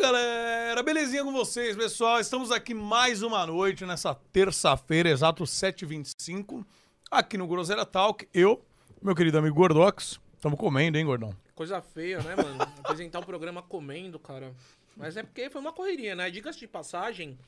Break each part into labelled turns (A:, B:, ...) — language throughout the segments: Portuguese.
A: galera, belezinha com vocês, pessoal? Estamos aqui mais uma noite, nessa terça-feira, exato 7h25, aqui no Groselha Talk. Eu, meu querido amigo Gordox, estamos comendo, hein, Gordão?
B: Coisa feia, né, mano? Apresentar um programa comendo, cara. Mas é porque foi uma correria, né? Dicas de passagem.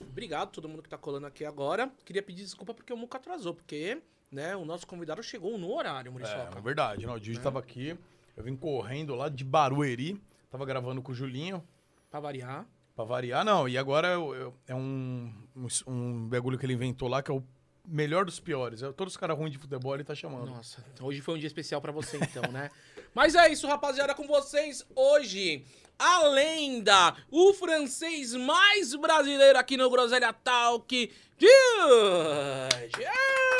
B: Obrigado a todo mundo que tá colando aqui agora. Queria pedir desculpa porque o Muca atrasou, porque, né, o nosso convidado chegou no horário, Muriçoca.
A: É, é verdade, né? O Didi estava aqui, eu vim correndo lá de Barueri, tava gravando com o Julinho,
B: Pra variar.
A: Pra variar, não. E agora eu- eu- é um, um, um bagulho que ele inventou lá, que é o melhor dos piores. É, todos os caras ruins de futebol ele tá chamando.
B: Nossa, hoje foi um dia especial pra você, então, né? Mas é isso, rapaziada, com vocês hoje. A lenda, o francês mais brasileiro aqui no Groselha Talk, Dias!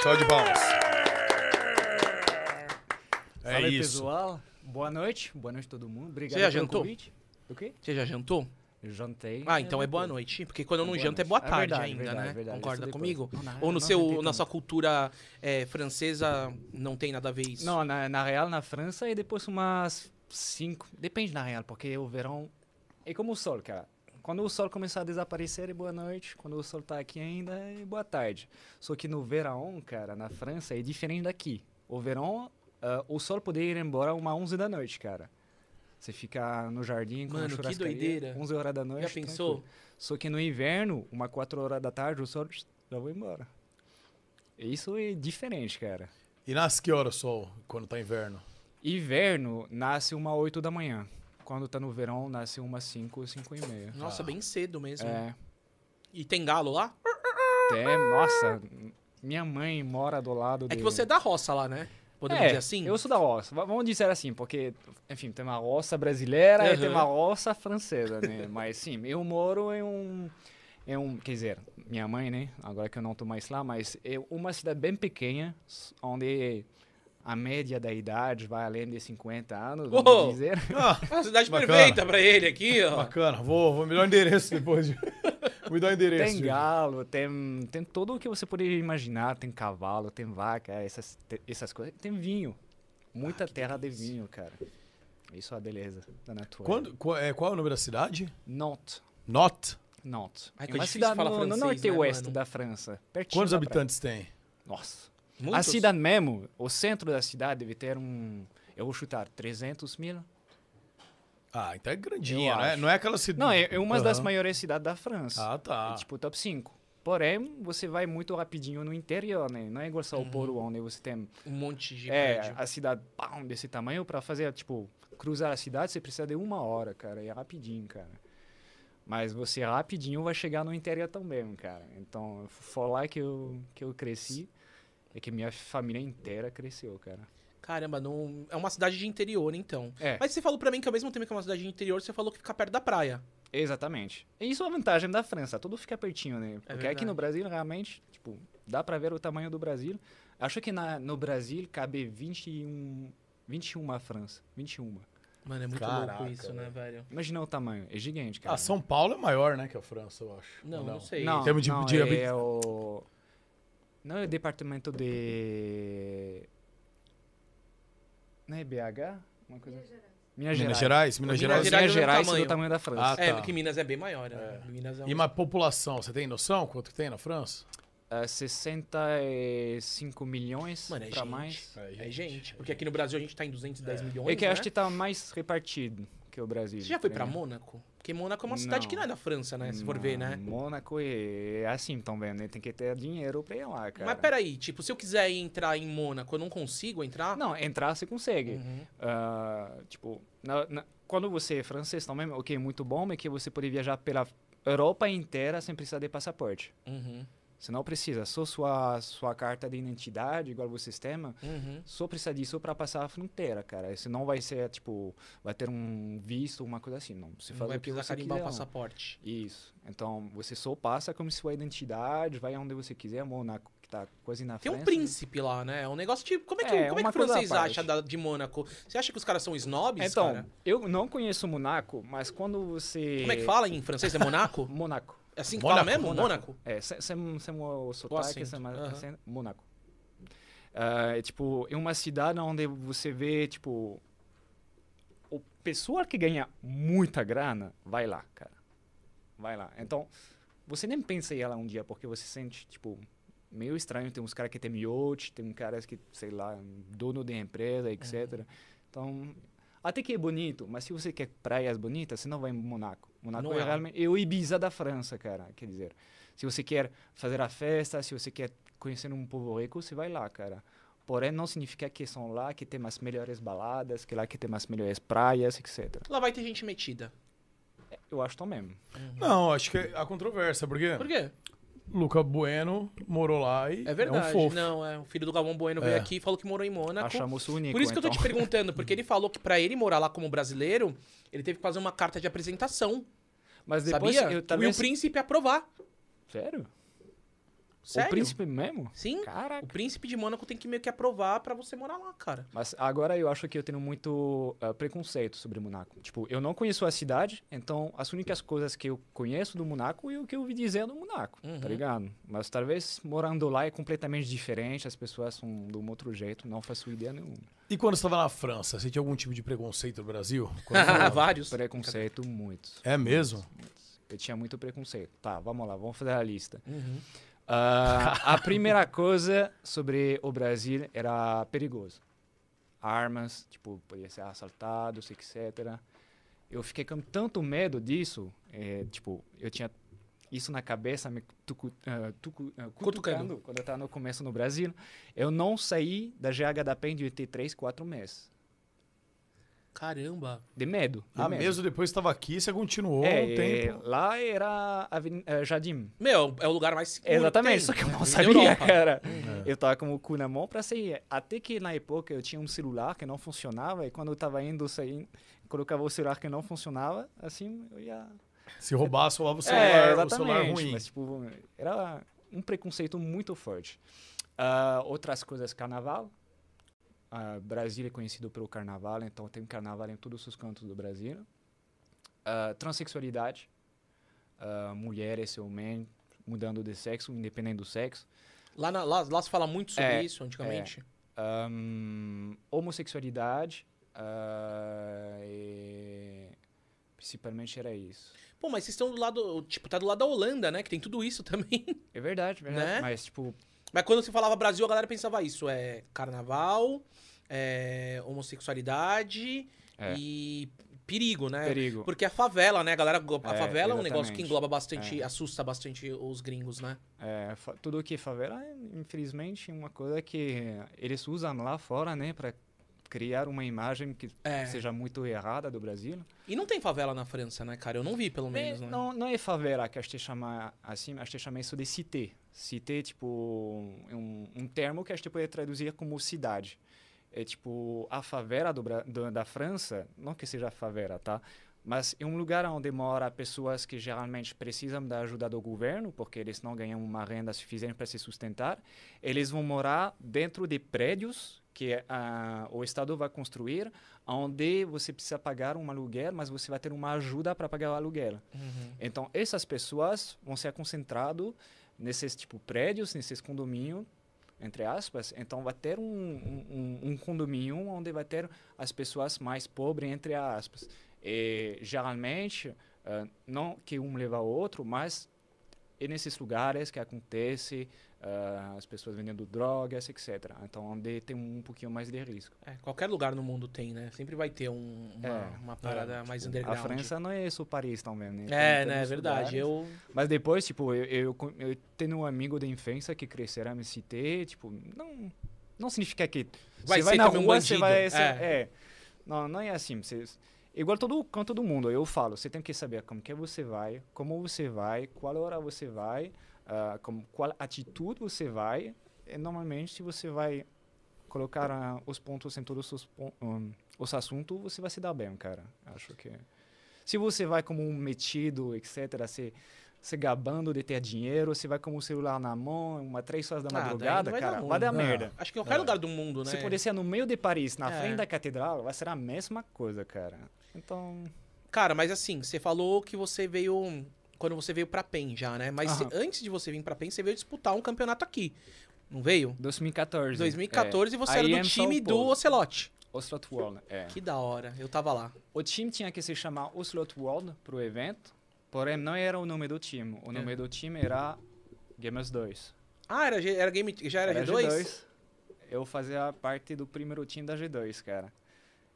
A: Só de palmas. É
C: Fala aí,
A: isso.
C: pessoal. Boa noite. Boa noite a todo mundo. Obrigado
B: Você já
C: pelo
B: jantou?
C: convite. O quê?
B: Você já jantou?
C: Jantei.
B: Ah, então é boa noite. Porque quando eu não
C: Boa
B: janto é
C: noite.
B: boa
C: É
B: tarde
C: verdade,
B: ainda,
C: verdade,
B: né?
C: verdade.
B: Concorda
C: Isso depois.
B: comigo?
C: Não, na-
B: Ou no
C: não
B: seu,
C: jantei
B: na
C: também.
B: sua cultura é, francesa não tem nada a ver isso?
C: Não, na, na real, na França, e depois umas cinco. Depende, na real, porque o verão é como o sol, cara. Quando o sol começar a desaparecer, é boa noite. Quando o sol tá aqui ainda, é boa tarde. Só que no verão, cara, na França, é diferente daqui. O verão, ah, o sol poderia ir embora uma 11 da noite, cara. Você fica no jardim com
B: Mano,
C: uma
B: que
C: churrascaria,
B: doideira.
C: 11 horas da noite.
B: Já pensou?
C: tranquilo. Só que no inverno, uma 4 horas da tarde, o sol já vai embora. Isso é diferente, cara.
A: E nasce que hora o sol quando tá inverno?
C: Inverno nasce uma 8 da manhã. Quando tá no verão, nasce uma 5, 5 e meia.
B: Nossa, bem cedo mesmo.
C: Tá. É,
B: E tem galo lá?
C: até, nossa, minha mãe mora do lado
B: É
C: de-
B: que você é da roça lá, né? Podemos
C: É,
B: dizer assim?
C: Eu sou da roça, Va- vamos dizer assim, porque, enfim, tem uma roça brasileira e tem
B: Aham.
C: uma roça francesa, né? Mas sim, eu moro em um, em um, quer dizer, minha mãe, né? Agora que eu não tô mais lá, mas é uma cidade bem pequena, s- onde a média da idade vai além de 50 anos, vamos
B: Uou!
C: dizer.
A: Ah,
B: Uma cidade
A: Bacana.
B: perfeita pra ele aqui, ó.
A: bacana. Vou, vou me dar o endereço depois. de- me dá o endereço.
C: Tem
B: né?
A: Didi.
C: galo, tem, tem tudo o que você poderia imaginar. Tem cavalo, tem vaca, essas, te- essas coisas. Tem vinho.
B: Ah,
C: Muita terra de vinho, cara. Isso é a beleza da natureza.
A: Quando, qual, é, qual é o nome da cidade?
C: Nantes.
A: Not.
C: Nantes.
B: Ai, que
C: é uma
B: difícil
C: cidade
B: falar
C: no,
B: francês,
C: no
B: né,
C: norte-oeste
B: mano?
C: da França. Pertinho
A: Quantos
C: da praia.
A: habitantes tem?
C: Nossa. A
B: Muitos?
C: cidade mesmo, o centro da cidade deve ter um... Eu vou chutar 300 mil.
A: Ah, então é grandinha,
C: Eu
A: né?
C: acho.
A: Não é aquela cidade.
C: Não, é, é uma das
A: Aham.
C: maiores cidades da França.
A: Ah, tá.
C: É tipo top 5. Porém, você vai muito rapidinho no interior, né? Não é igual São
B: Uhum.
C: Paulo, onde você tem
B: Um monte de
C: É,
B: prédio.
C: a cidade pá, desse tamanho pra fazer, tipo, cruzar a cidade, você precisa de uma hora, cara. E é rapidinho, cara. Mas você rapidinho vai chegar no interior também, cara. Então, foi lá que eu, que eu cresci. É que minha família inteira cresceu, cara.
B: Caramba, não... é uma cidade de interior, então.
C: É,
B: Mas você falou pra mim que ao mesmo tempo que é uma cidade de interior, você falou que fica perto da praia.
C: exatamente. E isso é a vantagem da França. Tudo fica pertinho, né? Porque aqui
B: verdade.
C: no Brasil, realmente, tipo, dá pra ver o tamanho do Brasil. Acho que na, no Brasil cabe 21... 21 a França. 21.
B: Mano, é muito
A: Caraca,
B: louco isso, né, velho?
C: Imagina o tamanho. É gigante, cara.
A: Ah, São Paulo é maior, né, que a França, eu acho.
B: Não,
A: Ou
B: não, sei.
C: Não,
A: Em termos de-
C: não,
A: de habit-
C: é o... Não é o departamento de... Não é BH? Uma coisa...
A: Minas
C: Minas Gerais.
A: Gerais, Minas
C: Minas
A: Gerais.
C: Gerais,
B: Gerais é do
C: é
B: tamanho.
C: do tamanho da França.
A: Ah,
B: É,
A: tá.
B: porque Minas é bem maior, né? Minas é um
A: E uma população, você tem noção quanto que tem na França?
C: Ah, 65 milhões
B: Mano, é
C: pra
B: gente.
C: mais.
A: É,
B: É gente, porque aqui no Brasil a gente tá em 210 milhões,
C: É que
B: né?
C: acho que tá mais repartido que o Brasil.
B: Você já foi
C: tá
B: pra
C: ligado?
B: Mônaco? Porque Mônaco é uma cidade
C: Não.
B: que não é da França, né? Se for ver, né?
C: Não, Hum, Mônaco é assim também, né? Tem que ter dinheiro pra ir lá, cara.
B: Mas peraí, tipo, se eu quiser entrar em Mônaco, eu não consigo entrar?
C: Não, entrar você consegue.
B: Uhum.
C: Ah, tipo, na- na- quando você é francês também, o que é muito bom é que você pode viajar pela Europa inteira sem precisar de passaporte.
B: Uhum.
C: Você não precisa, só sua, sua carta de identidade, igual o sistema,
B: Uhum.
C: só precisa disso para passar a fronteira, cara. Você não vai ser, tipo, vai ter um visto, uma coisa assim, não. Você
B: não
C: faz
B: vai
C: o que
B: precisar
C: você
B: carimbar
C: quiser.
B: o
C: não.
B: passaporte.
C: Isso. Então, você só passa como sua identidade, vai onde você quiser, Monaco, que tá quase na
B: Tem um
C: França, né?
B: príncipe lá, né? É um negócio tipo. Como é que,
C: É,
B: como é que
C: uma
B: o
C: coisa à
B: francês
C: parte.
B: acha da- de Mônaco? Você acha que os caras são snobs?
C: Então,
B: cara?
C: eu não conheço Monaco, mas quando você...
B: Como é que fala em francês? É Monaco?
C: Monaco.
B: É assim que
A: Mônaco,
B: fala mesmo? Mônaco?
C: É, sem, sem, sem o sotaque,
B: acento,
C: sem
B: aham.
C: a acento, Monaco. Ah, é, tipo, é uma cidade onde você vê, tipo, o pessoa que ganha muita grana, vai lá, cara. Vai lá. Então, você nem pensa em ir lá um dia, porque você sente, tipo, meio estranho. Tem uns caras que tem yacht, tem uns caras que, sei lá, dono de empresa, etc. Então, até que é bonito, mas se você quer praias bonitas, você não vai em Monaco. Monaco
B: Não
C: é,
B: é.
C: realmente é o Ibiza da França, cara, quer dizer. Se você quer fazer a festa, se você quer conhecer um povo rico, você vai lá, cara. Porém, não significa que são lá que tem as melhores baladas, que lá que tem as melhores praias, etc.
B: Lá vai ter gente metida.
C: Eu acho também.
B: Uhum.
A: Não, acho que é a controvérsia, porque
B: Por quê?
A: Luca Bueno morou lá e
B: É verdade.
A: é um fofo.
B: Não, é. O filho do Galvão Bueno veio
A: É.
B: aqui e falou que morou em Mônaco.
C: Achamos único,
B: Por isso que eu tô
C: então.
B: te perguntando, porque ele falou que pra ele morar lá como brasileiro, ele teve que fazer uma carta de apresentação.
C: Mas depois
B: sabia?
C: eu
B: E
C: também...
B: o príncipe aprovar.
C: Sério?
B: Sério?
C: O príncipe mesmo?
B: Sim. O
C: Caraca.
B: príncipe de Mônaco tem que meio que aprovar pra você morar lá, cara.
C: Mas agora eu acho que eu tenho muito ah, preconceito sobre Monaco. Tipo, eu não conheço a cidade, então as únicas coisas que eu conheço do Monaco é o que eu ouvi dizer do Monaco, tá ligado? Mas talvez morando lá é completamente diferente, as pessoas são de um outro jeito, não faço ideia nenhuma.
A: E quando você estava na França, você tinha algum tipo de preconceito no Brasil? Quando você
B: Ah,
A: morava?
B: vários.
C: é, Preconceito, muito.
A: é mesmo?
C: Eu tinha muito preconceito. Tá, vamos lá, vamos fazer a lista.
B: Uhum.
C: Ah, a primeira coisa sobre o Brasil era perigoso. Armas, tipo, podia ser assaltados, etc. Eu fiquei com tanto medo disso, eh, tipo, eu tinha isso na cabeça me tucu, ah, tucu- ah, cutucando quando eu estava no começo no Brasil. Eu não saí da GHDP em 83, 4 meses.
B: Caramba.
C: De medo. De
A: Ah,
C: medo.
A: mesmo depois que estava aqui, você continuou
C: É,
A: um
C: eh,
A: tempo.
C: Lá era Aven- ah, Jardim.
B: Meu, é o lugar mais seguro. que
C: Exatamente,
B: tem,
C: só que eu
B: né?
C: não
B: Na
C: sabia,
B: Europa.
C: cara. Eu tava com o cu na mão pra sair. Até que na época eu tinha um celular que não funcionava, e quando eu tava indo sair, colocava o celular que não funcionava, assim eu ia.
A: Se roubasse, roubava o celular, É, o celular
C: é, exatamente,
A: ruim.
C: Mas, tipo, era um preconceito muito forte. Ah, outras coisas, carnaval. Ah, Brasil é conhecido pelo carnaval, então tem carnaval em todos os cantos do Brasil. Ah, transexualidade. Ah, mulheres e homens mudando de sexo, independente do sexo.
B: Lá, na- lá, lá se fala muito sobre
C: É,
B: isso antigamente.
C: Ahn, homossexualidade. ah, e Principalmente era isso.
B: Pô, mas vocês estão do lado. Tipo, tá do lado da Holanda, né? Que tem tudo isso também.
C: É verdade, verdade.
B: Né?
C: Mas, tipo,
B: Mas quando você falava Brasil, a galera pensava isso. É carnaval, é homossexualidade
C: É.
B: e perigo, né?
C: perigo.
B: Porque a favela, né? A galera, go- a
C: É,
B: favela é um negócio
C: exatamente.
B: que engloba bastante, assusta bastante os gringos, né?
C: É, fa- tudo que é favela, é, infelizmente, é uma coisa que eles usam lá fora, né? Pra criar uma imagem que
B: É.
C: seja muito errada do Brasil.
B: E não tem favela na França, né, cara? Eu não vi, pelo menos,
C: É,
B: né?
C: não, não é favela que a gente chama assim, a gente chama isso de cité. Cité, tipo, é um, um termo que a gente pode traduzir como cidade. É tipo, a favela do, Bra- do, da França, não que seja favela, tá? Mas é um lugar onde mora pessoas que geralmente precisam da ajuda do governo, porque eles não ganham uma renda suficiente para se sustentar. Eles vão morar dentro de prédios que ah, o Estado vai construir, onde você precisa pagar um aluguel, mas você vai ter uma ajuda para pagar o aluguel.
B: Uhum.
C: Então, essas pessoas vão ser concentradas nesses tipo prédios, nesses condomínios, entre aspas. Então, vai ter um, um, um- um condomínio onde vai ter as pessoas mais pobres, entre aspas. E, geralmente, ah, não que um leva ao outro, mas é nesses lugares que acontece ah, as pessoas vendendo drogas, etc. Então, onde tem um pouquinho mais de risco.
B: É, qualquer lugar no mundo tem, né? Sempre vai ter um- uma,
C: É.
B: uma parada mais
C: A
B: underground.
C: França não é só Paris também, né?
B: tipo, É,
C: Tem- tem
B: né? É
C: uns
B: verdade.
C: lugares.
B: Eu.
C: Mas depois, tipo, eu, eu, co- eu tenho um amigo da infância que crescerá me citei, tipo, não, não significa que
B: Vai
C: você vai
B: ser
C: na
B: também um
C: rua, você
B: bandido,
C: vai ser,
B: é.
C: é. Não, não é assim, você, igual todo canto do mundo, eu falo, você tem que saber como que você vai, como você vai, qual hora você vai, ah, como, qual atitude você vai, e É, normalmente se você vai colocar ah, os pontos em todos os, pon- hum, os assuntos, você vai se dar bem, cara. Acho que... Se você vai como um metido, etc., se, se gabando de ter dinheiro, se vai como o celular na mão, uma três horas da
B: Ah, daí
C: madrugada,
B: não vai dar
C: cara,
B: ruim.
C: vai dar
A: Não.
C: merda.
B: Acho que qualquer lugar do mundo, né?
C: É. Se puder ser no meio de Paris, na
B: É.
C: frente da catedral, vai ser a mesma coisa, cara. Então,
B: Cara, mas assim, você falou que você veio. Quando você veio pra PEN já, né? Mas
C: Aham.
B: se- antes de você vir pra PEN, você veio disputar um campeonato aqui. Não veio?
C: 2014.
B: 2014 e você
C: é. Aí
B: era
C: em
B: do
C: São
B: time do
C: Paulo.
B: Ocelote.
C: Ocelot World. É.
B: Que da hora. Eu tava lá.
C: O time tinha que se chamar Ocelot World pro evento, porém não era o nome do time. O
B: É.
C: nome do time era Gamers 2.
B: Ah, era, G- era game, já era,
C: Era
B: G2?
C: Eu fazia parte do primeiro time da G2, cara.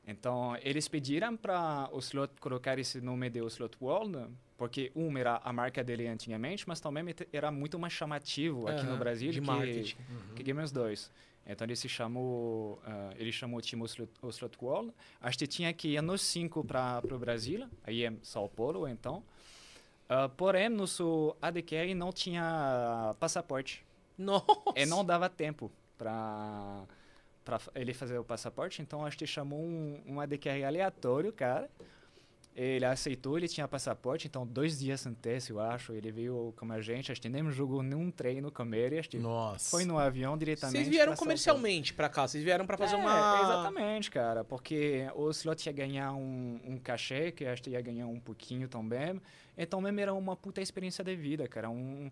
C: Então, eles pediram para o Slot colocar esse nome de Slot World, porque, um, era a marca dele antigamente, mas também mete- era muito mais chamativo aqui no
B: Aham,
C: Brasil
B: Ah, de
C: que,
B: marketing.
C: que Gamers 2. Então, ele se chamou, ah, ele chamou o time Slot, Slot World. Acho que tinha que ir nos 5 para o Brasil, aí é São Paulo, então. Ah, porém, nosso ADQR não tinha passaporte.
B: Nossa.
C: E não dava tempo pra, pra fa- ele fazer o passaporte, então acho que chamou um, um ADQR aleatório, cara. Ele aceitou, ele tinha passaporte, então dois dias antes, eu acho, ele veio com a gente, acho que nem jogou nenhum treino com ele, acho que
A: Nossa.
C: tipo, foi no avião diretamente.
B: Vocês vieram
C: pra São
B: comercialmente pra cá. Vocês vieram pra
C: Paulo.
B: fazer
C: É,
B: uma...
C: Exatamente, cara, porque o slot ia ganhar um, um cachê, que acho que ia ganhar um pouquinho também, então mesmo era uma puta experiência de vida, cara, um,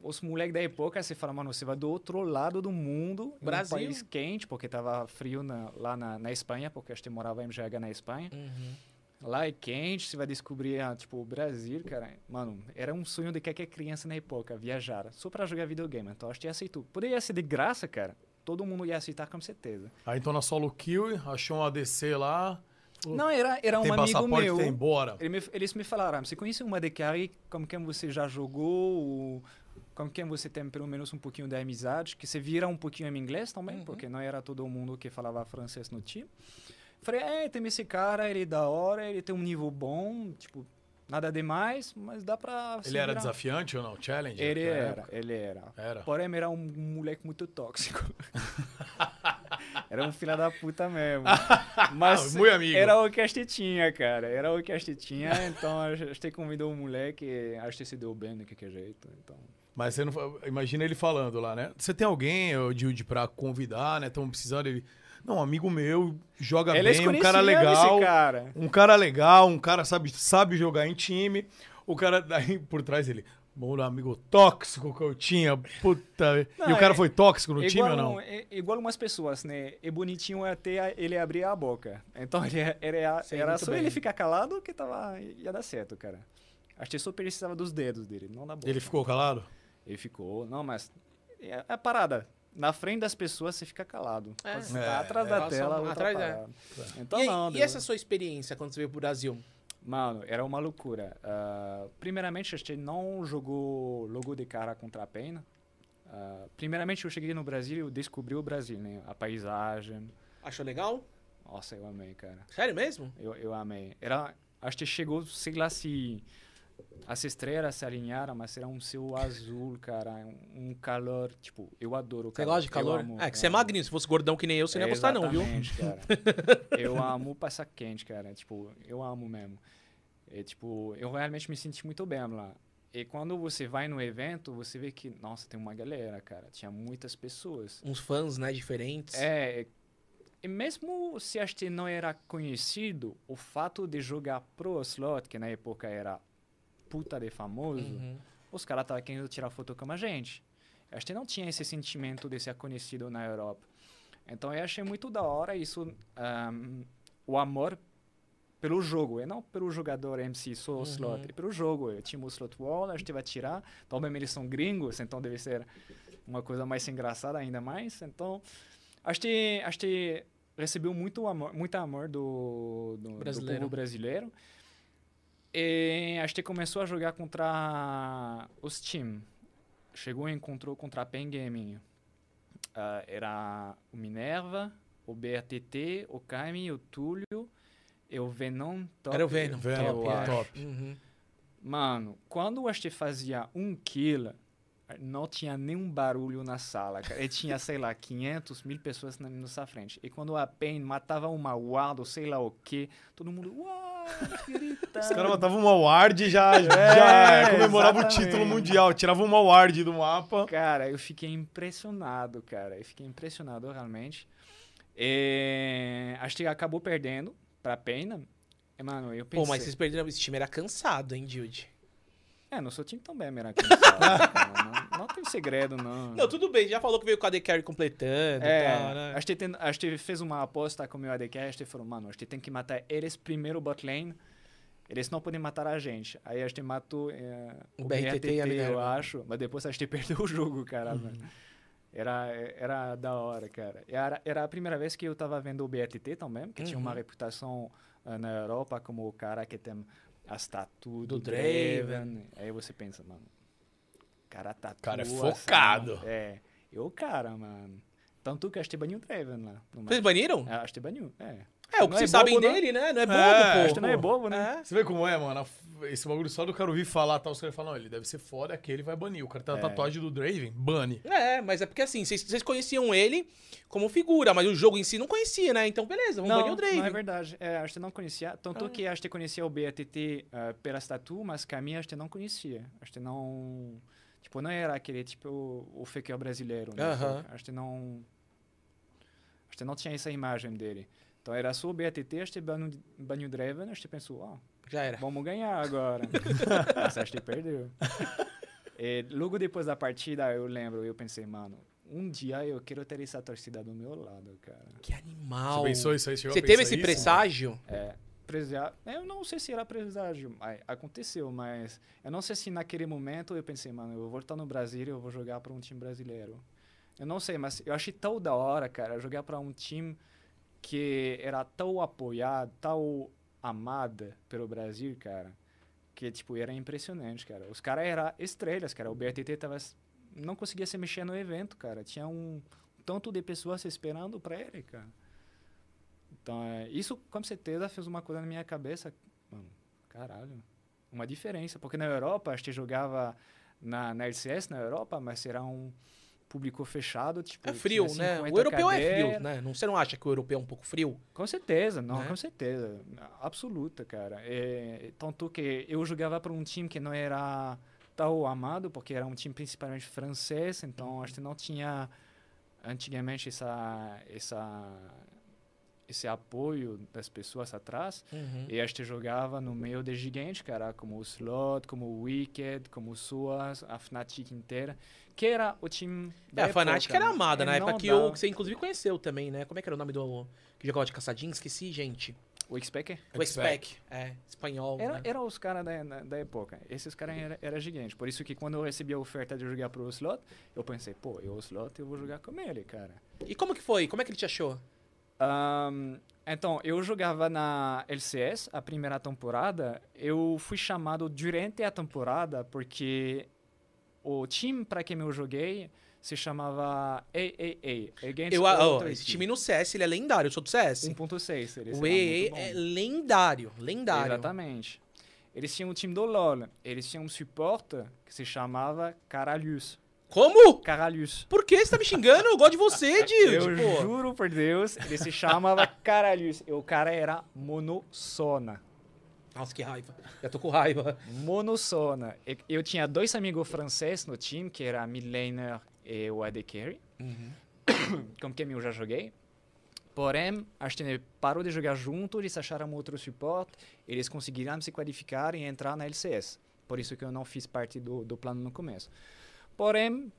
C: os moleques da época, você fala, mano, você vai do outro lado do mundo,
B: Brasil.
C: um país quente, porque tava frio na- lá na, na Espanha, porque acho que morava em MGH na Espanha.
B: Uhum.
C: Lá é quente, você vai descobrir, ah, tipo, o Brasil, cara. Mano, era um sonho de qualquer criança na época, viajar, só pra jogar videogame. Então acho que aceitou. Poderia ser de graça, cara. Todo mundo ia aceitar com certeza.
A: Aí então na solo kill, achou um ADC lá. falou,
C: Não, era, era um
A: tem
C: amigo
A: passaporte,
C: meu.
A: tem embora.
C: Ele me- eles me falaram, "Ah, você conhece uma DKI com quem você já jogou, ou com quem você tem pelo menos um pouquinho de amizade, que você vira um pouquinho em inglês também,
B: Uhum.
C: porque não era todo mundo que falava francês no time. Falei, é, tem esse cara, ele é da hora, ele tem um nível bom, tipo, nada demais, mas dá pra... se
A: Ele era
C: virar." um-
A: desafiante ou não? Challenge?
C: Ele era, ele era.
A: Era. Ah,
C: Porém, era um moleque muito tóxico. era um filho da puta mesmo. Mas
A: Ah, muito amigo.
C: era o que a gente tinha, cara. Era o que a gente tinha, então a gente convidou o moleque e a gente se deu bem de qualquer jeito. Então.
A: Mas você não. fa- Imagina ele falando lá, né? Você tem alguém, ô, Dilde, pra convidar, né? Estamos precisando. Ele. Não, um amigo meu, joga
C: Eles
A: bem, um cara
C: conheciam
A: legal.
C: esse né, cara.
A: Um cara legal, um cara sabe, sabe jogar em time. O cara daí por trás ele. Bom, amigo tóxico que eu tinha. Puta.
C: Não,
A: e o cara
C: é-
A: foi tóxico no time
C: igual,
A: ou não?
C: é- igual umas pessoas, né? É bonitinho até a- ele abrir a boca. Então ele é- era,
B: Sei
C: era
B: muito
C: só
B: bem.
C: ele ficar calado que tava, ia dar certo, cara. Acho que só precisava dos dedos dele, não da boca.
A: Ele ficou calado?
C: Ele ficou, não, mas é a parada. Na frente das pessoas você fica calado.
B: É.
C: Quando você
A: É,
C: tá atrás
A: é.
C: da
B: Passa-
C: tela, outra
B: atrás, é.
C: parada. Então
B: e, aí,
C: não,
B: e
C: deu-
B: essa sua experiência quando você veio pro Brasil?
C: Mano, era uma loucura. Ah, primeiramente, a gente não jogou logo de cara contra a pena. Ah, primeiramente, eu cheguei no Brasil e eu descobri o Brasil, né? A paisagem.
B: Achou legal?
C: Nossa, eu amei, cara.
B: Sério mesmo?
C: Eu, eu amei. Era, acho que chegou, sei lá se as estrelas se alinharam, mas era um céu azul, cara. Um, um calor, tipo, eu adoro o
B: Você
C: calor.
B: gosta de
C: Eu
B: calor?
C: amo,
B: é, que você é
C: amo.
B: magrinho. Se fosse gordão que nem eu, você não ia gostar não, viu?
C: Exatamente, Cara. eu amo passar quente, cara. Tipo, eu amo mesmo. É, tipo, eu realmente me senti muito bem lá. E quando você vai no evento, você vê que, nossa, tem uma galera, cara. Tinha muitas pessoas.
B: Uns fãs, né, diferentes.
C: É, e mesmo se a gente não era conhecido, o fato de jogar pro slot, que na época era puta de famoso,
B: Uhum.
C: os caras estavam querendo tirar foto com a gente. Eu acho que não tinha esse sentimento de ser conhecido na Europa. Então eu achei muito da hora isso, ahm, o amor pelo jogo, e não pelo jogador MC, só o slot,
B: Uhum.
C: e pelo jogo. Eu tinha o slot wall, a gente vai tirar. Também eles são gringos, então deve ser uma coisa mais engraçada ainda mais. Então, acho que, acho que recebeu muito amor, muito amor do, do, do
B: Brasileiro.
C: povo brasileiro. E acho que começou a jogar contra os times. Chegou e encontrou contra a Pen Gaming. Ah, era o Minerva, o BATT, o Kami, o Túlio e o Venom. Top,
B: Era o Venom.
A: Venom,
C: eu
A: pô,
C: acho.
A: top.
B: Uhum.
C: Mano, quando o Aste fazia um kill, não tinha nenhum barulho na sala, cara. E tinha, sei lá, 500 mil pessoas na nossa frente. E quando a Pen matava uma Ward, ou sei lá o quê, todo mundo... Uau, gritando.
A: Os caras matavam uma ward e já, já
C: É,
A: comemorava o
C: exatamente.
A: título mundial. Tirava uma ward do mapa.
C: Cara, eu fiquei impressionado, cara. Eu fiquei impressionado, realmente. É, Acho que acabou perdendo pra Pena. E, Mano, eu pensei...
B: Pô, mas vocês perderam. Esse time era cansado, hein, Dude?
C: É, não sou time também, Meran. que não sabe, cara. Não, não tem segredo, não.
B: Não, tudo bem, já falou que veio com a The Carry completando e
C: É,
B: tal, né?
C: a gente, tem, a gente fez uma aposta com o meu ADCast e falou, mano, a gente tem que matar eles primeiro, o bot lane. Eles não podem matar a gente. Aí a gente matou eh,
B: é, O BRTT ali,
C: eu
B: né? Uhum.
C: acho. Mas depois a gente perdeu o jogo, cara. mano. Era, era da hora, cara. Era, era a primeira vez que eu tava vendo o BRTT também, que tinha uma
B: Uhum.
C: reputação ah, na Europa como o cara que tem as tatu
B: Do Draven.
C: Aí você pensa, mano, o cara tatua.
A: cara é
C: assim,
A: focado.
C: é. Eu, cara, mano. Tanto que acho que baniu o Draven lá. no
B: Vocês
C: mapa.
B: baniram?
C: Ah, Acho que baniu, é.
B: É, o que
C: Não é
B: vocês
C: bobo,
B: sabem
C: né?
B: dele, né? Não é bobo,
A: É,
B: pô.
A: acho
C: Acho que não é bobo, né?
B: É.
A: Você vê como é, mano? Esse bagulho só do cara ouvir falar tal, os caras falam, não, ele deve ser foda, aquele vai banir. O cara tem a
C: É.
A: tatuagem do Draven, bane.
B: É, mas é porque assim, vocês, vocês conheciam ele como figura, mas o jogo em si não conhecia, né? Então, beleza, vamos banir o Draven.
C: não é verdade. É, acho que não conhecia. Tanto que acho que conhecia o BATT ah, pela tatu, mas Caminha acho que não conhecia. Acho que não... Tipo, não era aquele, tipo, o, o faker brasileiro. Né?
B: Aham.
C: Acho que não... Acho que não tinha essa imagem dele. Então era só o BATT, acho que baniu, baniu o Draven, né? acho que pensou, ó,
B: Já era.
C: Vamos ganhar agora. Mas acho que perdeu. E logo depois da partida, eu lembro, eu pensei, mano, um dia eu quero ter essa torcida do meu lado, cara.
B: Que animal.
A: Você pensou isso aí? Chegou a
B: Você teve
A: pensar
B: esse
A: isso?
B: presságio?
C: Presia- Eu não sei se era presságio, mas aconteceu, mas eu não sei se naquele momento eu pensei, mano, eu vou voltar no Brasil e eu vou jogar para um time brasileiro. Eu não sei, mas eu achei tão da hora, cara, jogar para um time que era tão apoiado, tão amado pelo Brasil, cara, que, tipo, era impressionante, cara. Os caras eram estrelas, cara. O BRTT tava... s- não conseguia se mexer no evento, cara. Tinha um tanto de pessoas esperando para ele, cara. Então, é, isso com certeza fez uma coisa na minha cabeça, mano, caralho, uma diferença. Porque na Europa, a gente jogava na, na LCS, na Europa, mas era um público fechado, tipo...
B: É frio,
C: tinha
B: né?
C: 50
B: O europeu é
C: cadeiras.
B: frio, né? Não, você não acha que o europeu é um pouco frio?
C: Com certeza, não,
B: Né?
C: com certeza. Absoluta, cara. É, tanto que eu jogava para um time que não era tão amado, porque era um time principalmente francês,
B: Uhum.
C: então acho que não tinha antigamente essa, essa, esse apoio das pessoas atrás.
B: Uhum.
C: E a gente jogava no meio de gigante, cara, como o Slot, como o Wicked, como o Suas, a Fnatic inteira, que era o time.
B: É,
C: da
B: a Fnatic
C: época,
B: era
C: né?
B: amada,
C: E
B: na época
C: não
B: que,
C: dava-
B: o, que você inclusive conheceu também, né? Como é que era o nome do. que jogava de caçadinho? Esqueci, gente.
C: O X-Packer?
B: O Spec. É, espanhol.
C: Era,
B: né?
C: era os caras da, da, da época. Esses caras eram era gigantes. Por isso que quando eu recebi a oferta de jogar pro slot, eu pensei, pô, eu slot, eu vou jogar com ele, cara.
B: E como que foi? Como é que ele te achou?
C: Ahn, então, eu jogava na LCS, a primeira temporada. Eu fui chamado durante a temporada porque o time para quem eu joguei se chamava AAA. Against
B: Eu, ah, ó,
C: All
B: esse
C: Team.
B: time no CS, ele é lendário, eu sou do CS.
C: 1.6. eles
B: O
C: eram
B: EE
C: muito bons.
B: é lendário, lendário.
C: Exatamente. Eles tinham um time do LoL. Eles tinham um suporte que se chamava Caralhus.
B: Como?
C: Caralhus.
B: Por que você tá me xingando? Eu gosto de você, Dio.
C: Eu
B: tipo,
C: juro por Deus, ele se chamava Caralhus. E o cara era monossona.
B: Nossa, que raiva. Já tô com raiva.
C: Monossona. E- Eu tinha dois amigos franceses no time, que era a Midlaner e o AD Carry.
B: Uhum.
C: Com quem eu já joguei. Porém, a gente parou de jogar junto, eles acharam outro suporte, eles conseguiram se qualificar e entrar na LCS. Por isso que eu não fiz parte do, do plano no começo. Porém,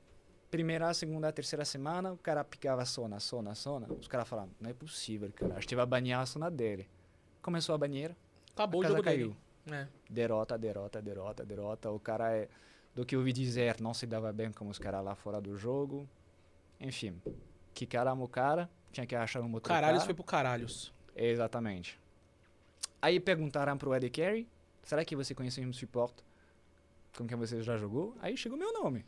C: primeira, segunda, terceira semana, o cara picava Sona, Sona, Sona. Os caras falaram, não é possível, cara. A gente vai banhar a Sona dele. Começou a banheira,
B: Acabou
C: a
B: o
C: casa
B: jogo
C: caiu.
B: dele. É.
C: Derrota, derrota, derrota, derrota. O cara é. Do que eu ouvi dizer, não se dava bem com os caras lá fora do jogo. Enfim, que cara o cara, tinha que achar um outro
B: Caralhos foi
C: cara.
B: pro caralhos.
C: Exatamente. Aí perguntaram pro Eddie Carey, será que você conhece um suporte com quem você já jogou? Aí chegou meu nome.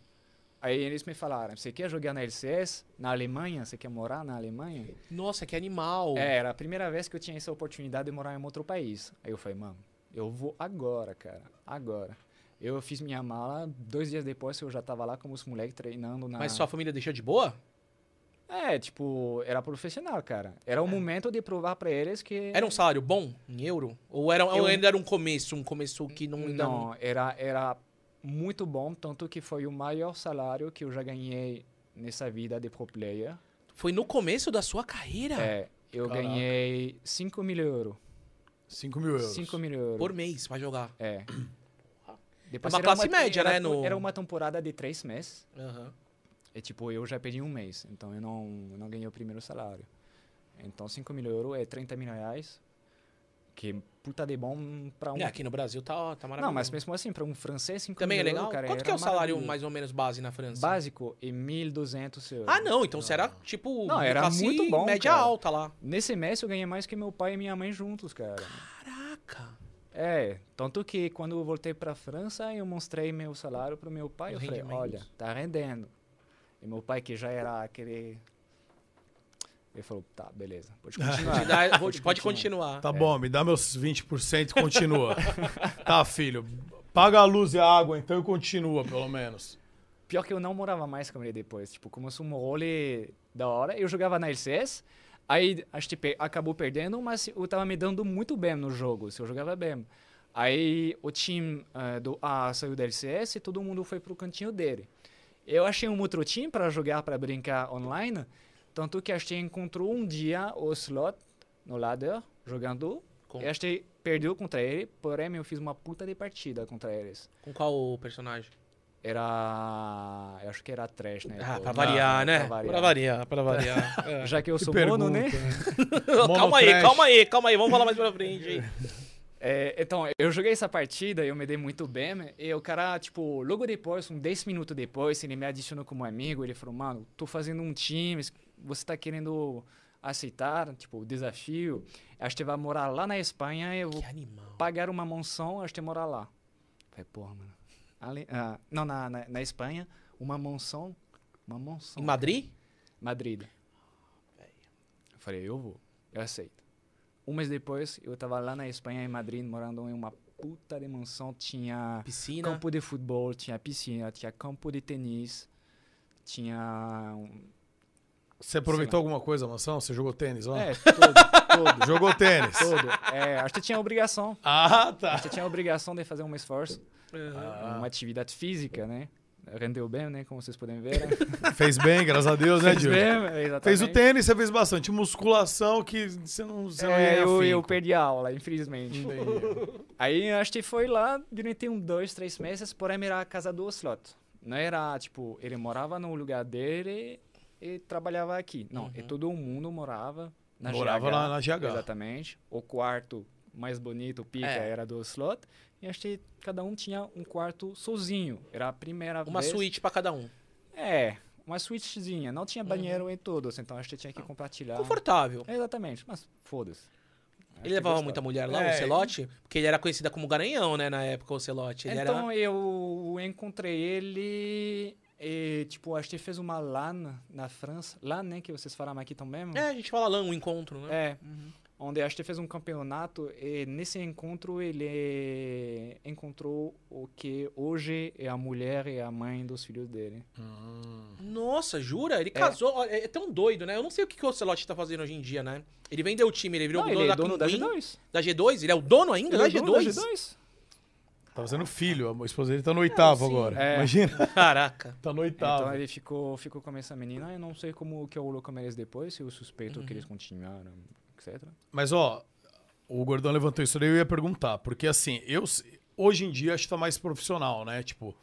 C: Aí eles me falaram, você quer jogar na LCS, na Alemanha? Você quer morar na Alemanha?
B: Nossa, que animal.
C: É, era a primeira vez que eu tinha essa oportunidade de morar em um outro país. Aí eu falei, mano, eu vou agora, cara, agora. Eu fiz minha mala, dois dias depois eu já tava lá com os moleques treinando na...
B: Mas sua família deixou de boa?
C: É, tipo, era profissional, cara. Era o momento de provar pra eles que...
B: É. Era um salário bom em euro? Ou, era, ou
C: Eu-
B: ainda era um começo, um começo que não... ainda
C: Não, era, era muito bom, tanto que foi o maior salário que eu já ganhei nessa vida de pro player.
B: Foi no começo da sua carreira?
C: É, eu
A: Caraca.
C: ganhei 5 mil euros.
A: 5 mil euros.
C: 5 mil euros.
B: Por mês, pra jogar.
C: É. Depois
B: É uma
C: era
B: classe média,
C: era-
B: né, no-
C: Era uma temporada de três meses.
B: Aham.
C: E, tipo, eu já perdi um mês. Então, eu não, eu não ganhei o primeiro salário. Então, 5 mil euros é 30 mil reais. Que é puta de bom pra um...
B: É, aqui no Brasil tá, ó, tá maravilhoso.
C: não, mas mesmo assim, pra um francês, 5
B: Também é
C: mil
B: legal?
C: euros, cara,
B: Quanto que é
C: era
B: o salário
C: maravilhoso.
B: mais ou menos base na França?
C: Básico é 1.200 euros.
B: Ah, não. Então será tipo
C: Não, era
B: classe
C: muito bom,
B: média
C: cara.
B: alta lá.
C: Nesse mês, eu ganhei mais que meu pai e minha mãe juntos, cara.
B: Caraca.
C: É, tanto que quando eu voltei pra França, eu mostrei meu salário pro meu pai.
B: O
C: eu falei,
B: rendimento.
C: olha, tá rendendo. E meu pai, que já era aquele... Ele falou, tá, beleza, pode continuar.
B: Te dá- vou-
C: Pode
B: pode
C: continuar.
B: continuar.
A: Tá bom, me dá meus 20% e continua. tá, filho. Paga a luz e a água, então, e continua, pelo menos.
C: Pior que eu não morava mais com ele depois. Tipo, começou um rolê da hora. Eu jogava na LCS, aí a XTP acabou perdendo, mas eu tava me dando muito bem no jogo, se eu jogava bem. Aí o time ah, do A saiu da LCS e todo mundo foi pro cantinho dele. Eu achei um outro time para jogar, para brincar online, tanto que a gente encontrou um dia o slot no ladder, jogando.
B: Com-
C: E a gente perdeu contra ele, porém eu fiz uma puta de partida contra eles.
B: Com qual personagem?
C: Era. Eu acho que era trash, né?
B: Ah,
C: Pô,
B: pra
C: não,
B: variar, né? Pra
C: Pra variar.
B: variar, pra variar. É.
C: Já que eu
A: Que
C: sou
A: pergunta,
C: mono, né?
B: calma aí,
A: Monotrash.
B: calma aí, calma aí. Vamos falar mais pra frente aí.
C: É, então, eu joguei essa partida, eu me dei muito bem, né? e o cara, tipo, logo depois, uns 10 minutos depois, ele me adicionou como amigo, ele falou, mano, tô fazendo um time, você tá querendo aceitar, tipo, o desafio, a gente vai morar lá na Espanha e eu vou
B: Que animal.
C: pagar uma mansão, a gente morar lá. Falei, porra, mano, Ale- ah, não, na, na, na Espanha, uma mansão, uma mansão.
B: Em Madrid?
C: Madrid. Eu falei, eu vou, eu aceito. Um mês depois, eu tava lá na Espanha, em Madrid, morando em uma puta de mansão. Tinha
B: Piscina.
C: campo de futebol, tinha piscina, tinha campo de tênis, tinha. um-
A: Você aproveitou alguma coisa, mansão? Você jogou tênis lá?
C: É, todo, todo,
A: Jogou tênis.
C: todo. É, acho que tinha obrigação.
A: ah, tá.
C: Acho que tinha obrigação de fazer um esforço,
B: Uhum.
C: uma atividade física, né? Rendeu bem, né? Como vocês podem ver. Né?
A: Fez bem, graças a Deus, né,
C: Fez
A: Diogo?
C: bem, exatamente.
A: Fez o tênis, você fez bastante. Musculação que você não, você não
C: É,
A: ia
C: eu,
A: afim.
C: eu perdi a aula, infelizmente. Aí acho que foi lá durante um, dois, três meses, porém era a casa do Slot. Não era, tipo, ele morava no lugar dele e trabalhava aqui. Não,
B: Uhum.
C: e todo mundo morava na
A: Morava
C: GH.
A: lá na GH.
C: Exatamente. O quarto mais bonito, pica,
B: É.
C: era do Slot. E acho que cada um tinha um quarto sozinho. Era a primeira
B: Uma
C: vez.
B: suíte pra cada um.
C: É, uma suítezinha. Não tinha banheiro em todos, então acho que tinha que compartilhar.
B: Uhum. Confortável.
C: É, Exatamente, mas foda-se.
B: Ele levava
C: gostava.
B: muita mulher lá,
A: É,
B: o Celote, porque ele era conhecido como Garanhão, né, na época, o Celote. Ele
C: então
B: era...
C: eu encontrei ele e, tipo, acho que fez uma LAN na França. LAN, né? Que vocês falaram aqui também.
B: É, a gente fala lá, um encontro, né?
C: É. Onde acho que fez um campeonato e nesse encontro ele encontrou o que hoje é a mulher e a mãe dos filhos dele.
B: Nossa, jura? Ele casou. Olha, É. tão doido, né? Eu não sei o que, que o Celote tá fazendo hoje em dia, né? Ele vendeu o time, ele virou
C: Não,
B: o dono
C: ele é
B: da
C: dono da
B: Queen Queen,
C: G2.
B: da G2. Ele é o dono ainda da
C: Ele é dono
B: G2?
A: Tá fazendo filho, a esposa dele tá no oitavo agora.
C: É.
A: Imagina.
B: Caraca.
A: Tá no oitavo.
C: Então ele ficou, ficou com essa menina. Eu não sei como que é rolou com eles depois, se eu suspeito que eles continuaram, etc.
A: Mas, ó, o Gordão levantou isso daí, eu ia perguntar. Porque, assim, eu se- hoje em dia acho que tá mais profissional, né? Tipo,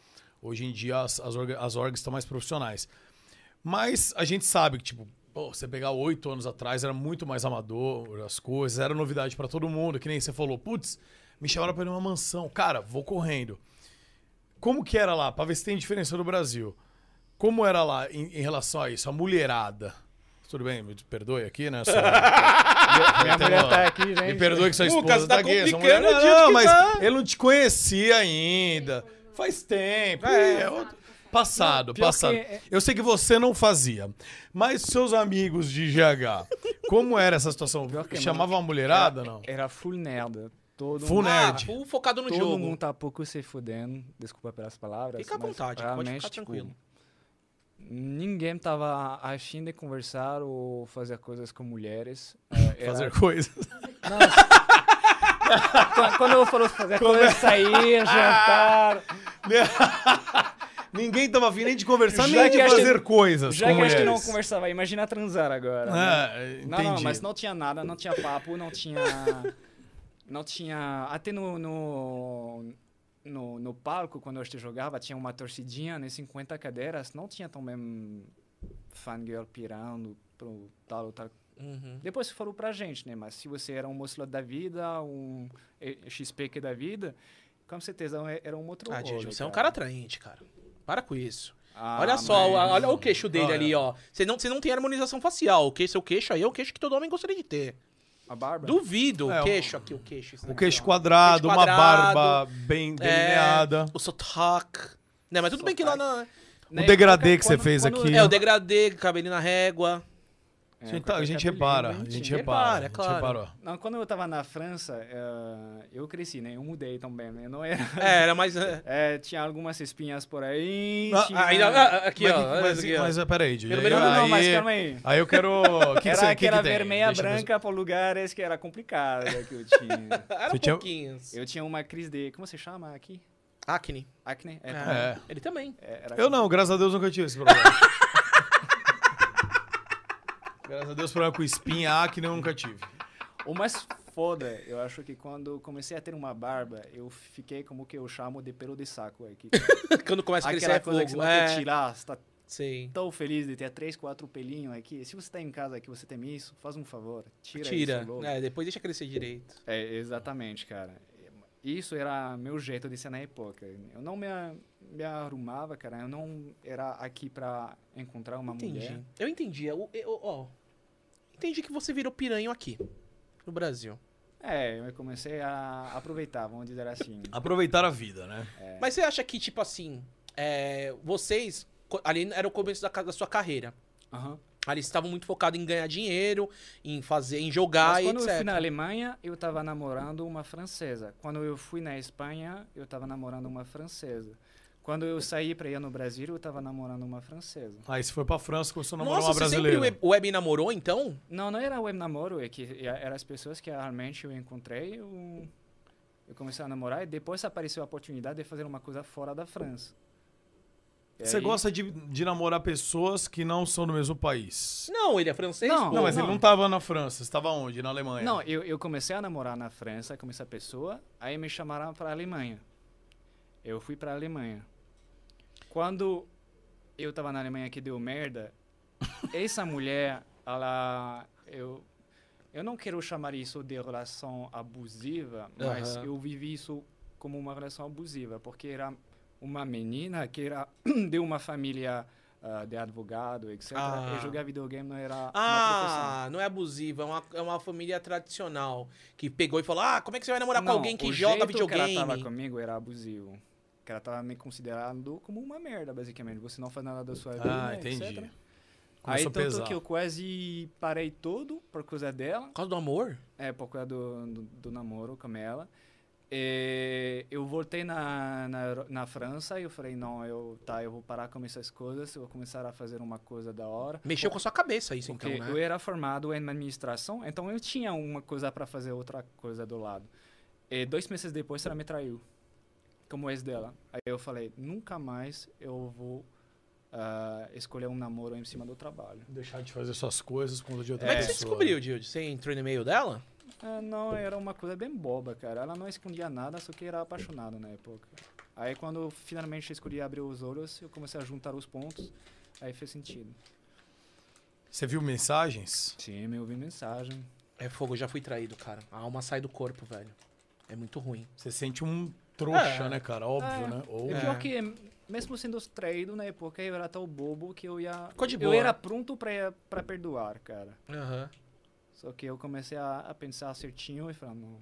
A: hoje em dia as, as, orga- as orgs estão mais profissionais. Mas a gente sabe que, tipo, pô, você pegar oito anos atrás era muito mais amador as coisas, era novidade pra todo mundo, que nem você falou, putz, me chamaram pra ir numa mansão. Cara, vou correndo. Como que era lá? Pra ver se tem diferença do Brasil. Como era lá em, em relação a isso? A mulherada. Tudo bem, me perdoe aqui, né? Sou-
C: Minha
A: Então,
C: mulher
A: ó,
C: tá aqui, gente.
A: me perdoa que sua esposa
B: Lucas, tá
A: tá aqui. Essa
B: complicando
A: mulher,
B: o
A: não,
B: dia que
A: mas
B: tá.
A: ele não te conhecia ainda. Faz tempo. É, é outro- Passado,
C: pior
A: passado.
C: que- é,
A: Eu sei que você não fazia, mas seus amigos de GH, como era essa situação?
C: Pior que, É.
A: Chamava uma mulherada, não?
C: Era full nerd. Todo
A: Full
C: mundo,
A: nerd.
B: Ah,
A: Nerd.
B: full focado no
C: todo
B: jogo.
C: mundo tá pouco se fudendo. Desculpa pelas palavras.
B: Fica à
C: mas
B: vontade, pode
C: realmente,
B: ficar
C: tipo,
B: tranquilo.
C: Ninguém tava afim de conversar ou fazer coisas com mulheres. É, era-
A: Fazer coisas.
C: Qu- Quando eu falo fazer coisas, sair, jantar.
A: Ninguém tava afim nem de conversar,
C: Já
A: nem de
C: que a gente-
A: fazer coisas
C: Já
A: com
C: que a gente não
A: mulheres.
C: conversava, imagina transar
B: É,
C: agora. né?
A: Ah, entendi.
C: Não, não, mas não tinha nada, não tinha papo, não tinha. não tinha. Até no. no no, no palco, quando a gente jogava, tinha uma torcidinha, né, 50 cadeiras, não tinha também fangirl pirando pro tal ou tal.
B: Uhum.
C: Depois falou pra gente, né? Mas se você era um Mocelot da vida, um E- XPQ da vida, com certeza é- era um outro
B: Ah, gente,
C: rolê,
B: você é um cara atraente, cara. Para com isso.
C: Ah,
B: olha só,
C: mas-
B: olha o queixo dele
A: Olha.
B: ali, ó. Você não, você não tem harmonização facial. O que seu queixo aí é o queixo que todo homem gostaria de ter.
C: A barba?
B: Duvido.
A: É,
B: o
A: o-
B: queixo aqui, o queixo.
C: é
B: isso
A: Um
C: assim,
B: daqui,
A: queixo
B: ó.
A: quadrado,
B: Queixo
A: uma
B: quadrado,
A: barba bem delineada.
B: O sotaque. Né, mas tudo bem que lá na.
C: Né,
A: o Um degradê
C: qualquer-
A: que você
C: quando-
A: fez
C: quando-
A: aqui.
B: É, o degradê, cabelinho na régua.
A: A gente, tá-
C: É, qualquer
A: a gente
C: cabelinho,
A: repara, a
C: bonitinho.
A: gente
B: Repara,
A: repara.
B: é
A: a gente
B: claro.
A: reparou.
C: Não, quando eu tava na França, eh, eu cresci, né? Eu mudei também, né? Eu não era...
B: É, era mais. é,
C: Eh, tinha algumas espinhas por aí,
A: Ah,
C: tinha...
B: Ainda, ah, aqui,
A: mas,
B: ó.
A: mas,
B: aqui, ó.
A: mas, peraí, Didi.
B: Pelo
A: Aí,
B: menos-
C: Não, não, não, mas
A: aí-
C: calma aí.
A: aí eu quero... o que que
C: era
A: você- o que que
C: aquela
A: tem?
C: vermelha
A: Deixa eu ver se-
C: branca por lugares que era complicado que eu tinha.
B: Era assim.
A: Você tinha-
B: pouquinhos.
C: eu tinha uma crise de... Como se chama aqui?
B: Acne.
C: Acne? É,
B: Ah.
A: É.
B: Ele também.
C: é, era-
A: Eu não, graças a Deus nunca tive esse problema. graças a Deus, problema com espinha, acne ah, eu nunca tive.
C: O mais foda, eu acho que quando eu comecei a ter uma barba, eu fiquei como que eu chamo de pelo de saco aqui.
B: Quando começa a crescer
C: Aquela
B: é
C: coisa que você
B: fogo.
C: não
B: É,
C: quer tirar, você tá
B: sim.
C: tão feliz de ter três, quatro pelinhos aqui. Se você tá em casa que você tem isso, faz um favor, tira,
B: Tira.
C: isso logo.
B: É, depois deixa crescer direito.
C: É, exatamente, cara. Isso era meu jeito de ser na época. Eu não me, a- me arrumava, cara. Eu não era aqui pra encontrar uma
B: Entendi.
C: mulher.
B: Eu entendi. É Eu, eu- ó, entendi que você virou piranho aqui, no Brasil.
C: É, eu comecei a aproveitar, vamos dizer assim.
A: Aproveitar a vida, né?
C: É.
B: Mas você acha que, tipo assim, é, vocês... co- Ali era o começo da, ca- da sua carreira.
C: Aham.
B: Ali vocês estavam muito focados em ganhar dinheiro, em fazer, em jogar
C: Mas
B: e
C: quando eu
B: etc.
C: fui na Alemanha, eu estava namorando uma francesa. Quando eu fui na Espanha, eu estava namorando uma francesa. Quando eu saí para ir no Brasil, eu estava namorando uma francesa.
A: Aí você foi pra França, começou a namorar
B: Nossa,
A: uma
B: você sempre
A: brasileira.
B: web, web namorou, então?
C: Não, não era web namoro, é que é- eram as pessoas que realmente eu encontrei, eu, eu comecei a namorar e depois apareceu a oportunidade de fazer uma coisa fora da França. E
A: Você
C: aí-
A: gosta de, de namorar pessoas que não são do mesmo país.
B: Não, ele é francês,
C: Não,
B: pô.
A: Não, mas ele
C: não.
A: não tava na França, estava onde? Na Alemanha.
C: Não, eu, eu comecei a namorar na França com essa pessoa, aí me chamaram para a Alemanha. Eu fui para a Alemanha. Quando eu tava na Alemanha que deu merda, essa mulher, ela eu eu não quero chamar isso de relação abusiva, mas
B: Aham.
C: eu vivi isso como uma relação abusiva, porque era uma menina que era de uma família ah, de advogado, etc.
B: Ah.
C: E jogar videogame não era uma profissão.
B: Ah, não é abusivo, é uma, é uma família tradicional. Que pegou e falou: Ah, como é que você vai namorar
C: Não,
B: com alguém que
C: o
B: joga
C: jeito
B: videogame?
C: Que ela tava comigo era abusivo. Que ela tava me considerando como uma merda, basicamente. Você não faz nada da sua vida.
A: Ah, entendi.
C: etc. Aí
A: Começou a
C: tanto
A: pesar.
C: que eu quase parei todo por causa dela.
B: Por causa do amor?
C: É, por causa do, do, do namoro com ela. E eu voltei na, na, Euro- na França e eu falei, não, eu, tá, eu vou parar com essas coisas, eu vou começar a fazer uma coisa da hora.
B: Mexeu com a sua cabeça isso,
C: Porque
B: então,
C: eu
B: né?
C: era formado em administração, então eu tinha uma coisa para fazer, outra coisa do lado. E dois meses depois ela me traiu, como ex dela. Aí eu falei, nunca mais eu vou ah, escolher um namoro em cima do trabalho.
A: Deixar de fazer suas coisas por conta de outra
B: Como é que
A: pessoa.
B: você descobriu, Dilde? Você entrou no e-mail dela?
C: Ah, não, era uma coisa bem boba, cara. Ela não escondia nada, só que era apaixonado na época. Aí quando eu finalmente escolhi abrir os olhos, eu comecei a juntar os pontos, aí fez sentido.
A: Você viu mensagens?
C: Sim, eu ouvi mensagem.
B: É fogo, eu já fui traído, cara. A alma sai do corpo, velho. É muito ruim.
A: Você sente um trouxa,
B: É.
A: né, cara? Óbvio,
C: É.
A: né? Ou...
C: É
B: É.
C: pior que, mesmo sendo traído na época, eu era tão bobo que eu ia.
B: Ficou de
C: Eu
B: boa.
C: era pronto pra, pra perdoar, cara.
B: Aham.
C: Só que eu comecei a, a pensar certinho e falar, não,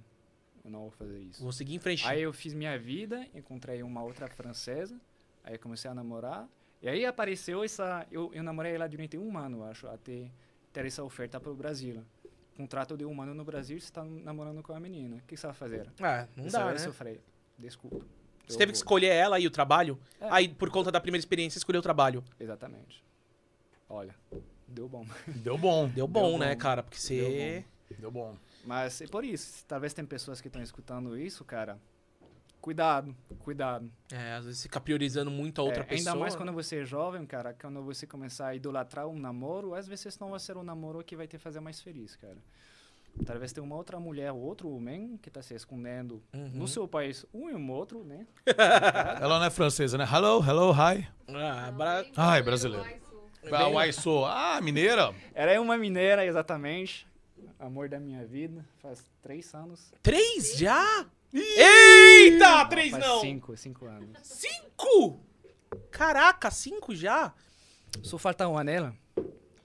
C: eu não vou fazer isso.
B: Vou seguir em frente.
C: Aí eu fiz minha vida, encontrei uma outra francesa, aí eu comecei a namorar. E aí apareceu essa. Eu, eu namorei ela durante um ano, acho, até ter essa oferta pro Brasil. Contrato de um ano no Brasil, você tá namorando com a menina. O que você vai fazer?
B: Ah, não
C: Essa
B: dá, né?
C: vez Eu falei, desculpa.
B: Você
C: eu
B: teve que
C: vou."
B: escolher ela e o trabalho?
C: É.
B: Aí, por conta da primeira experiência, escolheu o trabalho.
C: Exatamente. Olha, deu bom.
A: Deu bom.
B: Deu bom,
C: bom.
B: né, cara? Porque você.
A: Deu bom.
C: Mas é por isso, talvez tem pessoas que estão escutando isso, cara. Cuidado, cuidado.
B: É, às vezes fica priorizando muito a outra
C: É,
B: pessoa.
C: Ainda mais quando você é jovem, cara, quando você um começar a idolatrar um namoro, às vezes não vai ser o namoro que vai te fazer mais feliz, cara. Talvez tenha uma outra mulher ou outro homem que está se escondendo
B: Uhum.
C: no seu país, um e um outro, né?
A: Ela não é francesa, né? Hello, hello, hi. é
B: Ah,
D: Não,
B: bra...
D: bem
A: Ai, brasileiro.
D: Aisu.
A: Ah, uai, sou. Ah, mineira.
C: Ela é uma mineira, exatamente. Amor da minha vida, faz três anos.
B: Três já? Eita, três
C: faz
B: não!
C: cinco, cinco anos.
B: Cinco? Caraca, cinco já?
C: Só falta o anela,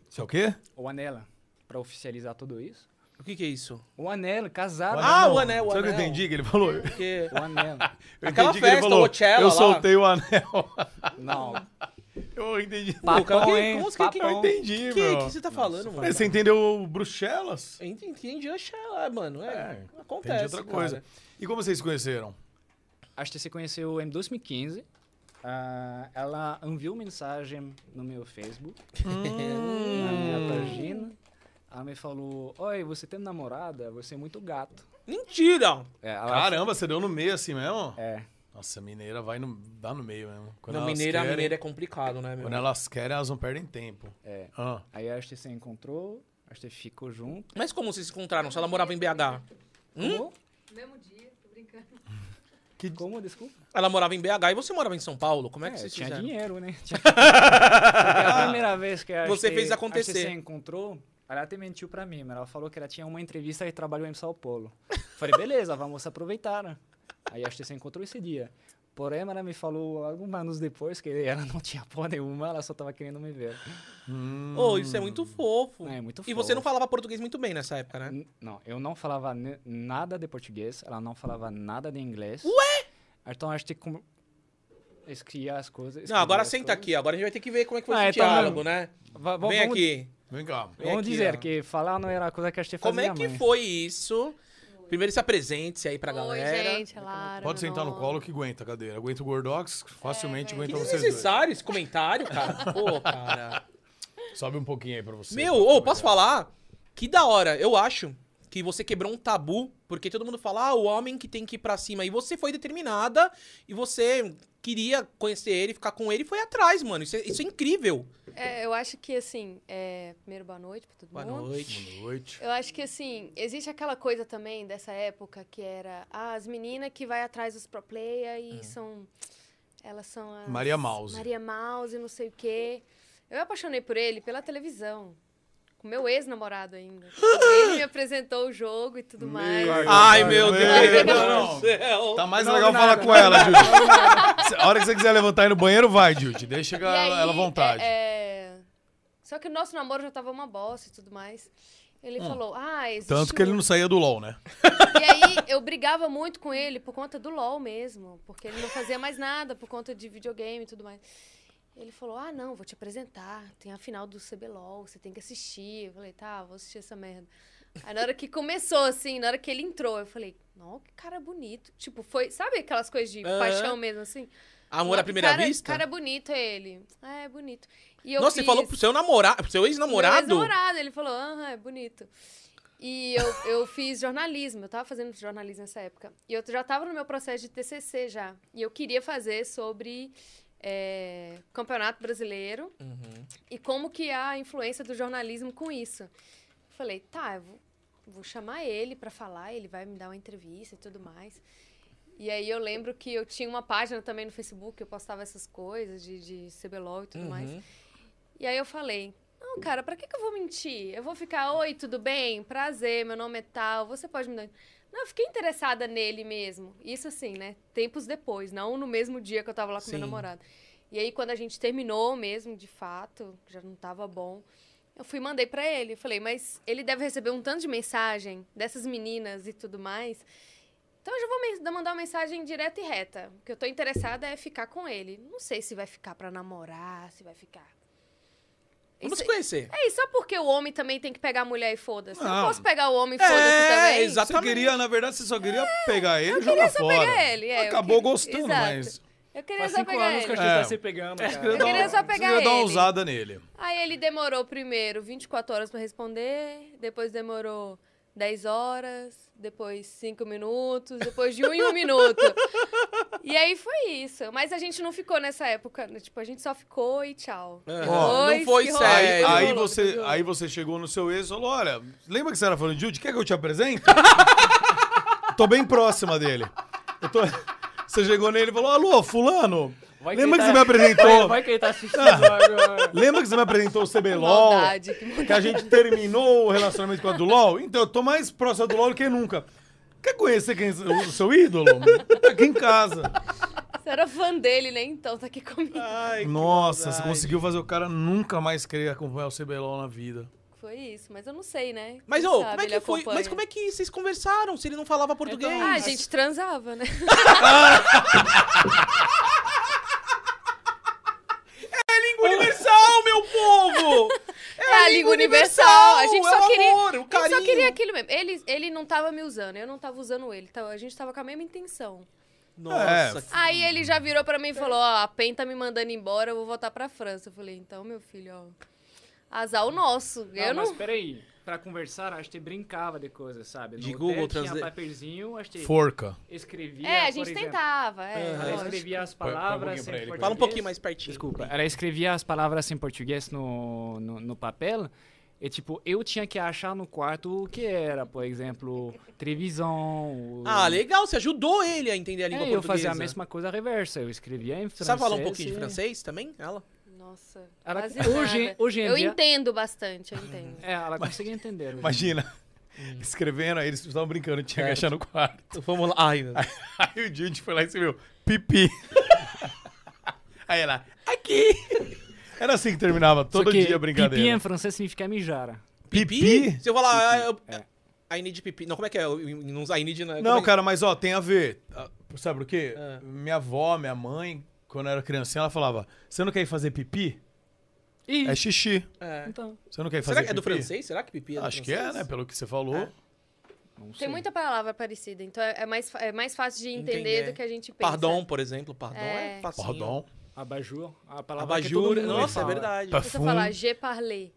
A: Isso é o quê?
C: o anela, para oficializar tudo isso.
B: O que que é isso?
C: O anela, casado.
B: Ah,
A: Não,
B: o anel, o
A: Sabe o que eu
B: anel.
A: entendi que ele falou? Eu
B: Porque...
C: O anela.
B: Aquela
A: entendi
B: festa, o Coachella
A: eu
B: lá.
A: soltei o anel.
C: Não.
A: Eu entendi.
B: cara,
C: Papão,
B: que-
C: hein?
B: como você- que- que-
A: Eu
C: Papão.
A: entendi,
B: O que,
A: meu.
B: que você tá falando, mano?
A: Mas Você entendeu o Bruxelas?
B: Entendi, entendi, achei lá, mano. É,
A: É,
B: acontece.
A: entendi outra
B: cara.
A: coisa. E como vocês se conheceram?
C: A gente se conheceu em 2015. Ah, ela enviou mensagem no meu Facebook, na
B: Hum.
A: Hum.
C: minha página. Ela me falou: Oi, você tem namorada? Você é muito gato.
B: Mentira!
C: É, ela-
A: Caramba, você deu no meio assim mesmo?
C: É.
A: Nossa, a mineira vai no, dá no meio mesmo. Quando
B: Na
A: elas
B: mineira,
A: querem,
B: a mineira é complicado, né, meu?
A: Quando elas querem, elas não perdem tempo.
C: É.
A: Ah,
C: Aí a gente se encontrou, a gente ficou junto.
B: Mas como vocês se encontraram? Se ela morava em BH? Hum?
C: Como?
D: Mesmo dia, tô brincando.
C: Como? Desculpa.
B: Ela morava em BH e você morava em São Paulo? Como é que
C: É,
B: vocês
C: tinha
B: fizeram?
C: dinheiro, né? Tinha- Porque a primeira vez que a
B: Você
C: gente-
B: fez
C: A gente
B: acontecer.
C: se encontrou, ela até mentiu pra mim, mas ela falou que ela tinha uma entrevista e trabalhou em São Paulo. Falei, beleza, vamos aproveitar. né? Aí a gente se encontrou esse dia. Porém, ela me falou alguns anos depois que ela não tinha porra nenhuma, ela só tava querendo me ver.
A: Hum,
B: Oh, isso é muito fofo.
C: É, muito
B: E você não
C: fofo.
B: falava português muito bem nessa época, né?
C: N- Não, eu não falava ne- nada de português, ela não falava nada de inglês. Ué? Então a gente com... escrevia as coisas.
B: Não,
C: escrevia
B: agora
C: as
B: senta
C: coisas.
B: aqui. Agora a gente vai ter que ver como é que foi
C: Ah,
B: esse
C: então
B: diálogo,
C: vamos-
B: né?
C: Va- va-
B: Vem
C: vamos,
B: aqui.
A: vem cá.
B: Vem
C: Vamos
B: aqui,
C: dizer
B: ó.
C: que falar não era a coisa que a gente fazia
B: Como é que
C: mais.
B: foi isso? Primeiro se apresente aí pra galera.
D: Oi, gente, é Lara.
A: Pode
D: meu
A: sentar no
D: nome.
A: colo que aguenta a cadeira. Aguenta o Gordox, facilmente
D: velho.
B: Que
A: aguenta vocês dois.
B: desnecessário esse comentário, cara. Pô, cara.
A: Sobe um pouquinho aí pra você.
B: Meu, ô,
A: é.
B: posso falar? Que da hora. Eu acho que você quebrou um tabu, porque todo mundo fala, ah, o homem que tem que ir pra cima. E você foi determinada, e você queria conhecer ele, ficar com ele, e foi atrás, mano. Isso é, isso é incrível.
D: É, eu acho que, assim, é, primeiro, boa noite pra todo
B: Boa
D: mundo.
B: noite.
A: Boa noite.
D: Eu acho que, assim, existe aquela coisa também dessa época que era ah, as meninas que vai atrás dos pro player e são... Elas são as...
A: É. Maria Mouse.
D: Maria Mouse, não sei o quê. Eu me apaixonei por ele pela televisão. Com meu ex-namorado ainda. ele me apresentou o jogo e tudo mais.
B: Ai, meu Deus
A: Meu,
B: do
A: não, não.
B: céu.
A: Tá mais
C: Não,
A: legal falar
C: nada.
A: com ela, Jude. Se- A hora que você quiser levantar e ir no banheiro, vai, Jude. Deixa
D: E aí,
A: ela, ela à vontade.
D: é- é, Só que o nosso namoro já tava uma bosta e tudo mais. Ele falou, ah, existe
A: Hum. Tanto que ele
D: um-"
A: não saía do LOL, né?
D: E aí eu brigava muito com ele por conta do LOL mesmo. Porque ele não fazia mais nada por conta de videogame e tudo mais. Ele falou, ah, não, vou te apresentar. Tem a final do CBLOL, você tem que assistir. Eu falei, tá, vou assistir essa merda. Aí na hora que começou, assim, na hora que ele entrou, eu falei, não, que cara bonito. Tipo, foi, sabe aquelas coisas de
B: Aham.
D: paixão mesmo, assim?
B: Amor à
D: Não,
B: primeira
D: cara,
B: vista?
D: Cara bonito é ele. É, é bonito. E eu
B: Nossa, você
D: fiz-
B: falou pro seu namorado, pro seu
D: Meu
B: ex-namorado?
D: ex-namorado. Ele falou, aham, é bonito. E eu, eu fiz jornalismo, eu tava fazendo jornalismo nessa época. E eu já tava no meu processo de TCC já. E eu queria fazer sobre é, Campeonato Brasileiro
B: Uhum.
D: e como que é a influência do jornalismo com isso. Falei, tá, eu vou, vou chamar ele pra falar, ele vai me dar uma entrevista e tudo mais. E aí eu lembro que eu tinha uma página também no Facebook, eu postava essas coisas de, de CBLOL e tudo mais.
B: Uhum.
D: E aí eu falei, não, cara, pra que, que eu vou mentir? Eu vou ficar, oi, tudo bem? Prazer, meu nome é tal, você pode me dar... Não, eu fiquei interessada nele mesmo. Isso assim, né? Tempos depois, não no mesmo dia que eu tava lá com meu
B: Sim.
D: namorado. E aí, quando a gente terminou mesmo, de fato, que já não tava bom, eu fui e mandei pra ele. Eu Falei, mas ele deve receber um tanto de mensagem dessas meninas e tudo mais. Então, eu já vou men- mandar uma mensagem direta e reta. O que eu tô interessada é ficar com ele. Não sei se vai ficar pra namorar, se vai ficar...
B: Vamos
D: Isso-
B: se conhecer.
D: é, e só porque o homem também tem que pegar a mulher e foda-se. Eu
A: Não.
D: Não posso pegar o homem e
B: É,
D: foda-se também.
B: exato.
A: Você
B: Exatamente.
A: queria, na verdade, você só queria pegar ele e jogar fora.
D: pegar ele, é, eu
A: Acabou
D: queria-
A: gostando,
D: exato.
A: mas.
D: Eu queria
C: Faz
D: só
C: cinco
D: pegar
C: anos que a
D: ele.
A: acho
C: gente
A: É.
C: tá se pegando, cara.
D: Eu queria só
A: Você
D: pegar
A: queria dar uma
D: ele.
A: ousada nele.
D: Aí ele demorou primeiro 24 horas pra responder, depois demorou 10 horas, depois 5 minutos, depois de um em um minuto. E E aí foi isso. Mas a gente não ficou nessa época. né? Tipo, a gente só ficou e tchau.
B: Ó, É. não foi
D: que rolou,
A: Aí,
B: sério.
D: que
A: aí
D: rolou,
A: você,
D: É, entendeu?
A: aí você chegou no seu ex e falou: Olha, lembra que você era falando de Jude? Quer que eu te apresente? tô bem próxima dele. Eu tô- Você chegou nele e falou: Alô, Fulano,
C: Vai
A: lembra que
C: quem
A: você me
C: tá-
A: apresentou?
C: Vai quem tá assistindo
D: Ah.
C: agora.
A: Lembra que você me apresentou o
D: Que
A: CBLOL?
D: maldade. Que
A: Que
D: maldade.
A: a gente terminou o relacionamento com a do LOL? Então eu tô mais próximo do LOL do que nunca. Quer conhecer quem, é o seu ídolo? Tá aqui em casa.
D: Você era fã dele, né? Então tá aqui comigo.
B: Ai, que
A: Nossa, você
B: maldade.
A: conseguiu fazer o cara nunca mais querer acompanhar o CBLOL na vida.
D: Foi isso, mas eu não sei, né?
B: Mas,
D: Quem
B: ô,
D: sabe
B: como é
D: ele
B: que foi?
D: acompanha.
B: Mas como é que vocês conversaram se ele não falava português?
D: Ah, a gente transava, né?
B: Universal, meu povo!
D: É a língua universal. A gente
B: é
D: só
B: o
D: queria.
B: amor, o
D: a gente só
B: carinho.
D: queria aquilo mesmo. Ele, ele não tava me usando, eu não tava usando ele. Então, a gente tava com a mesma intenção.
A: É.
B: Nossa,
D: Aí ele já virou pra mim e falou: Ó, a PEN tá me mandando embora, eu vou voltar pra França. Eu falei: Então, meu filho, ó. Azar o nosso. eu não.
C: Mas peraí, pra conversar, acho que brincava de coisas, sabe? No
B: De
C: hotel
B: Google
C: Tinha
B: Translate.
C: papelzinho, acho que
A: Forca.
C: escrevia.
D: É, a
C: por
D: gente
C: exemplo,
D: tentava. É,
B: Aham.
C: Ela
D: lógico.
C: escrevia as
A: Põe- põe um
C: palavras
A: pouquinho pra
C: em
A: ele,
C: português.
B: fala um pouquinho mais pertinho.
C: Desculpa. Ela escrevia as palavras em português no, no, no papel. E, tipo, eu tinha que achar no quarto o que era. Por exemplo, televisão. o-
B: Ah, legal, você ajudou ele a entender a língua
C: É, eu
B: portuguesa.
C: fazia a mesma coisa reversa. Eu escrevia em
B: Você
C: francês.
B: sabe falar um pouquinho de
C: e-
B: francês também? Ela?
D: Nossa.
C: Ela-
D: quase
C: hoje-
D: nada.
C: hoje em
D: eu
C: dia-
D: entendo bastante, eu
B: Uhum.
D: entendo.
C: É, ela conseguia entender.
A: Imagina. Escrevendo, aí eles estavam brincando, tinha que achar no quarto.
B: Vamos lá. Ai, meu Deus.
A: Aí o Jude foi lá e escreveu, pipi. Aí ela, aqui. Era assim que terminava, todo
C: Só que
A: dia a
C: Pipi
A: brincadeira.
C: em francês significa mijar.
B: é
A: Pipi?
B: Se eu falar... ah, eu- I need pipi. Não, como é que é? Eu- eu- Não usa I need... Não,
A: Não,
B: como é?
A: cara, mas ó, tem a ver. Ah, Sabe por quê?
B: Ah.
A: Minha avó, minha mãe, quando eu era criancinha, ela falava, você não quer ir fazer pipi?
C: Ih,
A: É xixi.
B: É.
C: então.
A: Você não quer ir fazer
B: Será que é
A: pipi?
B: do francês? Será que pipi é do
A: Acho que
B: francês?
A: é, né? Pelo que você falou.
B: É.
C: não sei.
D: Tem muita palavra parecida, então é é mais, fa- é mais fácil de entender,
B: Entender.
D: do que a gente pensa.
B: Pardon, por exemplo. Pardon é,
D: É.
B: facinho.
A: Pardon. né?
C: Abajur. A palavra que todo
B: Abajur.
C: mundo
B: Nossa, é
C: fala.
B: verdade.
A: Tá.
D: Deixa eu
A: Fum.
D: falar, je parlé.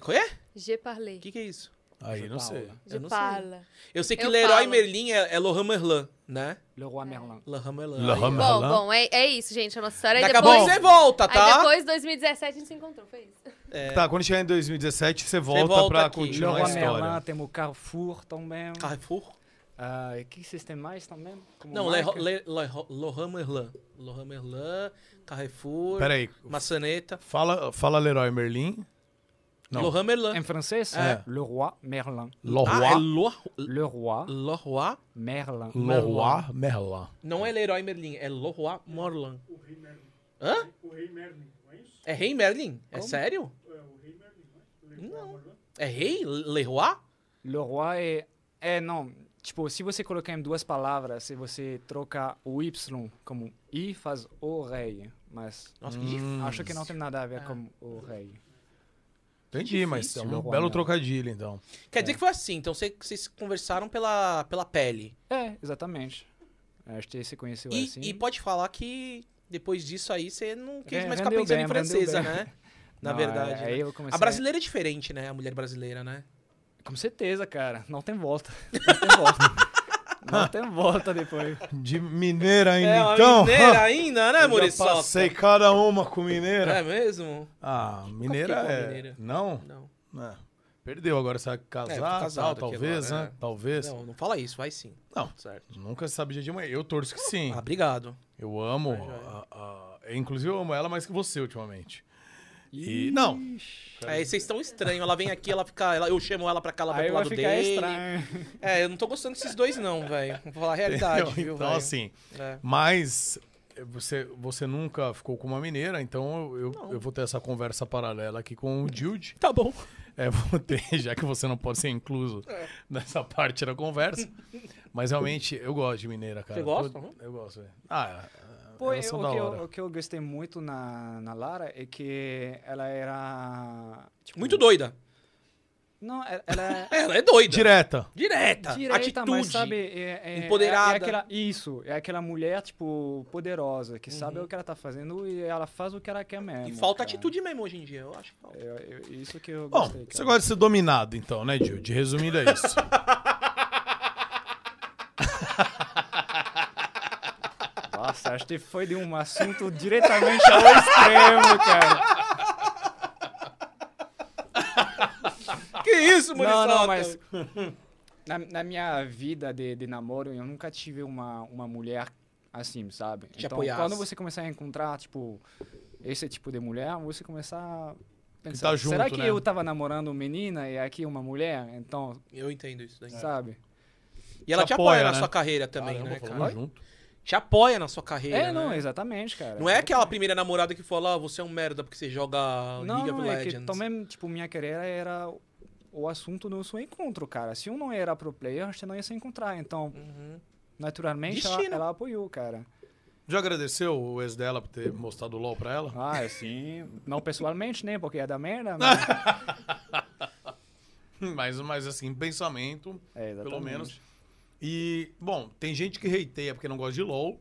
B: Qual é?
D: Je parlé.
B: O que que é isso?
A: Aí,
C: Je
A: não
C: parle.
A: sei.
D: Je
B: não sei.
D: parle.
B: Eu sei que
D: Eu
B: Leroy
D: falo.
B: Merlin é, é Laurent Merlin, né?
C: Le Roi Merlin.
B: Laurent Merlin.
A: Laurent
B: Aí, ó.
A: Merlin.
D: Bom,
A: Parlé.
D: bom, é, é isso, gente, a nossa história. Aí
B: Daqui a
D: depois,
B: pouco você volta, tá?
D: Aí depois, 2017, a gente se encontrou, foi isso.
A: Tá, quando chegar em 2017, você volta,
B: volta
A: pra
B: aqui.
C: Le
A: continuar a
C: Roi
A: história.
C: Merlin, temos Carrefour também.
B: Carrefour?
C: Ah, e o que vocês têm mais também? Como
B: Não,
C: marca?
B: Leroy- Le- Leroy- Laurent Merlin. Laurent Merlin, Carrefour,
A: Peraí,
B: Maçaneta.
A: fala, fala Leroy Merlin. Não.
B: Laurent Merlin.
C: Em francês,
A: É.
C: Le Roi Merlin.
A: Leroy,
B: Ah, é Lo-
C: Le Roi
B: Leroy?
C: Merlin.
A: Leroy Merlin.
B: Não é Leroy Merlin, é Leroy Merlin. Hã? O Rei Merlin, não é isso? É Rei Merlin? É sério? Não. É Rei? Leroy?
C: Le Roi é... É, não. Tipo, se você colocar em duas palavras, se você trocar o Y como I, faz o rei. Mas
B: Nossa, que difícil.
C: acho que não tem nada a ver com o rei.
A: Entendi, mas é
C: Difícil.
A: um
C: Leroy
A: belo
C: Merlin.
A: trocadilho, então.
B: Quer dizer que foi assim, então cê- vocês conversaram pela, pela pele.
C: É, exatamente. Acho que você conheceu
B: E,
C: assim.
B: e pode falar que depois disso aí você não quis
C: É,
B: mais ficar
C: rendeu
B: pensando
C: bem,
B: em
C: rendeu
B: francesa,
C: bem.
B: né? Na
C: Não, é,
B: verdade.
C: aí
B: né?
C: eu comecei-
B: A brasileira é diferente, né? A mulher brasileira, né?
C: Com certeza, cara. Não tem volta. Não tem volta. não tem volta depois.
A: De mineira ainda,
B: É uma
A: então.
B: mineira
A: ha,
B: ainda, né,
A: eu já
B: Muriçoca?
A: passei cada uma com mineira.
B: É mesmo?
A: Ah, mineira
B: fiquei com
A: é...
B: mineira.
A: Não?
B: Não.
A: É. Perdeu agora, você vai
B: É, eu tô
A: casar,
B: casado
A: tal,
B: aqui
A: talvez,
B: agora,
A: né?
B: é.
A: Talvez.
B: Não, não fala isso, vai sim.
A: Não.
B: Certo.
A: Nunca se sabe dia de amanhã. Eu torço que sim.
B: Ah, obrigado.
A: Eu amo. a- a- eu, inclusive, eu amo ela mais que você ultimamente. E. Não.
B: Aí É, vocês estão estranhos. Ela vem aqui, ela fica. ela- eu chamo ela pra cá, ela vai
C: Aí
B: pro
C: vai
B: lado
C: ficar
B: dele.
C: estranho.
B: É, eu não tô gostando desses dois, não, velho. Vou falar a realidade,
A: Entendeu?
B: É viu,
A: então,
B: velho?
A: assim.
B: É.
A: Mas. eh, Você, você nunca ficou com uma mineira, então eu, eu, eu vou ter essa conversa paralela aqui com o Jude.
B: Tá bom.
A: É, vou ter, já que você não pode ser incluso
C: É.
A: nessa parte da conversa. Mas realmente, eu gosto de mineira, cara.
B: Você gosta,
A: Eu,
B: né?
A: eu gosto. velho. Ah,
C: Pô,
A: elas
C: eu-
A: são
C: o,
A: da
C: que eu-
A: hora.
C: o que eu gostei muito na, na Lara é que ela era. tipo,
B: Muito doida.
C: Não, e- ela
B: É, Ela é doida.
A: direta.
B: Direta.
C: é direita,
B: Tá. atitude.
C: mas sabe. é- é- é-
B: Empoderada.
C: É, aquela, isso, é aquela mulher, tipo, poderosa, que sabe o que ela tá fazendo e ela faz o que ela quer mesmo.
B: Uhum. E falta
C: É, cara. É,
B: atitude mesmo hoje em dia, eu acho. que falta.
C: Eu- eu- isso que eu
A: Bom,
C: gostei.
A: você
C: cara.
A: gosta de ser dominado, então, né, Jude? Resumindo, é isso.
C: Uau. Nossa, acho que foi de um assunto diretamente ao extremo, cara.
B: Que isso,
C: Não,
B: Murizota?
C: não, mas. Na, na minha vida de, de namoro, eu nunca tive uma, uma mulher assim, sabe?
B: Te apoiasse.
C: quando você começar a encontrar, tipo, esse tipo de mulher, você começar a pensar:
A: tá junto,
C: será que
A: né?
C: eu tava namorando uma menina e aqui uma mulher? Então,
B: Eu entendo isso daí.
C: sabe?
B: E ela
A: Te
B: te apoia,
A: apoia,
B: na
A: né?
B: sua carreira também, né, cara?
A: falando junto.
B: Te apoia na sua carreira.
C: É, não,
B: né?
C: exatamente, cara.
B: Não é aquela primeira namorada que fala, "Ah, você é um merda porque você joga
C: Não,
B: League of
C: não, é que
B: Legends.
C: também, tipo, minha carreira era o assunto do seu encontro, cara. Se eu não era pro player, a gente não ia se encontrar. Então,
B: Uhum.
C: naturalmente, ela,
B: Destino.
C: ela apoiou, cara.
A: Já agradeceu o ex dela por ter mostrado o LOL pra ela?
C: Ah, assim... não pessoalmente, né? Porque é da merda, mas...
A: Mas, mas assim, pensamento,
C: É,
A: pelo
C: exatamente.
A: menos. E, bom, tem gente que hateia porque não gosta de LOL.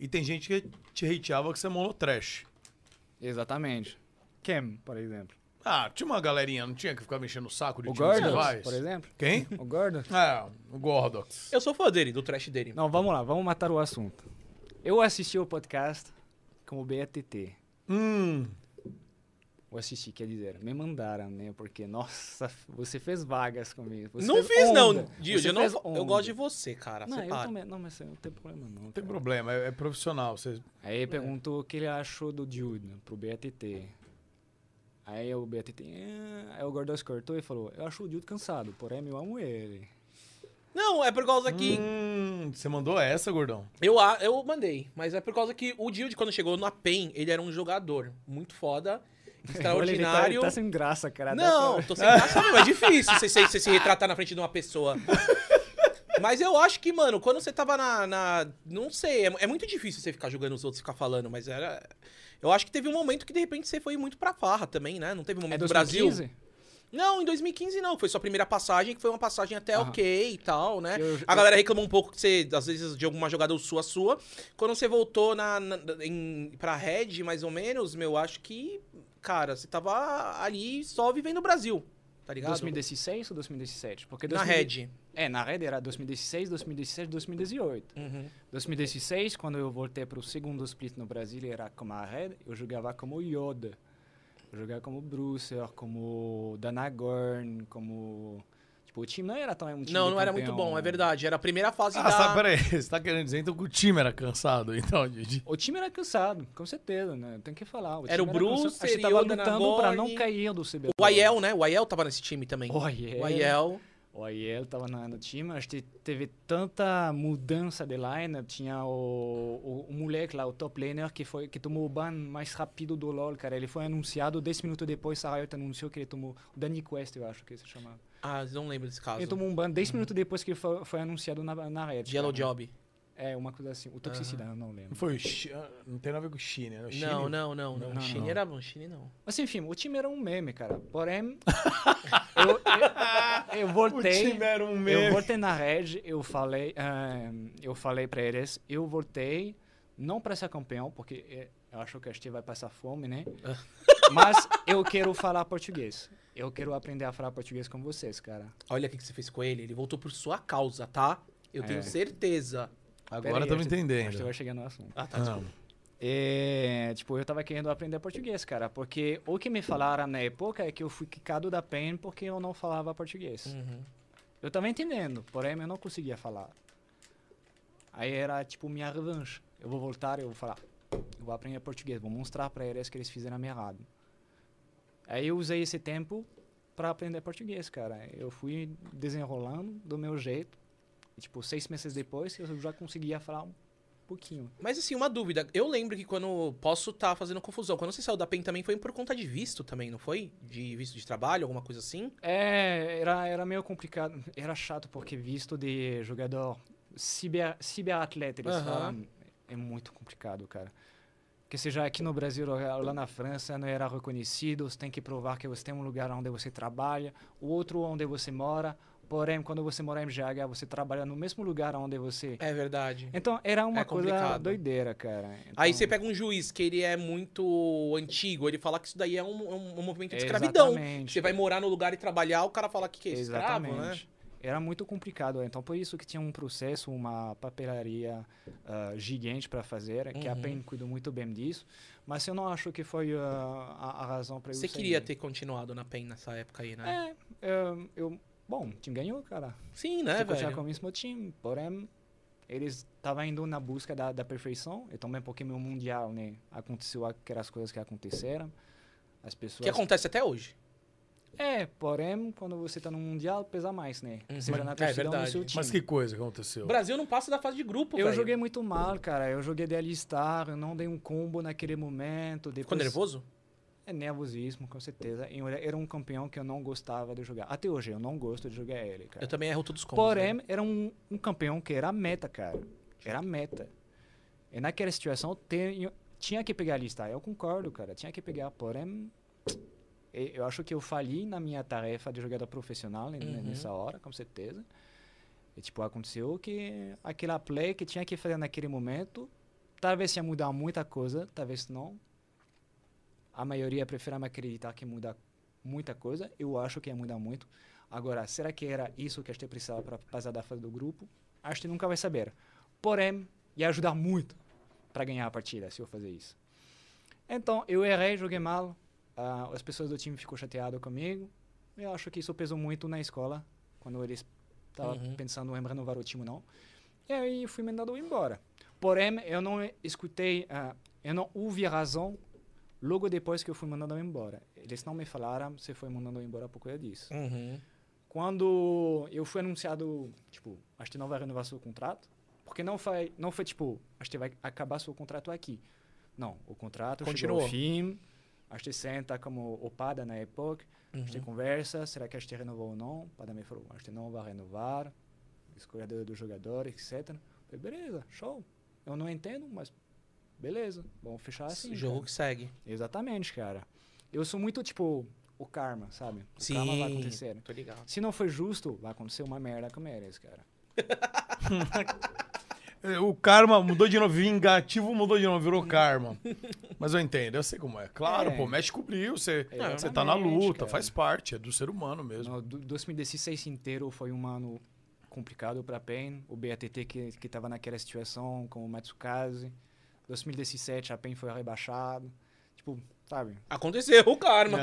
A: E tem gente que te hateava que você é monotrash.
C: Exatamente. Cam, por exemplo.
A: Ah, tinha uma galerinha, não tinha que ficar mexendo o saco de
C: O
A: times
C: Gordos,
A: rivais?
C: por exemplo.
A: Quem?
C: O Gordos.
A: Ah, o Gordox.
B: Eu sou fã dele, do trash dele.
C: Não, vamos lá, vamos matar o assunto. Eu assisti o podcast com o BTT.
A: Hum,
C: Eu assisti, quer dizer, me mandaram, né? Porque, nossa, você fez vagas comigo. você
B: não
C: fez
B: fiz,
C: onda,
B: não, Dilde.
C: você
B: Eu, não,
C: fez
B: eu
C: onda.
B: gosto de você, cara.
C: Não,
B: você
C: eu
B: para.
C: também. Não, mas não tem problema, não.
A: não tem
C: cara.
A: problema, é, é profissional. Você...
C: Aí perguntou o que ele achou do Dude né, pro BTT. Aí o BTT. "Ah", Aí o Gordos cortou e falou: Eu acho o Dude cansado, porém eu amo ele.
B: Não, é por causa que
A: Hum, você mandou essa, gordão?
B: Eu, a- eu mandei, mas é por causa que o Dilde, quando chegou na PEN, ele era um jogador muito foda,
C: Ele tá, ele
B: extraordinário.
C: tá sem graça, cara.
B: Não,
C: dessa-
B: tô sem graça mesmo, é difícil você, você- você se retratar na frente de uma pessoa. Mas eu acho que, mano, quando você tava na. na- não sei, é, é muito difícil você ficar julgando os outros e ficar falando, mas era. Eu acho que teve um momento que de repente você foi muito pra farra também, né? Não teve um
C: É
B: momento do Brasil.
C: 2015?
B: Não, em 2015 não. Foi sua primeira passagem, que foi uma passagem até
C: Aham.
B: ok e tal, né?
C: Eu-
B: A galera reclamou um pouco que você, às vezes, de alguma jogada sua, sua. Quando você voltou na, na, em, pra Red, mais ou menos, meu, acho que, cara, você tava ali só vivendo o Brasil, tá ligado?
C: 2016 ou 2017? Porque
B: Na
C: 2000
B: Red.
C: É, na Red era 2016, 2017, 2018.
B: Uhum.
C: 2016, quando eu voltei pro segundo split no Brasil, era como a Red, eu jogava como Yoda. Eu jogava como Brucer, como Danagorn, como... Tipo, o time não era tão... Um time
B: Não,
C: de
B: não era muito
C: campeão.
B: bom, é verdade. Era a primeira fase
A: Ah,
B: da...
A: sabe, peraí, você tá querendo dizer então que o time era cansado, então, Didi?
C: O time era cansado, com certeza, né? Tem que falar.
B: Era o
C: Bruce,
B: Brucer,
C: A gente tava
B: Yoda,
C: lutando pra
B: Danagorn.
C: não cair do CBLOL.
B: O Aiel, né? O Aiel tava nesse time também.
C: O Aiel.
B: O Aiel.
C: O Aiel tava na- no time, acho que teve tanta mudança de lineup, tinha o, o, o moleque lá, o top laner, que, foi, que tomou o ban mais rápido do LoL, cara. Ele foi anunciado, 10 minutos depois, a Riot anunciou que ele tomou... O Danny Quest, eu acho que se chamava.
B: Ah, não lembro desse caso.
C: Ele tomou um ban 10 minutos depois que ele foi, foi anunciado na, na Red.
B: Yellow
C: cara.
B: Job.
C: É, uma coisa assim. O Toxicidade, eu não lembro.
A: Não foi o Chi- ah, Não tem nada a ver com o China, né? O China-
B: Não, não, não, não.
C: Não,
B: Chine
C: não.
B: era bom, Chine não.
C: Mas enfim, o time era um meme, cara. Porém, eu, eu, eu
A: O
C: voltei...
A: time era um
C: Eu
A: meme.
C: voltei na Red, eu falei, ah, eu falei para eles, eu voltei não para ser campeão, porque eh, eu acho que a gente vai passar fome, né? Mas eu quero falar português. Eu quero aprender a falar português com vocês, cara.
B: Olha o que que você fez com ele. Ele voltou por sua causa, tá? Eu tenho
C: É.
B: certeza.
A: Agora
C: Pera aí,
A: estamos
C: acho- Acho que
A: entendendo.
C: vai chegar no assunto.
B: Ah, tá.
A: Ah,
C: É, tipo, eu tava querendo aprender português, cara, porque o que me falaram na época é que eu fui quicado da PEN porque eu não falava português.
B: Uhum.
C: Eu tava entendendo, porém eu não conseguia falar. Aí era tipo minha revanche. Eu vou voltar, eu vou falar. Eu vou aprender português, vou mostrar pra eles que eles fizeram errado. Aí eu usei esse tempo pra aprender português, cara. Eu fui desenrolando do meu jeito. E, tipo, seis meses depois eu já conseguia falar um pouquinho.
B: Mas assim, uma dúvida. Eu lembro que quando. Posso estar fazendo confusão. Quando você saiu da PEN também foi por conta de visto também, não foi? De visto de trabalho, alguma coisa assim?
C: É, era, era meio complicado. Era chato porque visto de jogador ciber, ciberatleta, eles
B: Aham.
C: falam, é muito complicado, cara. Porque seja aqui no Brasil ou lá na França, não era reconhecido, você tem que provar que você tem um lugar onde você trabalha, o outro onde você mora. Porém, quando você mora em GH, você trabalha no mesmo lugar onde você...
B: É verdade.
C: Então, era uma
B: É
C: coisa
B: complicado.
C: doideira, cara.
B: Aí
C: Então-
B: você pega um juiz que ele é muito antigo, ele fala que isso daí é um, um- um movimento de escravidão.
C: Exatamente.
B: Você vai morar no lugar e trabalhar, o cara fala que, que é escravo, né?
C: Exatamente. era muito complicado. Então, por isso que tinha um processo, uma papelaria ah, gigante para fazer, né? que a
B: Uhum.
C: PEN cuidou muito bem disso. Mas eu não acho que foi ah, a, a razão para eu
B: Você
C: sair.
B: queria ter continuado na PEN nessa época aí, né?
C: É, eu, eu- bom, o time ganhou, cara. Tipo,
B: Sim, né,
C: Se continuar com o
B: velho?
C: mesmo time, porém, eles estavam indo na busca da, da perfeição, e também porque meu mundial, né, aconteceu aquelas coisas que aconteceram, as pessoas...
B: Que acontece até hoje.
C: É, porém, quando você tá no mundial, pesa mais, né?
B: Uhum.
C: Seja
B: É
C: na torcida ou no
B: verdade.
C: seu time.
A: Mas que coisa que aconteceu?
B: O Brasil não passa da fase de grupo,
C: Eu
B: velho.
C: joguei muito mal, cara. Eu joguei de alistar, eu não dei um combo naquele momento. Depois...
B: Ficou nervoso?
C: É nervosismo, com certeza. E eu era era um campeão que eu não gostava de jogar. Até hoje, eu não gosto de jogar ele, cara.
B: Eu também erro todos os combos.
C: É. Porém,
B: né?
C: era um, um campeão que era a meta, cara. Era a meta. E naquela situação, tenho- tinha que pegar a lista. Eu concordo, cara. Tinha que pegar. Porém, e- eu acho que eu falhei na minha tarefa de jogador profissional né,
B: Uhum.
C: nessa hora, com certeza. E, tipo, aconteceu que aquela play que tinha que fazer naquele momento, talvez ia mudar muita coisa, talvez não. A maioria prefere me acreditar que muda muita coisa. Eu acho que ia mudar muito. Agora, será que era isso que a gente precisava para passar da fase do grupo? A gente nunca vai saber. Porém, ia ajudar muito para ganhar a partida se eu fazer isso. Então, eu errei, joguei mal. ah, as pessoas do time ficou chateado comigo. Eu acho que isso pesou muito na escola, quando eles estavam
B: Uhum.
C: pensando em renovar o time não. E aí fui mandado embora. Porém, eu não escutei, ah, eu não ouvi a razão logo depois que eu fui mandado embora. Eles não me falaram se foi mandado embora por causa disso
B: Uhum.
C: quando eu fui anunciado, tipo, a gente não vai renovar seu contrato, porque não foi, não foi tipo, a gente vai acabar seu contrato aqui. Não, o contrato
B: Continuou.
C: chegou ao fim, a gente senta como opada na época, a
B: uhum.
C: gente conversa, será que a gente renovou ou não? O Pada me falou, a gente não vai renovar, escolha do, do jogador, etc. Eu falei, beleza, show. Eu não entendo, mas beleza, vamos fechar assim.
B: jogo
C: cara.
B: que segue.
C: Exatamente, cara. Eu sou muito, tipo, o karma, sabe? O karma vai acontecer.
B: Tô ligado.
C: Se não for justo, vai acontecer uma merda com eles, cara.
A: É, O karma mudou de novo, vingativo mudou de novo, virou karma. Mas eu entendo, eu sei como é. Claro,
C: É.
A: pô, mexe com o brilho, você,
C: Não,
A: você tá na luta,
C: cara.
A: faz parte, é do ser humano mesmo.
C: No do- 2016 inteiro foi um ano complicado pra PEN. O BATT que, que tava naquela situação com o Matsukaze. 2017 a PEN foi rebaixado. Tipo, sabe?
B: Aconteceu o karma.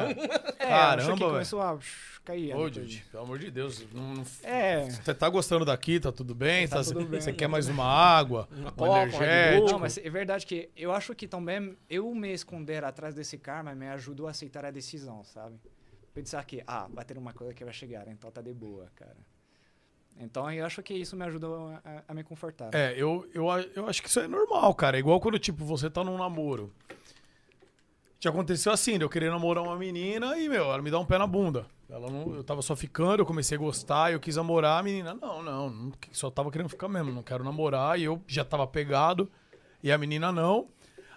C: É,
A: Caramba,
C: acho que
A: velho.
C: começou a psh, cair. a
A: Ô,
C: coisa.
A: Jude, pelo amor de Deus, não- não-
C: É.
A: você tá gostando daqui, tá tudo bem?
C: Tá
A: Tá-
C: tudo bem.
A: Você quer mais uma água, um
B: Coca, um Red
A: energético?
C: Não, mas é verdade que eu acho que também eu me esconder atrás desse karma me ajudou a aceitar a decisão, sabe? Pensar que, ah, vai ter uma coisa que vai chegar, então tá de boa, cara. Então eu acho que isso me ajudou a, a me confortar.
A: É, eu, eu, a- eu acho que isso é normal, cara. É igual quando, tipo, você tá num namoro. Já aconteceu assim, de eu querer namorar uma menina e, meu, ela me dá um pé na bunda. Ela não, eu tava só ficando, eu comecei a gostar, eu quis namorar, a menina, não, não, não, só tava querendo ficar mesmo, não quero namorar, e eu já tava pegado, e a menina não.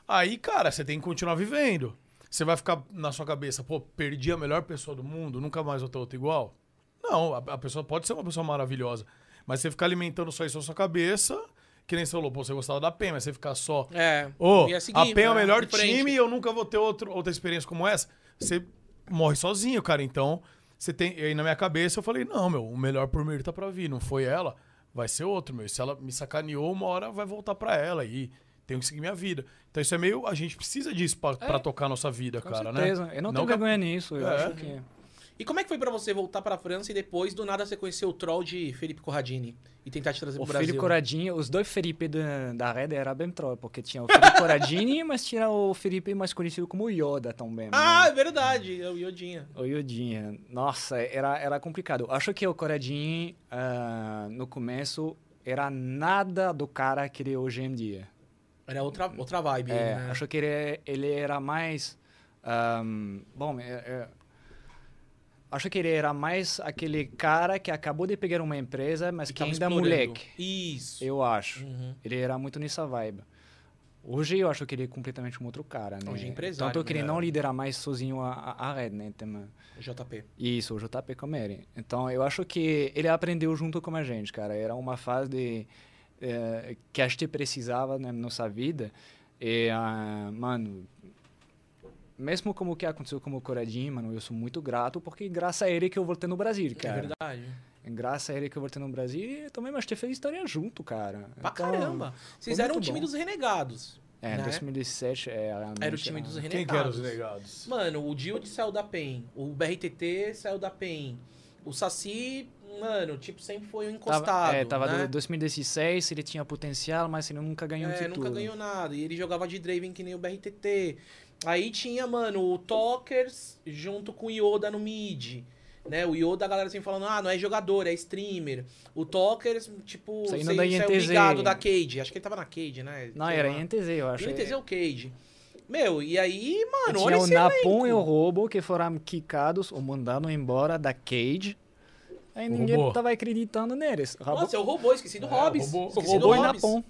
A: Aí, cara, você tem que continuar vivendo. Você vai ficar na sua cabeça, pô, perdi a melhor pessoa do mundo, nunca mais vou ter outra igual? Não, a, a pessoa pode ser uma pessoa maravilhosa, mas você ficar alimentando só isso na sua cabeça, que nem você falou, pô, você gostava da PEN, mas você ficar só
B: É.
A: Ô,
B: ia
A: a
B: seguir,
A: PEN é o
B: né?
A: melhor
B: Em frente.
A: time e eu nunca vou ter outro- outra experiência como essa. Você morre sozinho, cara. Então, você tem. Aí na minha cabeça eu falei, não, meu, o melhor por mim tá pra vir. Não foi ela, vai ser outro, meu. E Se ela me sacaneou, uma hora vai voltar pra ela e tenho que seguir minha vida. Então isso é meio. A gente precisa disso pra,
B: É,
A: pra tocar a nossa vida,
C: Com
A: cara,
C: certeza.
A: né?
C: Eu não,
A: Não
C: tenho
A: que a-
C: vergonha nisso, eu
A: É.
C: acho que...
B: E como é que foi pra você voltar pra França e depois, do nada, você conhecer o troll de Felipe Corradini e tentar te trazer
C: O
B: pro Brasil?
C: Felipe Coradinho, os dois Felipe da, da rede era bem troll, porque tinha o Felipe Coradinho, mas tinha o Felipe mais conhecido como Yoda também. né?
B: Ah, é verdade. É o Iodinha.
C: O Yodinha. Nossa, era, era complicado. Acho que o Coradinho, ah, no começo, era nada do cara que ele é hoje em dia.
B: Era outra, outra vibe.
C: É,
B: né?
C: Acho que ele, ele era mais... ahm, bom, é- é- acho que ele era mais aquele cara que acabou de pegar uma empresa, mas
B: E
C: que
B: tava
C: ainda é
B: explorando.
C: moleque.
B: Isso.
C: Eu acho.
B: Uhum.
C: Ele era muito nessa vibe. Hoje eu acho que ele é completamente um outro cara, né?
B: Hoje é empresário,
C: Tanto que ele
B: né?
C: não lidera mais sozinho a, a, a rede, né? Tem-
B: JP.
C: isso, o JP Comeri. Então, eu acho que ele aprendeu junto com a gente, cara. Era uma fase de, eh, que a gente precisava né, na nossa vida. E, ah, mano, mesmo como o que aconteceu com o Coradinho, mano, eu sou muito grato, porque graças a ele que eu voltei no Brasil,
B: É
C: cara.
B: verdade.
C: Graças a ele que eu voltei no Brasil e também nós ter feito história junto, cara.
B: Pra
C: Então,
B: caramba. Vocês
C: muito
B: eram o time
C: bom.
B: dos renegados.
C: É,
B: né?
C: 2017 é, realmente
B: Era o time dos renegados.
A: Quem que era os negados?
B: né? Mano, o Dild saiu da PEN. O BRTT saiu da PEN. O Saci, mano, tipo, sempre foi um encostado.
C: Tava, é, tava
B: né?
C: do 2016, ele tinha potencial, mas assim, ele nunca ganhou um
B: É,
C: título.
B: nunca ganhou nada. E ele jogava de Draven que nem o BRTT. Aí tinha, mano, o Talkers junto com o Yoda no mid. Né? O Yoda, a galera sempre falando, ah, não é jogador, é streamer. O Talkers, tipo,
C: Saindo
B: sei-
C: da
B: saiu
C: INTZ.
B: ligado da Cage. Acho que ele tava na Cage, né?
C: Não,
B: Sei
C: era
B: lá.
C: INTZ, eu acho. É,
B: Eu entendi é o Cage. Meu, e aí, mano, olha
C: tinha o
B: esse
C: Napon
B: elenco.
C: e o Robo que foram quicados ou mandados embora da Cage. Aí
A: O
C: ninguém
A: Robô.
C: tava acreditando neles. Robo-
B: Nossa, é o robô, esqueci do Hobbs.
A: robô-
C: o
B: esqueci
C: Robô
B: do
C: e
B: Hobbs.
C: Napon.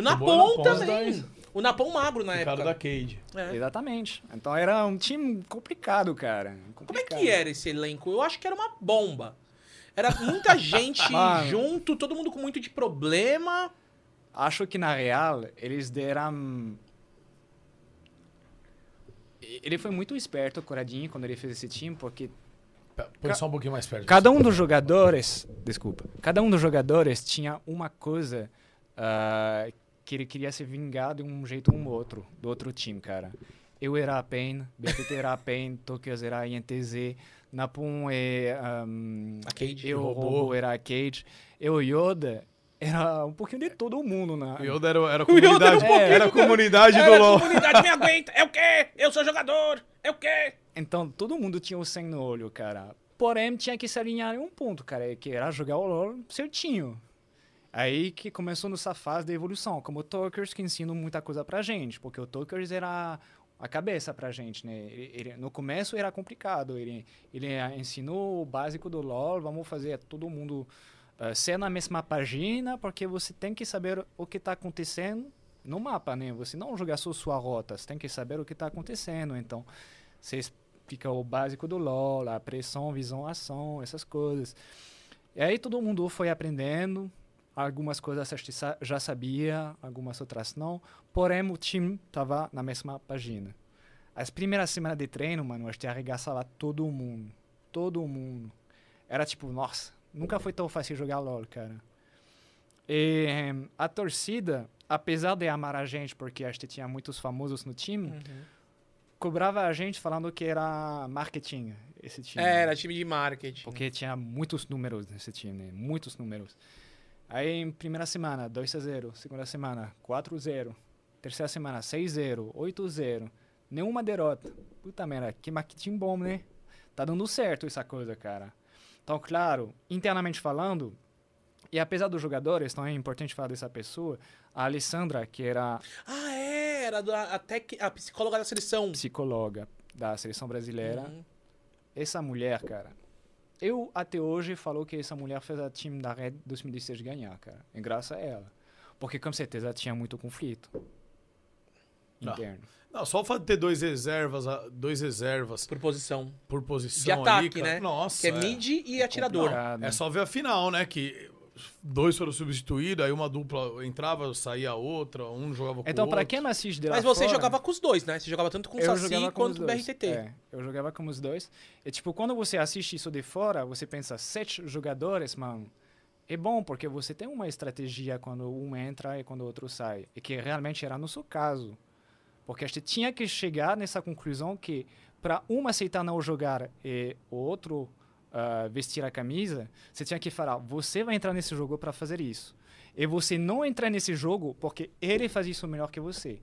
A: Robô e
B: o Napon
A: Napon, os
B: também.
A: dois.
B: O Napon magro na
A: O cara
B: época.
A: da Cade.
B: É.
C: Exatamente. Então era um time complicado, cara.
B: Como é
C: Complicado.
B: que era esse elenco? Eu acho que era uma bomba. Era muita gente
C: Mano.
B: junto, todo mundo com muito de problema.
C: Acho que na real eles deram. Ele foi muito esperto, Coradinho, quando ele fez esse time, porque
A: Põe só um pouquinho mais perto.
C: Cada um dos jogadores, desculpa, cada um dos jogadores tinha uma coisa ah, que ele queria se vingar de um jeito ou um outro, do outro time, cara. Eu era a PEN, BPT era a PEN, Tokyo era a INTZ, Napun é... ahm,
B: A Cade
C: eu,
A: robô.
C: Robô, era a Cage, eu, Yoda, era um pouquinho de todo mundo, né?
A: O Yoda era, era a
B: Yoda era um
A: comunidade,
C: pouquinho-
A: era a comunidade
B: Era
A: do
B: a
A: LoL.
B: comunidade me aguenta. É o quê? Eu sou jogador. É o quê?
C: Então, todo mundo tinha o sangue no olho, cara. Porém, tinha que se alinhar em um ponto, cara, que era jogar o LoL certinho. Aí que começou nessa fase da evolução, como o Tokers, que ensinam muita coisa pra gente, porque o Tokers era a cabeça pra gente, né? Ele- ele- no começo era complicado, ele, ele ah, ensinou o básico do LoL, vamos fazer todo mundo ah, ser na mesma página, porque você tem que saber o que tá acontecendo no mapa, né? Você não jogar só sua rota, você tem que saber o que tá acontecendo, então você explica é o básico do LoL, a pressão, visão, ação, essas coisas. E aí todo mundo foi aprendendo, algumas coisas a gente sa- já sabia, algumas outras não, porém o time tava na mesma página. As primeiras semanas de treino, mano, a gente arregaçava todo mundo, todo mundo. Era tipo, nossa, nunca foi tão fácil jogar LoL, cara. E eh, a torcida, apesar de amar a gente, porque a gente tinha muitos famosos no time, cobrava a gente falando que era marketing esse time.
B: É, era time de marketing.
C: Porque tinha muitos números nesse time, né? muitos números. Aí, em primeira semana, 2 a 0. Segunda semana, 4 a 0. Terceira semana, 6 a 0. 8 a 0. Nenhuma derrota. Puta merda, que marketing bom, né? Tá dando certo essa coisa, cara. Então, claro, internamente falando, e apesar dos jogadores, então é importante falar dessa pessoa, a Alessandra, que era
B: Ah, é, era da, a, tec, a psicóloga da seleção.
C: psicóloga da seleção brasileira,
B: Uhum.
C: Essa mulher, cara. Eu até hoje falou que essa mulher fez a time da Red 2016 ganhar, cara. E graças a ela. Porque com certeza tinha muito conflito.
A: Tá.
C: Interno.
A: Não, só o fato de ter dois reservas, ah, dois reservas
B: Por posição.
A: por posição
B: De
A: ali,
B: ataque,
A: cara.
B: né?
A: Nossa.
B: que é né? mid e atirador.
C: Complicado.
A: É só ver a final, né? Que dois foram substituídos, aí uma dupla entrava, saía a outra, um jogava com
C: Então,
A: o
C: pra
A: outro.
C: quem não assiste de lá
B: Mas você
C: fora,
B: jogava com os dois, né? Você jogava tanto com o
C: eu
B: Saci
C: jogava com os
B: quanto com o
C: dois.
B: BRTT.
C: É, eu jogava com os dois. E, tipo, quando você assiste isso de fora, você pensa, sete jogadores, mano. É bom, porque você tem uma estratégia quando um entra e quando o outro sai. E que realmente era no seu caso. Porque a gente tinha que chegar nessa conclusão que, para um aceitar não jogar e o outro ah, vestir a camisa, você tinha que falar: você vai entrar nesse jogo para fazer isso. E você não entrar nesse jogo porque ele faz isso melhor que você.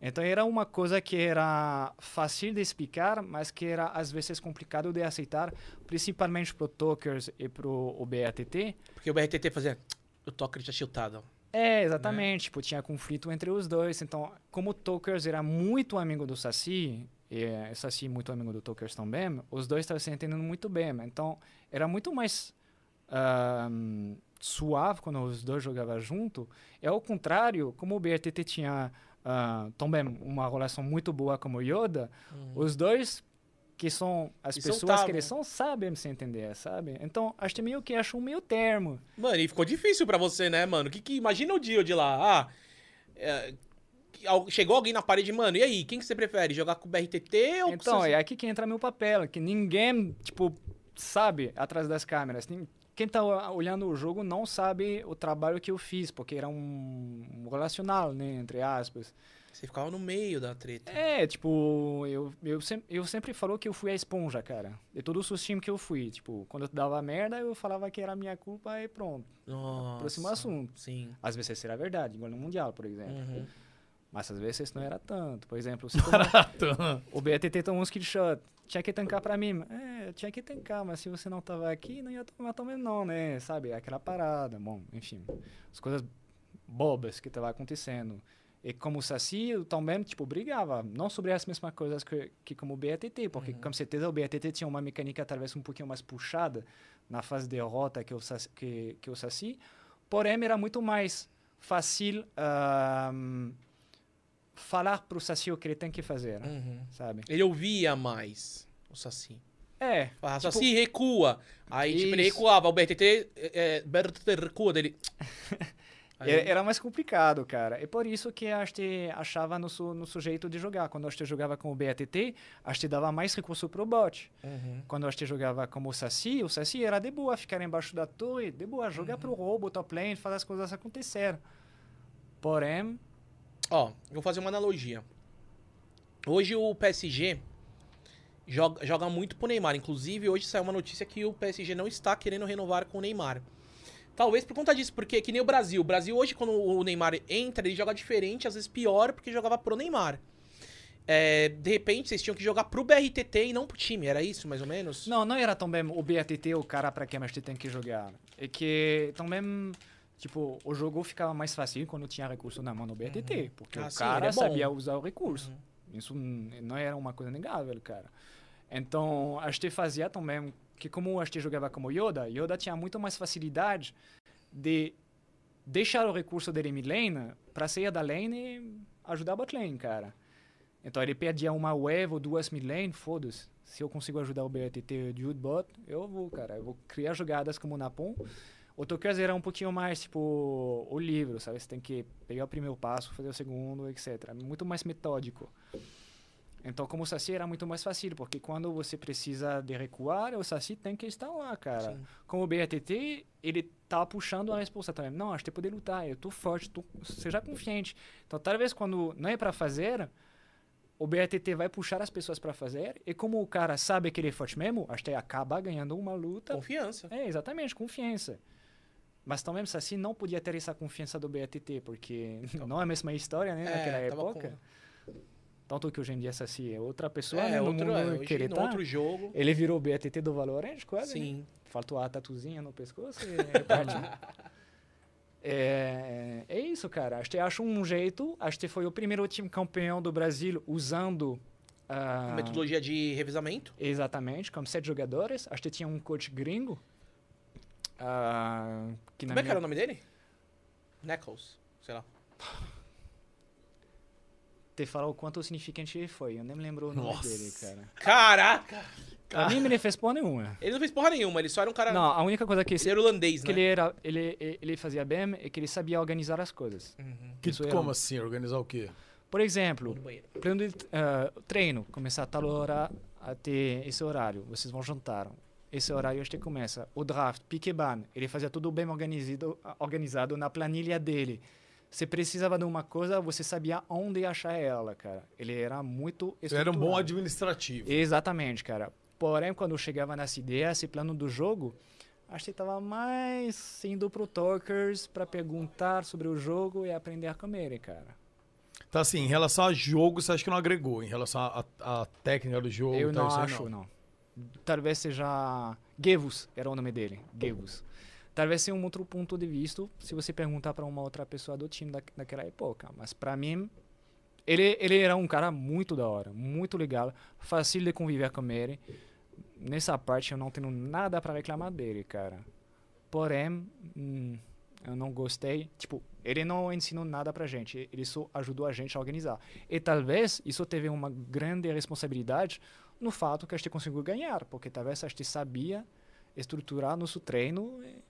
C: Então era uma coisa que era fácil de explicar, mas que era às vezes complicado de aceitar, principalmente pro Tokers e pro OBATT.
B: Porque o BRTT fazia... O Toker tinha chutado.
C: É, exatamente. Tipo, tinha conflito entre os dois. Então, como o Tokers era muito amigo do Saci, e eh, o Saci muito amigo do Tokers também, os dois estavam se entendendo muito bem. Então, era muito mais ahm, suave quando os dois jogavam junto. É ao contrário, como o BRTT tinha ah, também uma relação muito boa com o Yoda, os dois que são as
B: E
C: pessoas
B: soltavam.
C: Uhum. que eles são sabem se entender, sabe? Então, acho que meio que acho um meio termo.
B: Mano, e ficou difícil pra você, né, mano? Que, que, imagina o dia de lá. Ah, é, que al- chegou alguém na parede, mano, e aí? Quem que você prefere? Jogar com o BRTT ou com o
C: Então,
B: Saci?
C: é aqui que entra meu papel, que ninguém, tipo, sabe atrás das câmeras. Nin- quem tá o- olhando o jogo não sabe o trabalho que eu fiz, porque era um, um relacional, né, entre aspas.
B: Você ficava no meio da treta.
C: É, tipo, eu, eu, sem- eu sempre falou que eu fui a esponja, cara. De todos os times que eu fui, tipo, quando eu dava merda, eu falava que era minha culpa e pronto.
B: Nossa.
C: Próximo assunto.
B: Sim.
C: Às vezes era verdade, igual no Mundial, por exemplo.
B: Uhum.
C: Mas às vezes não era tanto. Por exemplo, se tomar- o BTT tomou um skill shot. Tinha que tancar pra mim. É, eu tinha que tancar, mas se você não tava aqui, não ia tomar também não, né? Sabe? Aquela parada. Bom, enfim. As coisas bobas que tava acontecendo. E como o Saci, eu também, tipo, brigava. Não sobre as mesmas coisas que, que como o BTT, porque com certeza o BTT tinha uma mecânica talvez um pouquinho mais puxada na fase de derrota que o Saci. Que, que o Saci. Porém, era muito mais fácil ahn, falar pro Saci o que ele tem que fazer, né?
B: Uhum.
C: sabe?
B: Ele ouvia mais o Saci.
C: É,
B: Falava, Saci, recua. Aí, tipo, ele
C: Isso.
B: recuava. O BTT, é, é, BTT recua dele. Aí,
C: e- é, era mais complicado, cara. É por isso que a gente achava no, su, no sujeito de jogar. Quando a gente jogava com o BTT, a gente dava mais recurso pro bot.
B: Uhum.
C: Quando a gente jogava como o Saci, o Saci era de boa ficar embaixo da torre, de boa jogar pro roubo, top lane, fazer as coisas acontecer. Porém,
B: Ó, eu vou fazer uma analogia. Hoje o PSG joga, joga muito pro Neymar. Inclusive, hoje saiu uma notícia que o PSG não está querendo renovar com o Neymar. Talvez por conta disso, porque que nem o Brasil. O Brasil hoje, quando o Neymar entra, ele joga diferente, às vezes pior, porque jogava pro Neymar. É, de repente, vocês tinham que jogar pro BRTT e não pro time. Era isso, mais ou menos?
C: Não, não era também o BATT o cara para quem a gente tem que jogar. É que também, tipo, o jogo ficava mais fácil quando tinha recurso na mão do BATT, porque
B: Ah,
C: o
B: sim, ele
C: cara
B: é bom. Uhum.
C: sabia usar o recurso. Isso n- não era uma coisa negável, cara. Então, a gente fazia também que como a gente jogava como Yoda, Yoda tinha muito mais facilidade de deixar o recurso dele mid lane para sair da lane e ajudar a bot lane, cara. Então ele perdia uma wave ou duas mid lane, foda-se. Se eu consigo ajudar o BTT de bot, eu vou, cara. Eu vou criar jogadas como na POM. O Tokers era um pouquinho mais, tipo, o livro, sabe? Você tem que pegar o primeiro passo, fazer o segundo, etc. Muito mais metódico. Então, como o Saci era muito mais fácil, porque quando você precisa de recuar, o Saci tem que estar lá, cara. Com o BATT, ele tá puxando a resposta também. Não, acho que tem poder lutar, eu tô forte, tô... seja confiante. Então, talvez quando não é para fazer, o BATT vai puxar as pessoas para fazer, e como o cara sabe que ele é forte mesmo, acho que ele acaba ganhando uma luta.
B: Confiança.
C: É, exatamente, confiança. Mas também Saci não podia ter essa confiança do BATT, porque não é a mesma história, né,
B: Então. É,
C: naquela
B: tava
C: época. Tanto que hoje em dia Saci é outra pessoa,
B: é,
C: né, no
B: outro,
C: mundo
B: é, hoje,
C: que ele
B: num
C: tá.
B: outro jogo.
C: Ele virou o BATT do Valorant quase, né?
B: Sim.
C: Faltou a tatuzinha no pescoço e é partiu. É, é isso, cara. Acho que acho um jeito. Acho que foi o primeiro time campeão do Brasil usando. ah,
B: Metodologia de revisamento.
C: Exatamente, com sete jogadores. Acho que tinha um coach gringo. ah, que na
B: Como é que
C: minha-
B: era o nome dele? Knuckles. Sei lá.
C: Te falar o quanto significante ele foi. Eu nem me lembro o nome
A: Nossa.
C: dele, cara.
B: Caraca!
C: Pra mim, ele fez porra nenhuma.
B: Ele não fez porra nenhuma, ele só era um cara.
C: Não, a única coisa que,
B: Ele era holandês,
C: que
B: né?
C: ele, era, ele, ele fazia bem é que ele sabia organizar as coisas.
A: Que,
C: Isso era
A: como
C: um-
A: assim? Organizar o quê?
C: Por exemplo,
B: No banheiro.
C: plano de ah, treino, começar a tal hora até esse horário, vocês vão jantar. Esse horário acho que começa. O draft, pique ban, ele fazia tudo bem organizado, organizado na planilha dele. Você precisava de uma coisa, você sabia onde achar ela, cara. Ele era muito
A: Você era um bom
C: estruturado.
A: administrativo.
C: Exatamente, cara. Porém, quando eu chegava nessa ideia, esse plano do jogo, acho que tava mais indo pro Talkers para perguntar sobre o jogo e aprender com ele, cara.
A: Tá assim, em relação a jogo, você acha que não agregou? Em relação à à técnica do jogo,
C: Eu
A: tá,
C: não
A: isso aí
C: acho, não. Talvez seja. Gevus era o nome dele. Gevus. Talvez seja um outro ponto de vista se você perguntar para uma outra pessoa do time da, daquela época. Mas para mim, ele, ele era um cara muito da hora, muito legal, fácil de conviver com ele. Nessa parte eu não tenho nada para reclamar dele, cara. Porém, hum, eu não gostei. Tipo, ele não ensinou nada pra gente, ele só ajudou a gente a organizar. E talvez isso teve uma grande responsabilidade no fato que a gente conseguiu ganhar, porque talvez a gente sabia estruturar nosso treino. e-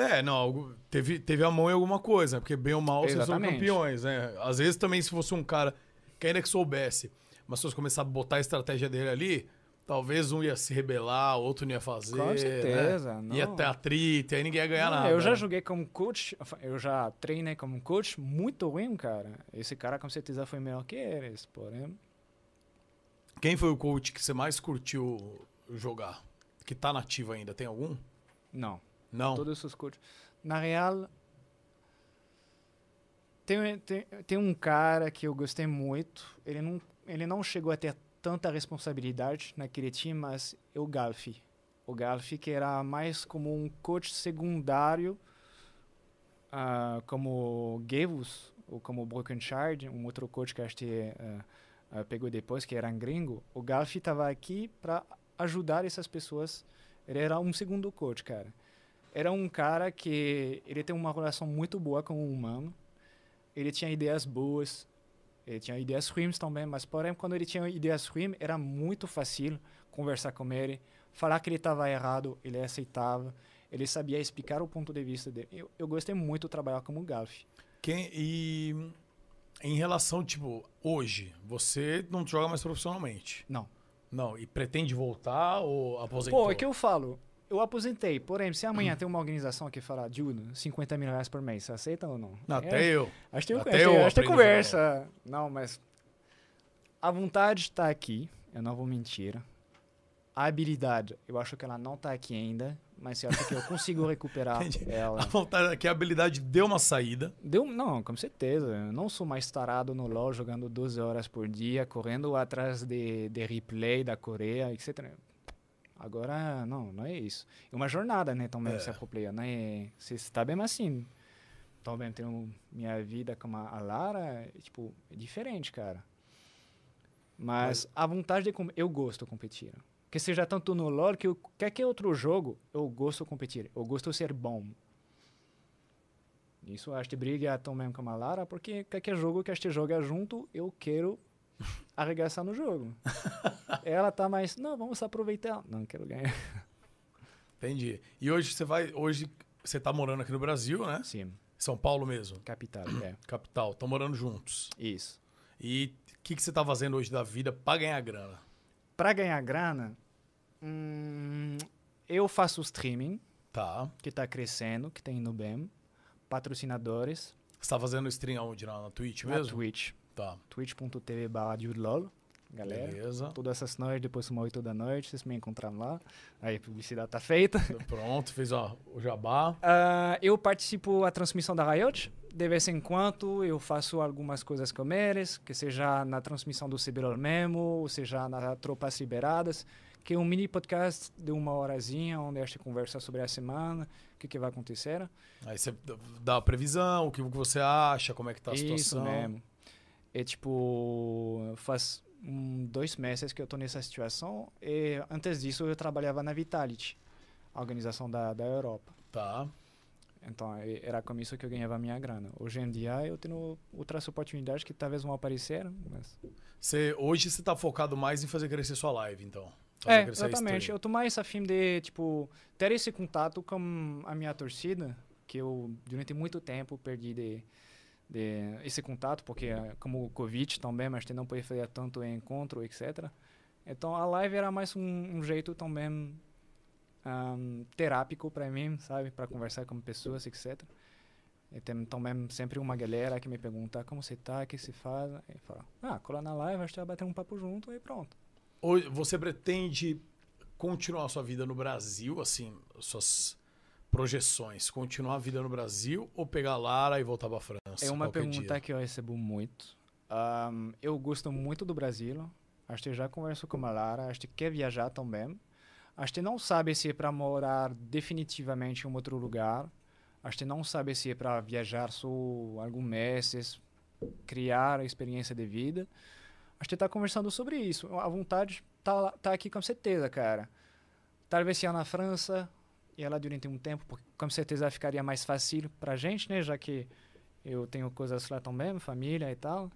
A: É, não, algo- teve, teve a mão em alguma coisa, porque bem ou mal vocês são
C: Exatamente.
A: campeões, né? Às vezes também se fosse um cara que ainda que soubesse, mas se fosse começar a botar a estratégia dele ali, Talvez um ia se rebelar, outro não ia fazer.
C: Com
A: né?
C: certeza, não.
A: Ia ter atrito, aí ninguém ia ganhar
C: Não,
A: nada. né?
C: Eu já joguei como coach, eu já treinei como coach muito ruim, cara. Esse cara com certeza foi melhor que eles, porém.
A: Quem foi o coach que você mais curtiu jogar? Que tá nativo ainda? Tem algum?
C: Não.
A: Não.
C: Todos os coaches. Na real, tem, tem, tem um cara que eu gostei muito. Ele não, ele não chegou a ter tanta responsabilidade naquele time, mas é o Galfi. O Galfi, que era mais como um coach secundário, ah, como Gevus, ou como Broken Shard, um outro coach que acho que ah, ah, pegou depois, que era um gringo. O Galfi estava aqui para ajudar essas pessoas. Ele era um segundo coach, cara era um cara que ele tem uma relação muito boa com o humano. Ele tinha ideias boas, ele tinha ideias ruins também, mas porém quando ele tinha ideias ruins era muito fácil conversar com ele, falar que ele estava errado, ele aceitava, ele sabia explicar o ponto de vista dele. Eu, eu gostei muito de trabalhar como Galf.
A: Quem, e em relação, tipo, hoje, você não joga mais profissionalmente.
C: Não.
A: Não. E pretende voltar ou aposentou?
C: Pô, é que eu falo, eu aposentei, porém se amanhã tem uma organização que fala, Juno, 50 mil reais por mês, você aceita ou não?
A: Não,
C: É,
A: Até eu.
C: Acho que tem,
A: Até
C: acho que-
A: eu
C: acho que tem
A: aprendo
C: conversa. Não, mas. A vontade está aqui, eu não vou mentir. A habilidade, eu acho que ela não está aqui ainda, mas eu acho que eu consigo recuperar
A: Entendi.
C: ela.
A: A vontade é que a habilidade deu uma saída.
C: Deu, um, não, com certeza. Eu não sou mais tarado no LoL jogando 12 horas por dia, correndo atrás de, de replay da Coreia, etc. Agora, não, não é isso. É uma jornada, né, também,
A: É.
C: é. ser pro player, né? Você está bem assim. Também tenho minha vida com a a Lara, é, tipo, é diferente, cara. Mas a vontade de... com- Eu gosto de competir. Que seja tanto no LoL que eu- qualquer outro jogo, eu gosto de competir. Eu gosto de ser bom. Isso acho que briga tão mesmo com a Lara, porque qualquer jogo que a gente joga junto, eu quero arregaçar no jogo. Ela tá mais, não, vamos aproveitar. Não, quero ganhar.
A: Entendi. E hoje você vai. Hoje você tá morando aqui no Brasil, né?
C: Sim,
A: São Paulo mesmo,
C: capital, é.
A: capital. Estão morando juntos.
C: Isso.
A: E o que, que você tá fazendo hoje da vida pra ganhar grana?
C: Pra ganhar grana, hum, eu faço streaming,
A: Tá.
C: que tá crescendo, que tem no BEM, patrocinadores,
A: Você tá fazendo stream aonde? Na, na Twitch
C: na
A: mesmo?
C: Twitch,
A: Tá.
C: twitch.tv barra LOL, galera.
A: Beleza.
C: Todas essas noites, depois uma 8 da noite, vocês me encontraram lá. Aí a publicidade tá feita.
A: Pronto, fez ó, o jabá.
C: Ah, eu participo da transmissão da Riot. De vez em quando eu faço algumas coisas com eles, que seja na transmissão do CBLOL mesmo, ou seja na Tropas Liberadas, que é um mini podcast de uma horazinha, onde a gente conversa sobre a semana, o que, que vai acontecer.
A: Aí você dá a previsão, o que o que você acha, como é que tá a
C: Isso
A: situação.
C: mesmo. É tipo, faz hum, dois meses que eu tô nessa situação, e antes disso eu trabalhava na Vitality, a organização da, da Europa.
A: Tá.
C: Então, e- era com isso que eu ganhava minha grana. Hoje em dia, eu tenho outras oportunidades que talvez vão aparecer, mas...
A: Você, hoje você tá focado mais em fazer crescer sua live, então. Fazer
C: É,
A: crescer a
C: exatamente.
A: stream.
C: Eu tô mais afim de, tipo, ter esse contato com a minha torcida, que eu, durante muito tempo, perdi de, de esse contato, porque eh, como o Covid também, mas não podia fazer tanto encontro, etc. Então, a live era mais um, um jeito também um, terápico para mim, sabe? Para conversar com pessoas, etc. E tem também sempre uma galera que me pergunta como você tá, o que você faz. E fala, ah, colar na live, a gente vai bater um papo junto e pronto.
A: Hoje, você pretende continuar sua vida no Brasil, assim, suas projeções? Continuar a vida no Brasil ou pegar a Lara e voltar pra França?
C: É uma
A: qualquer
C: pergunta
A: dia?
C: que eu recebo muito. Ahm, eu gosto muito do Brasil. Acho que já converso com a Lara. Acho que quer viajar também. Acho que não sabe se é para morar definitivamente em um outro lugar. Acho que não sabe se é para viajar só alguns meses, criar a experiência de vida. Acho que está conversando sobre isso. A vontade tá, lá- tá aqui com certeza, cara. Talvez seja na França e ela durante um tempo, porque com certeza ficaria mais fácil para gente, né? Já que eu tenho coisas lá também, família e tal.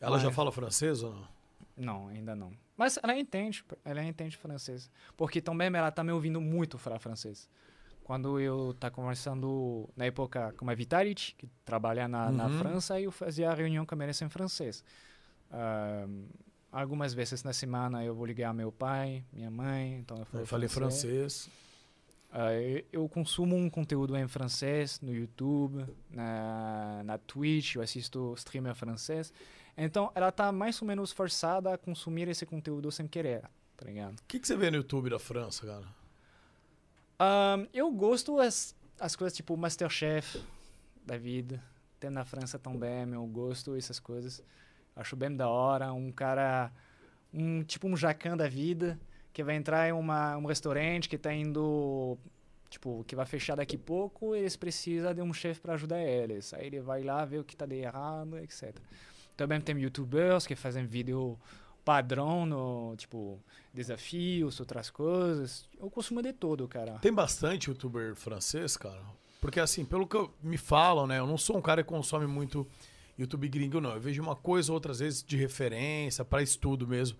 A: Ela já
C: Vai.
A: fala francês ou não?
C: Não, ainda não. Mas ela entende, ela entende francês. Porque também ela tá me ouvindo muito falar francês. Quando eu tá conversando, na época, com a Vitality, que trabalha na, na
A: Uhum.
C: França, eu fazia a reunião com eles em francês. Ahm, Ah, Algumas vezes na semana eu vou ligar meu pai, minha mãe, então eu falo
A: Eu falei francês.
C: Ah, eu- eu consumo um conteúdo em francês no YouTube, na, na Twitch, eu assisto streamer francês. Então, ela tá mais ou menos forçada a consumir esse conteúdo sem querer, tá ligado?
A: O que, que você vê no YouTube da França, cara?
C: Ahn, eu gosto as, as coisas tipo Masterchef da vida. Tem na França também, eu gosto essas coisas. Acho bem da hora. Um cara, um tipo um jacan da vida, que vai entrar em uma, um restaurante que tá indo, tipo, que vai fechar daqui a pouco e eles precisam de um chefe para ajudar eles. Aí ele vai lá ver o que tá de errado, etc. Também tem youtubers que fazem vídeo padrão no, tipo, desafios, outras coisas. Eu consumo de todo, cara.
A: Tem bastante youtuber francês, cara? Porque, assim, pelo que eu- me falam, né? Eu não sou um cara que consome muito YouTube gringo, não. Eu vejo uma coisa ou outras vezes de referência, pra estudo mesmo,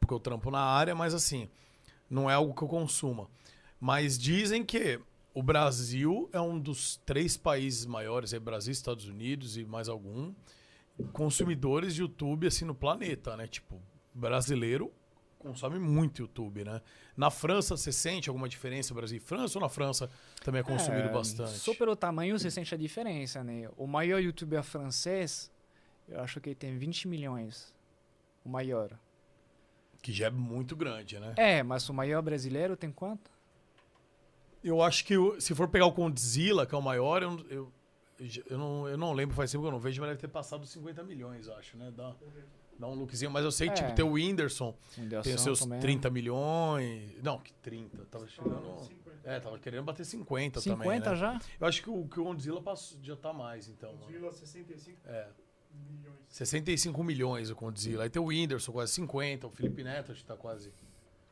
A: porque eu trampo na área, mas, assim, não é algo que eu consuma. Mas dizem que o Brasil é um dos três países maiores, é Brasil, Estados Unidos e mais algum, consumidores de YouTube, assim, no planeta, né? Tipo, brasileiro consome muito YouTube, né? Na França, você sente alguma diferença Brasil e França ou na França também é consumido
C: É,
A: bastante?
C: Só pelo tamanho você sente a diferença, né? O maior youtuber francês, eu acho que ele tem 20 milhões. O maior.
A: Que já é muito grande, né?
C: É, mas o maior brasileiro tem quanto?
A: Eu acho que o- se for pegar o Condzilla, que é o maior, eu, eu, eu não, eu não lembro, faz tempo que eu não vejo, mas deve ter passado os 50 milhões, eu acho, né? Dá, dá um lookzinho, mas eu sei que tipo,
C: É.
A: tem o Whindersson,
C: Mundial
A: tem os seus
C: também. né?
A: 30 milhões. Não, que 30, tava chegando. É, tava querendo bater 50,
C: 50
A: também. né?
C: já?
A: Eu acho que o, que o Condzilla passou- já tá mais, então. né?
E: 1,65
A: É.
E: milhões.
A: 65 milhões o Condzilla. Aí tem o Whindersson, quase 50. O Felipe Neto, acho que tá quase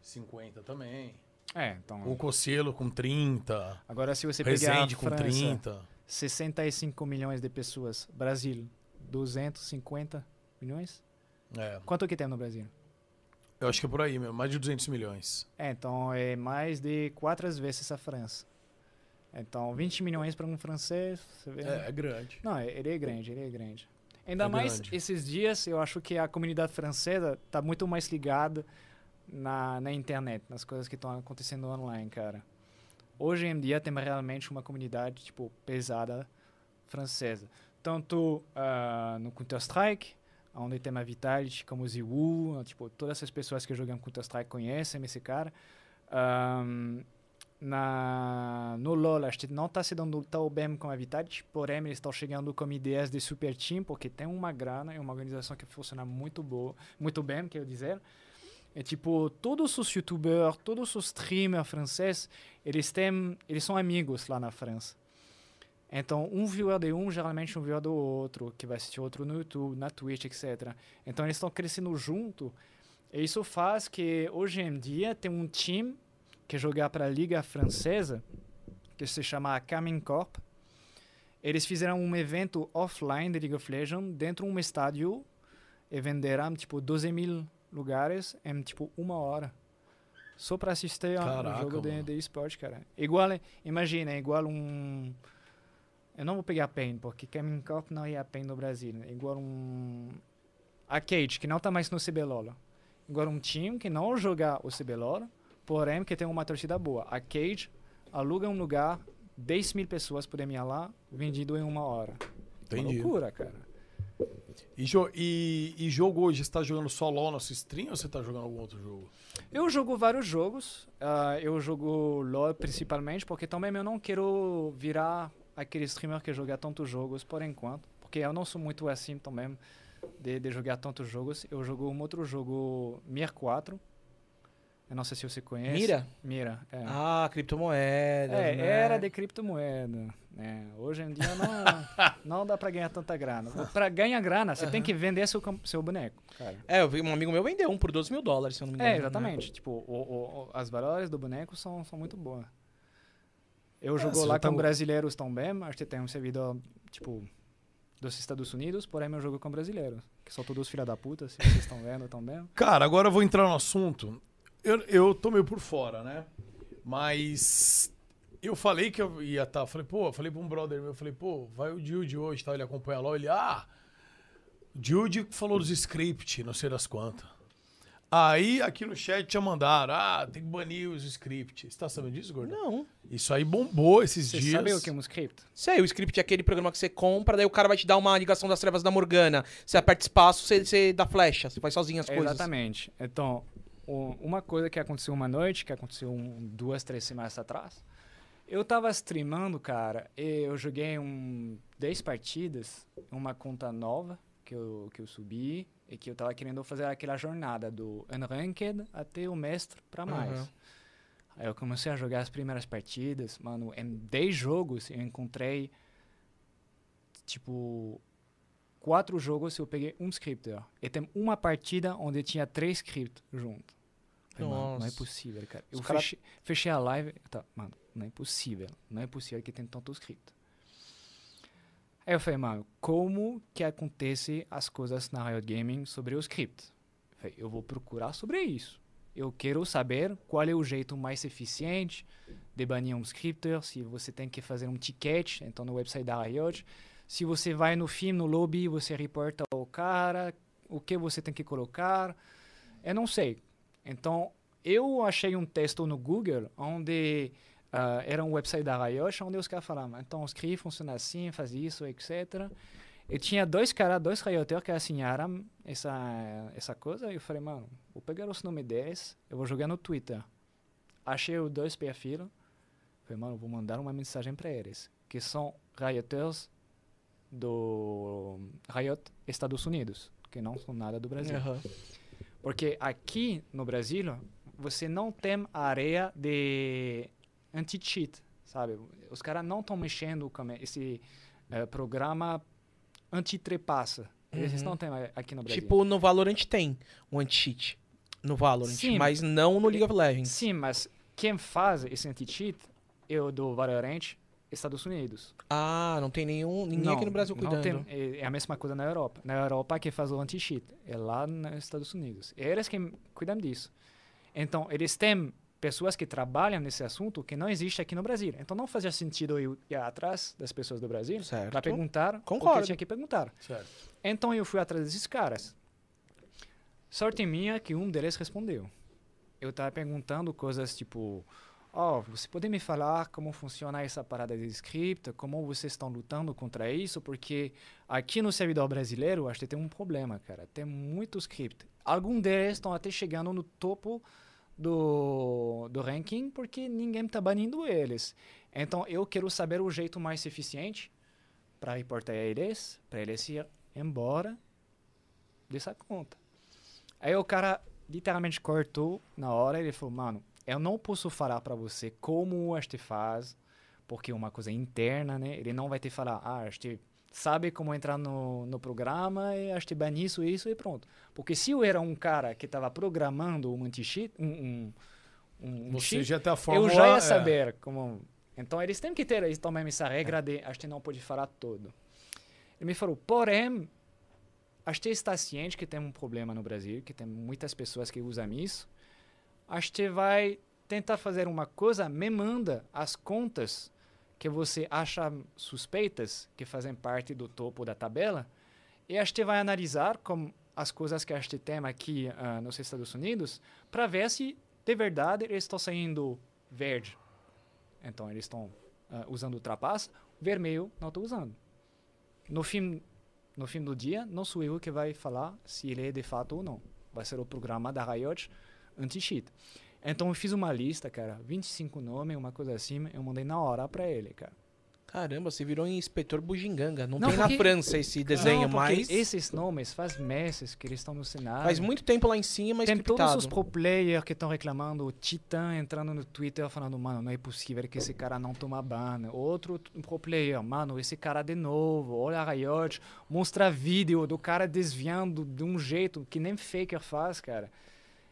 A: 50 também.
C: É, então.
A: O Cocielo com 30.
C: Agora se você pegar a
A: Resende com
C: França,
A: 30.
C: 65 milhões de pessoas. Brasil, 250 milhões?
A: É,
C: Quanto que tem no Brasil?
A: eu acho que é por aí mesmo. Mais de 200 milhões.
C: É, então é mais de quatro vezes a França. Então, 20 milhões para um francês, você vê? né?
A: É, é grande.
C: Não, é- ele é grande, ele é grande. Ainda
A: É
C: mais
A: grande.
C: esses dias, eu acho que a comunidade francesa tá muito mais ligada na, na internet, nas coisas que estão acontecendo online, cara. Hoje em dia tem realmente uma comunidade, tipo, pesada francesa. Tanto ah, no Counter-Strike, onde tem a Vitality, como o Ziwu, tipo, todas essas pessoas que jogam Counter-Strike conhecem esse cara. Ahn, na, no LoL, acho que não está se dando tão bem com a Vitality, porém eles estão chegando com ideias de super team, porque tem uma grana, é uma organização que funciona muito boa, muito bem, quero dizer. É tipo, todos os youtubers, todos os streamers franceses, eles têm, eles são amigos lá na França. Então, um viewer de um, geralmente um viewer do outro, que vai assistir outro no YouTube, na Twitch, etc. Então, eles estão crescendo junto, e isso faz que, hoje em dia, tem um time que é jogar para a Liga Francesa, que se chama a Camin Corp. Eles fizeram um evento offline de League of Legends dentro de um estádio e venderam tipo 12 mil lugares em tipo uma hora. Só para assistir
A: Caraca,
C: a um jogo de,
A: mano.
C: de esporte, cara. Igual, é- imagina, é igual um. Eu não vou pegar PEN, porque Camin Corp não é a PEN no Brasil. É igual um. Arcade, que não tá mais no CBLOL. Igual um time que não joga o CBLOL, porém que tem uma torcida boa. A Cage aluga um lugar, 10 mil pessoas podem ir lá, vendido em uma hora. Uma
A: Entendi.
C: loucura, cara.
A: E, jo- e- e jogo hoje, você tá jogando só LOL na sua stream ou você tá jogando algum outro jogo?
C: Eu jogo vários jogos, ah, eu jogo LoL principalmente, porque também eu não quero virar aquele streamer que joga tantos jogos por enquanto, porque eu não sou muito assim também de, de jogar tantos jogos. Eu jogo um outro jogo, Mir 4, eu não sei se você conhece.
B: Mira?
C: Mira, é.
B: Ah, criptomoeda.
C: É, era de criptomoeda. né? Hoje em dia não, não dá pra ganhar tanta grana. Pra ganhar grana, você tem que vender seu, com- seu boneco, cara.
B: É, eu vi um amigo meu vendeu um por 12 mil dólares, se eu não me engano. né?
C: É, exatamente. Tipo, o, o- o- as valores do boneco são, são muito boas. É, Eu jogo
A: você
C: lá
A: já tá
C: com
A: mu-
C: brasileiros também, acho que tem um servidor, tipo, dos Estados Unidos, porém eu jogo com brasileiros, que são todos filha da puta, se vocês estão vendo também.
A: Cara, agora eu vou entrar no assunto. Eu, eu tô meio por fora, né? Mas eu falei que eu ia
F: tá,
A: estar. Falei, pô, falei pra um brother meu, falei, pô, vai o Jude hoje, tá? Ele acompanha lá, ele, ah! Jude falou dos script, não sei das quantas.
F: Aí aqui no chat já mandaram, ah, tem que banir os scripts. Você tá sabendo disso, Gordão?
B: Não.
F: Isso aí bombou esses
C: Você
F: dias.
C: sabe o que é um script?
B: Isso aí, o script é aquele programa que você compra, daí o cara vai te dar uma ligação das trevas da Morgana. Você aperta espaço, você, você dá flecha, você faz sozinho as coisas.
C: Exatamente. Então, o- uma coisa que aconteceu uma noite, que aconteceu um- duas, três semanas atrás, eu tava streamando, cara, e eu joguei um 10 partidas, uma conta nova que eu, que eu subi, e que eu tava querendo fazer aquela jornada do Unranked até o mestre pra mais.
B: Aham.
C: Aí eu comecei a jogar as primeiras partidas, mano, em 10 jogos eu encontrei, tipo, quatro jogos eu peguei um scripter. E tem uma partida onde tinha três scripts junto. Falei, mano, não é
B: Nossa.
C: possível, cara. Eu
B: Os cara-
C: fechei, fechei a live. Tá, mano, não é possível. Não é possível que tem tanto script. Aí eu falei, mano, como que acontece as coisas na Riot Gaming sobre o script? Eu falei, eu vou procurar sobre isso. Eu quero saber qual é o jeito mais eficiente de banir um scripter, se você tem que fazer um ticket, então no website da Riot, se você vai no fim, no lobby, você reporta o cara, o que você tem que colocar. Eu não sei. Então, eu achei um texto no Google onde ah, era um website da Riot, onde os caras falavam, então, escreve, funciona assim, faz isso, etc. E tinha dois caras, dois Rioters que assinaram essa, essa coisa, e eu falei, mano, vou pegar os nomes deles, eu vou jogar no Twitter. Achei os dois perfis, falei, mano, vou mandar uma mensagem para eles, que são Rioters do Riot Estados Unidos, que não são nada do Brasil.
B: Aham.
C: Porque aqui no Brasil, você não tem a área de anti-cheat, sabe? Os caras não estão mexendo com esse eh, programa anti-trepassa. Eles não têm a- aqui no Brasil.
B: Tipo, no Valorant tem um anti-cheat. No Valorant.
C: Sim.
B: Mas não no League of Legends.
C: Sim, mas quem faz esse anti-cheat é o do Valorant, Estados Unidos.
B: Ah, não tem nenhum, ninguém
C: Não,
B: aqui no Brasil
C: não
B: cuidando.
C: tem. é, é a mesma coisa na Europa. Na Europa que faz o anti-cheat. É lá nos Estados Unidos. É eles que cuidam disso. Então, eles têm pessoas que trabalham nesse assunto que não existe aqui no Brasil. Então, não fazia sentido eu ir atrás das pessoas do Brasil
B: Certo.
C: para perguntar o
B: Concordo.
C: que tinha que perguntar.
F: Certo.
C: Então, eu fui atrás desses caras. Sorte minha que um deles respondeu. Eu tava perguntando coisas tipo... Ó, você pode me falar como funciona essa parada de script? Como vocês estão lutando contra isso? Porque aqui no servidor brasileiro, acho que tem um problema, cara. Tem muito script. Alguns deles estão até chegando no topo do, do ranking porque ninguém está banindo eles. Então, eu quero saber o jeito mais eficiente para reportar eles, para eles ir embora dessa conta. Aí o cara literalmente cortou na hora ele falou, mano, eu não posso falar para você como a gente faz, porque é uma coisa interna, né? Ele não vai te falar, ah, a gente sabe como entrar no, no programa e a gente bane isso, isso e pronto. Porque se eu era um cara que estava programando um anti-cheat, um, um, um, um
F: Você
C: cheat,
F: já tem a fórmula...
C: eu já
F: é,
C: ia saber como. Então eles têm que ter aí também essa
F: É.
C: regra de a gente não pode falar tudo. Ele me falou, porém, a gente está ciente que tem um problema no Brasil, que tem muitas pessoas que usam isso. A gente vai tentar fazer uma coisa, me manda as contas que você acha suspeitas, que fazem parte do topo da tabela, e a gente vai analisar como as coisas que a gente tem aqui ah, nos Estados Unidos, para ver se de verdade eles estão saindo verde. Então eles estão ah, usando ultrapassa, vermelho não estou usando. No fim, no fim do dia, não sou eu que vai falar se ele é de fato ou não. Vai ser o programa da Riot anti-cheat. Então eu fiz uma lista, cara, 25 nomes, uma coisa assim, eu mandei na hora para ele, cara.
B: Caramba, você virou um inspetor bugiganga. Não,
C: Não,
B: tem
C: porque-
B: na França esse desenho
C: Não, porque
B: mais.
C: Esses nomes faz meses que eles estão no cenário.
B: Faz muito tempo lá em cima,
C: Tem todos
B: scriptado.
C: os pro players que estão reclamando, o Titã entrando no Twitter falando, mano, não é possível que esse cara não toma ban. Outro t- pro player, mano, esse cara de novo, olha a Riot, mostra vídeo do cara desviando de um jeito que nem faker faz, cara.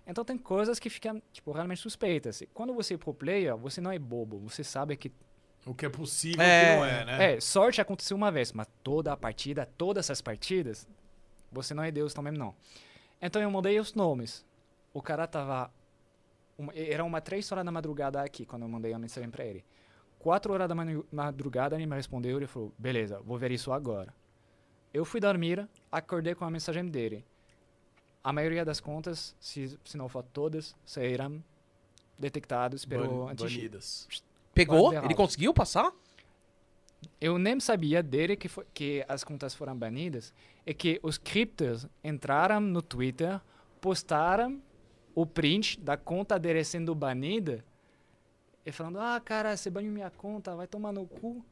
C: Então tem coisas que ficam, tipo, realmente suspeitas. E quando você é pro player, você não é bobo, você sabe que
F: O que é possível e o
B: É,
F: que não é, né?
C: é, sorte aconteceu uma vez, mas toda a partida, todas as partidas, você não é Deus também não. Então eu mandei os nomes. O cara tava. uma- era uma três horas da madrugada aqui, quando eu mandei a mensagem pra ele. Quatro horas da manu- madrugada ele me respondeu e falou: beleza, vou ver isso agora. Eu fui dormir, acordei com a mensagem dele. A maioria das contas, se, se não for todas, serão detectadas pelo
F: Ban-
C: anti
F: banidas.
B: Pegou?
C: Bandeirado.
B: Ele conseguiu passar?
C: Eu nem sabia dele que, foi, que as contas foram banidas. É que os criptos entraram no Twitter, postaram o print da conta dele sendo banida e falando: Ah, cara, você baniu minha conta, vai tomar no cu.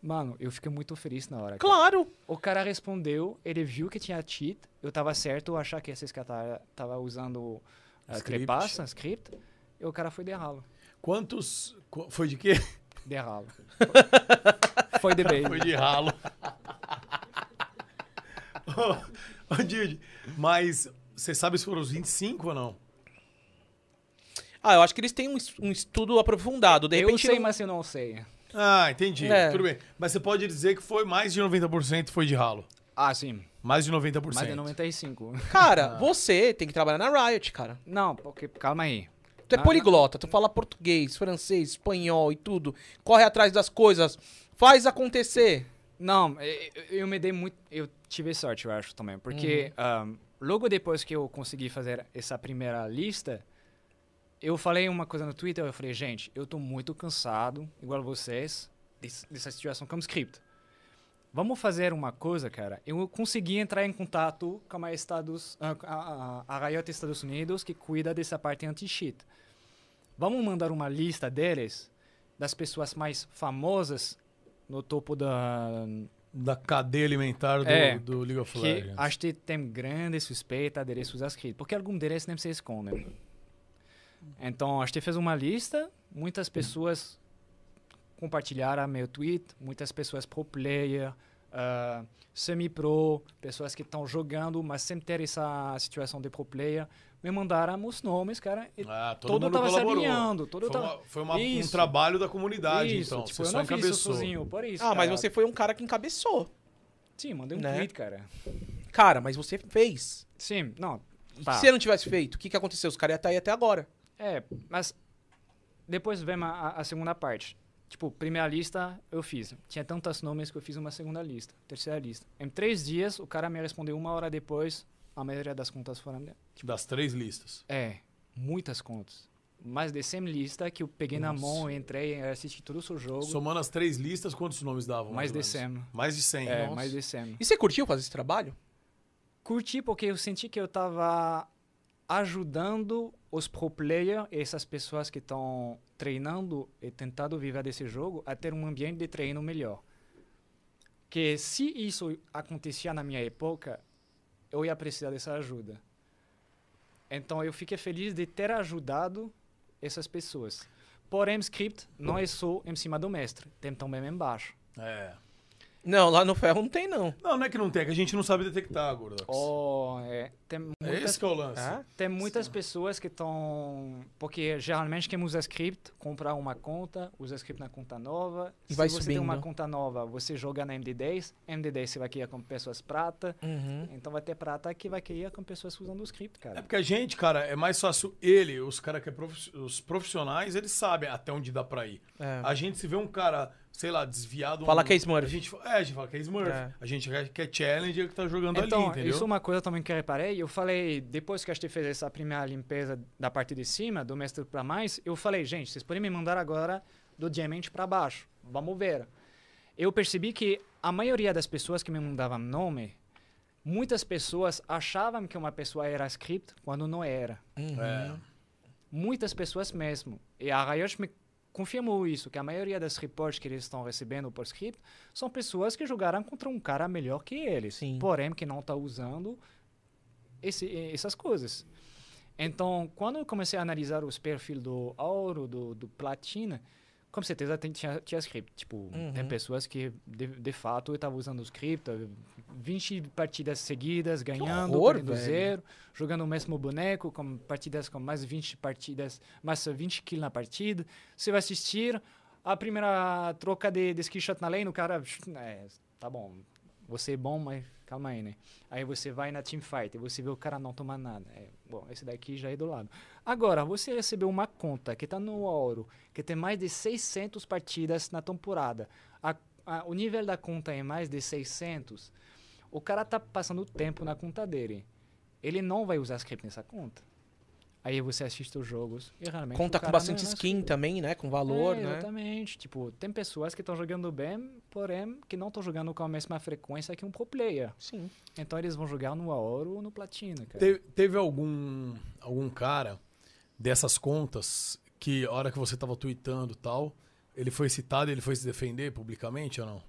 C: Mano, eu fiquei muito feliz na hora. cara.
B: Claro!
C: O cara respondeu, ele viu que tinha cheat, eu tava certo, eu achar que esses caras tava usando uh,
F: Script.
C: trepassa, script, e o cara foi derralo.
F: Quantos. qu- Foi de quê?
C: Derralo. foi de bem.
F: Foi de ralo. ô, ô, Didi, mas você sabe se foram os 25 ou não?
B: Ah, eu acho que eles têm um, es- um estudo aprofundado. De
C: Eu
B: repente.
C: sei,
B: não-
C: mas eu não sei.
F: Ah, entendi.
B: É.
F: Tudo bem. Mas você pode dizer que foi mais de 90% foi de ralo.
C: Ah, sim. é
F: Mais de 90%.
C: Mais de 95.
B: Cara,
C: Ah.
B: você tem que trabalhar na Riot, cara.
C: Não, porque, calma aí.
B: Tu é
C: Ah, Não,
B: poliglota, tu fala português, francês, espanhol e tudo. Corre atrás das coisas, faz acontecer.
C: Não, eu, eu me dei muito. Eu tive sorte, eu acho também. Porque ah, logo depois que eu consegui fazer essa primeira lista, eu falei uma coisa no Twitter. Eu falei, gente, eu tô muito cansado, igual vocês, des- dessa situação com o script. Vamos fazer uma coisa, cara. Eu consegui entrar em contato com a, Estados, ah, com a, a, a Riot Estados Unidos, que cuida dessa parte anti-cheat. Vamos mandar uma lista deles, das pessoas mais famosas no topo da,
F: Da cadeia alimentar do,
C: É.
F: do League of
C: que
F: Legends.
C: acho que tem grande suspeita de endereços escritos, porque alguns endereços nem se escondem. né? Então, acho que fez uma lista, muitas pessoas compartilharam meu tweet, muitas pessoas pro player, ah, semi-pro, pessoas que estão jogando, mas sem ter essa situação de pro player, me mandaram os nomes, cara, e
F: Ah, todo,
C: todo
F: mundo
C: tava se
F: colaborou.
C: alinhando, todo
F: foi
C: tava-
F: uma- foi uma- um
C: Isso.
F: trabalho da comunidade,
C: isso,
F: então.
C: tipo,
F: você
C: eu
F: só
C: não fiz isso
F: encabeçou.
C: sozinho, por isso,
B: Ah, mas
C: cara.
B: você foi um cara que encabeçou.
C: Sim, mandei um
B: Né?
C: tweet, cara.
B: Cara, mas você fez.
C: Sim, não,
B: E
C: Tá.
B: Se você não tivesse feito, o que, que aconteceu? Os caras iam estar aí até agora.
C: É, mas depois vem a, a- a segunda parte. Tipo, primeira lista eu fiz. Tinha tantos nomes que eu fiz uma segunda lista, terceira lista. Em três dias, o cara me respondeu uma hora depois, a maioria das contas foram... de-
F: Das três listas.
C: É, muitas contas. Mais de 100 listas que eu peguei na mão, entrei, assisti todo o seu jogo.
F: Somando as três listas, quantos nomes davam?
C: mais de
F: ou menos?
C: 100.
F: Mais de 100.
C: É,
F: nossa.
C: mais de 100.
B: E você curtiu fazer esse trabalho?
C: Curti porque eu senti que eu tava ajudando os pro player, essas pessoas que estão treinando e tentando viver desse jogo, a ter um ambiente de treino melhor. Que se isso acontecia na minha época, eu ia precisar dessa ajuda. Então eu fiquei feliz de ter ajudado essas pessoas. Porém, script não é só em cima do mestre, tem também embaixo.
F: É.
B: Não, lá no ferro não tem, não.
F: Não, não é que não tem, é que a gente não sabe detectar, Gordox.
C: Oh, é, tem
F: é
C: muitas
F: esse que é o lance.
B: Ah,
C: Tem muitas pessoas que estão. Porque geralmente quem usa script, compra uma conta, usa script na conta nova.
B: E
C: Se
B: vai
C: você tem uma
B: subindo.
C: conta nova, você joga na MD10. MD10 você vai criar com pessoas prata.
B: Uhum.
C: Então vai ter prata que vai criar com pessoas usando o script,
F: É
C: cara.
F: porque a gente, cara, é mais fácil ele, os cara que é profi- os profissionais, eles sabem até onde dá pra ir.
B: É.
F: A gente se vê um cara, sei lá, desviado.
B: Fala
F: um-
B: que é Smurf.
F: A gente, fa- é, a gente fala que é Smurf.
B: É.
F: A gente quer- quer challenger que tá jogando ali,
C: Então,
F: entendeu?
C: isso é uma coisa também que eu reparei. Eu falei, depois que a gente fez essa primeira limpeza da parte de cima, do mestre para mais, eu falei, gente, vocês podem me mandar agora do diamante para baixo. Vamos ver. Eu percebi que a maioria das pessoas que me mandavam nome, muitas pessoas achavam que uma pessoa era script quando não era.
F: É.
C: Muitas pessoas mesmo. E a Riot me confirmou isso, que a maioria das reportes que eles estão recebendo por script são pessoas que jogaram contra um cara melhor que eles.
B: Sim.
C: Porém, que não está usando esse, essas coisas. Então, quando eu comecei a analisar os perfis do ouro, do, do platina, com certeza tem, tinha, tinha script. Tipo, tem pessoas que, de, de fato, estavam usando script, eh, 20 partidas seguidas, ganhando,
B: horror,
C: perdendo
B: velho.
C: zero, jogando o mesmo boneco, com partidas com mais 20 partidas, mais 20 kills na partida. Você vai assistir a primeira troca de, de skill shot na lane, o cara... É, tá bom, você é bom, mas calma aí, né? Aí você vai na teamfight e você vê o cara não tomar nada. É, bom, esse daqui já é do lado. Agora, você recebeu uma conta que tá no ouro, que tem mais de 600 partidas na temporada. A- a- o nível da conta é mais de 600. O cara tá passando tempo na conta dele. ele não vai usar script nessa conta. Aí você assiste os jogos e realmente.
B: Conta
C: o
B: com
C: cara
B: bastante
C: não- não
B: skin também, né? Com valor,
C: é,
B: né?
C: Exatamente. Tipo, tem pessoas que estão jogando bem, porém, que não estão jogando com a mesma frequência que um pro player.
B: Sim.
C: Então eles vão jogar no ouro ou no platina, cara.
A: Teve, teve algum, algum cara dessas contas que, a hora que você tava tweetando e tal, ele foi citado e ele foi se defender publicamente ou não?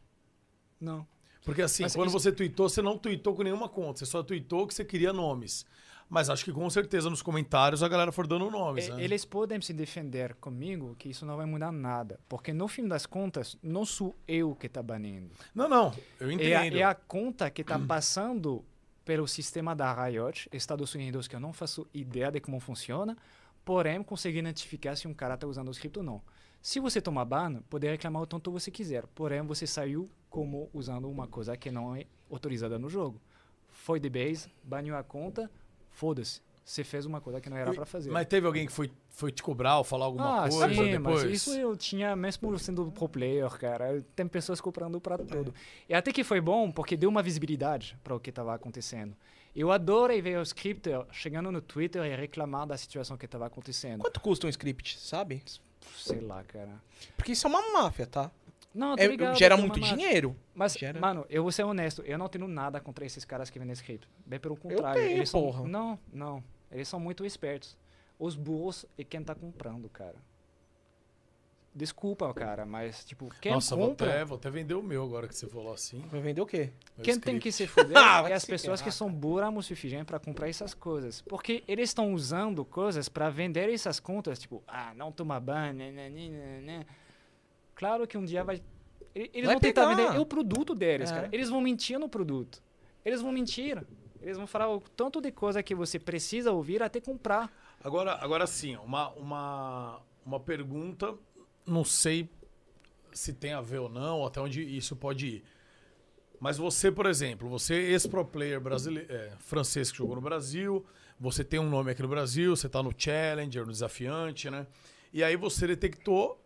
C: Não.
A: Porque assim,
C: Mas
A: quando
C: isso-
A: você tweetou, você não tweetou com nenhuma conta, você só tweetou que você queria nomes. Mas acho que com certeza nos comentários a galera for dando nomes,
C: E-
A: né?
C: É, Eles podem se defender comigo que isso não vai mudar nada. Porque no fim das contas, não sou eu que tá banindo.
A: Não, não, eu entendo.
C: É a, é a conta que tá passando pelo sistema da Riot, Estados Unidos, que eu não faço ideia de como funciona, porém consegui identificar se um cara tá usando o script ou não. Se você tomar ban, pode reclamar o tanto você quiser, porém você saiu como usando uma coisa que não é autorizada no jogo. Foi de base, baniu a conta, foda-se. Você fez uma coisa que não era pra fazer.
A: Mas teve alguém que foi, foi te cobrar ou falar alguma
C: ah,
A: coisa
C: sim,
A: depois?
C: mas isso eu tinha mesmo sendo pro player, cara. Tem pessoas comprando pra tudo. E até que foi bom, porque deu uma visibilidade para o que tava acontecendo. Eu adorei ver o scripter chegando no Twitter e reclamar da situação que tava acontecendo.
B: Quanto custa um script, sabe?
C: Sei lá, cara.
B: Porque isso é uma máfia, tá?
C: Não, tô
B: É,
C: ligado,
B: gera
C: tem uma
B: muito
C: marca.
B: dinheiro.
C: Mas,
B: Gera-
C: mano, eu vou ser honesto, eu não tenho nada contra esses caras que vendem script. Bem pelo contrário.
B: tenho,
C: eles
B: porra.
C: São... Não, não. Eles são muito espertos. Os burros e quem tá comprando, cara. Desculpa, cara, mas, tipo, quem
A: Nossa, vou
C: compra...
A: até, vou até vender o meu agora que você falou assim.
B: Vai vender o quê?
A: meu
C: Quem tem
A: script.
C: que se fuder
B: Ah,
C: é
B: vai
C: as
B: se
C: pessoas que
B: ferrar,
C: são buramos o suficiente para comprar essas coisas. Porque eles estão usando coisas para vender essas contas, tipo, ah, não toma ban, né, né, né, né, né. Claro que um dia vai. e- Eles
B: Vai
C: vão tentar
B: pegar.
C: vender o produto deles,
B: É.
C: cara. Eles vão mentir no produto. Eles vão mentir. Eles vão falar o tanto de coisa que você precisa ouvir até comprar.
A: Agora, agora sim, uma, uma, uma pergunta, não sei se tem a ver ou não, até onde isso pode ir. Mas você, por exemplo, você ex-pro player brasileiro, francês que jogou no Brasil, você tem um nome aqui no Brasil, você está no Challenger, no Desafiante, né? E aí você detectou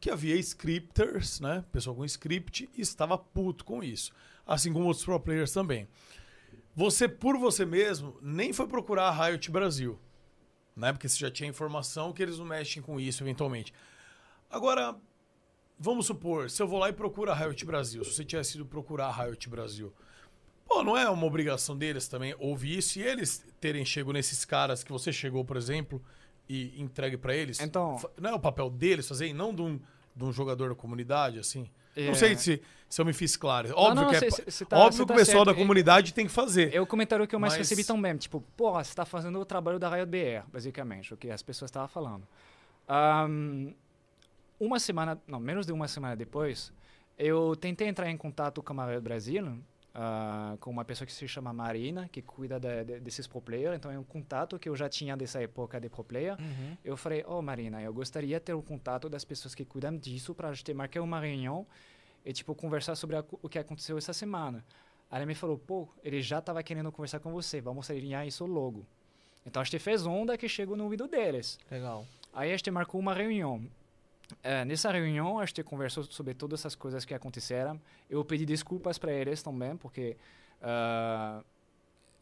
A: que havia scripters, né? Pessoal com script e estava puto com isso. Assim como outros pro players também. Você, por você mesmo, nem foi procurar a Riot Brasil né? Porque você já tinha informação que eles não mexem com isso eventualmente. Agora, vamos supor, se eu vou lá e procuro a Riot Brasil, se você tivesse ido procurar a Riot Brasil, pô, não é uma obrigação deles também ouvir isso e eles terem chego nesses caras que você chegou, por exemplo, e entregue pra eles?
C: Então-
A: Fa- Não é o papel deles fazer e não de um, de um jogador da comunidade, assim?
C: É.
A: Não sei se, se eu me fiz claro. Óbvio
C: não,
A: que, é,
C: cê-
A: pa-
C: cê- cê tá-
A: óbvio
C: cê
A: que
C: tá
A: o pessoal
C: certo.
A: da comunidade tem que fazer.
C: É o comentário que eu mais
A: Mas-
C: recebi também. Tipo, porra, você tá fazendo o trabalho da Riot BR, basicamente, o que as pessoas estavam falando. Ahn, uma semana, não, menos de uma semana depois, eu tentei entrar em contato com a Riot Brasil, ah, com uma pessoa que se chama Marina, que cuida da- de- desses pro player. Então é um contato que eu já tinha dessa época de pro player.
B: Uhum.
C: Eu falei, ó, Marina, eu gostaria de ter o contato das pessoas que cuidam disso para a gente marcar uma reunião e, tipo, conversar sobre a co- o que aconteceu essa semana. Aí ela me falou, pô, ele já estava querendo conversar com você, vamos alinhar isso logo. Então a gente fez onda que chegou no ouvido deles.
B: Legal.
C: Aí a gente marcou uma reunião. É, nessa reunião a gente conversou sobre todas essas coisas que aconteceram. Eu pedi desculpas para eles também, porque ah,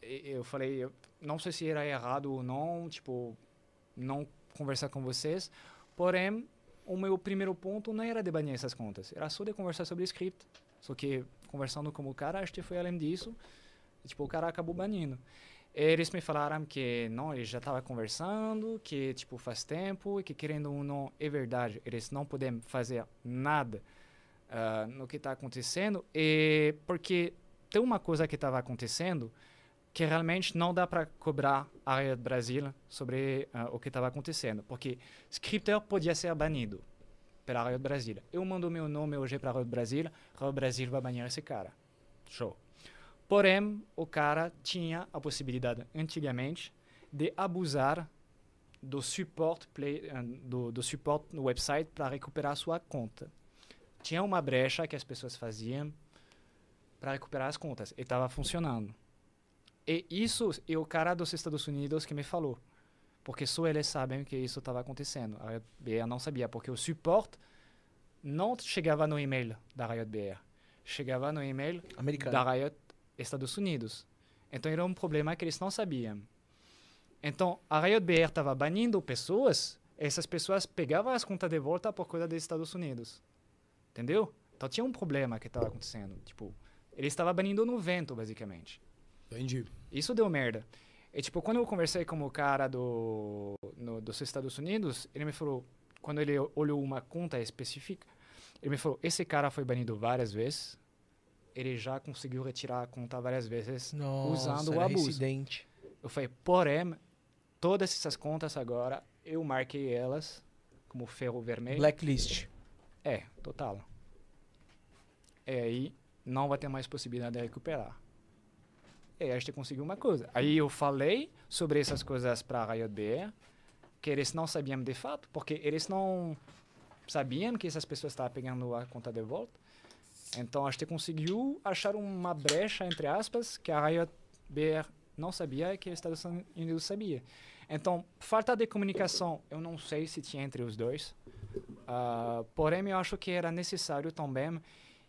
C: e- eu falei, eu não sei se era errado ou não, tipo, não conversar com vocês. Porém, o meu primeiro ponto não era de banir essas contas, era só de conversar sobre script. Só que conversando com o cara, a gente foi além disso. E, tipo, o cara acabou banindo. Eles me falaram que não, eles já estavam conversando, que tipo faz tempo, e que querendo ou não, é verdade, eles não podem fazer nada ah, no que está acontecendo, e porque tem uma coisa que estava acontecendo que realmente não dá para cobrar a área do Brasil sobre ah, o que estava acontecendo, porque scripter podia ser banido pela área do Brasil. Eu mando meu nome hoje para a área do Brasil, a área do Brasil vai banir esse cara. Show. Porém, o cara tinha a possibilidade, antigamente, de abusar do suporte play- eh, do, do suporte no website para recuperar sua conta. Tinha uma brecha que as pessoas faziam para recuperar as contas e estava funcionando. E isso é o cara dos Estados Unidos que me falou. Porque só eles sabem que isso estava acontecendo. A Riot BR não sabia, porque o suporte não chegava no e-mail da Riot BR. Chegava no e-mail
B: Americano.
C: da Riot Estados Unidos. Então era um problema que eles não sabiam. Então a Riot BR estava banindo pessoas, essas pessoas pegavam as contas de volta por causa dos Estados Unidos. Entendeu? Então tinha um problema que estava acontecendo. Tipo, ele estava banindo no vento, basicamente.
A: Entendi.
C: Isso deu merda. E, tipo, quando eu conversei com o cara do, no, dos Estados Unidos, ele me falou, quando ele olhou uma conta específica, ele me falou, esse cara foi banido várias vezes, ele já conseguiu retirar a conta várias vezes usando o abuso.
B: Residente.
C: Eu falei, porém, todas essas contas agora, eu marquei elas como ferro vermelho.
B: Blacklist.
C: É, total. É, E aí, não vai ter mais possibilidade de recuperar. E aí a gente conseguiu uma coisa. Aí eu falei sobre essas coisas para a Riot BR, que eles não sabiam de fato, porque eles não sabiam que essas pessoas estavam pegando a conta de volta. Então a gente conseguiu achar uma brecha, entre aspas, que a Riot BR não sabia e que os Estados Unidos sabia. Então, falta de comunicação, eu não sei se tinha entre os dois. Ah, porém, eu acho que era necessário também,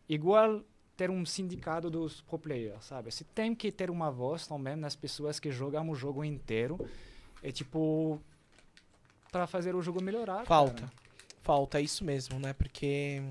C: igual ter um sindicato dos pro players, sabe? Você tem que ter uma voz também nas pessoas que jogam o jogo inteiro. É tipo. para fazer o jogo melhorar.
B: Falta.
C: cara.
B: Falta, é isso mesmo, né? Porque.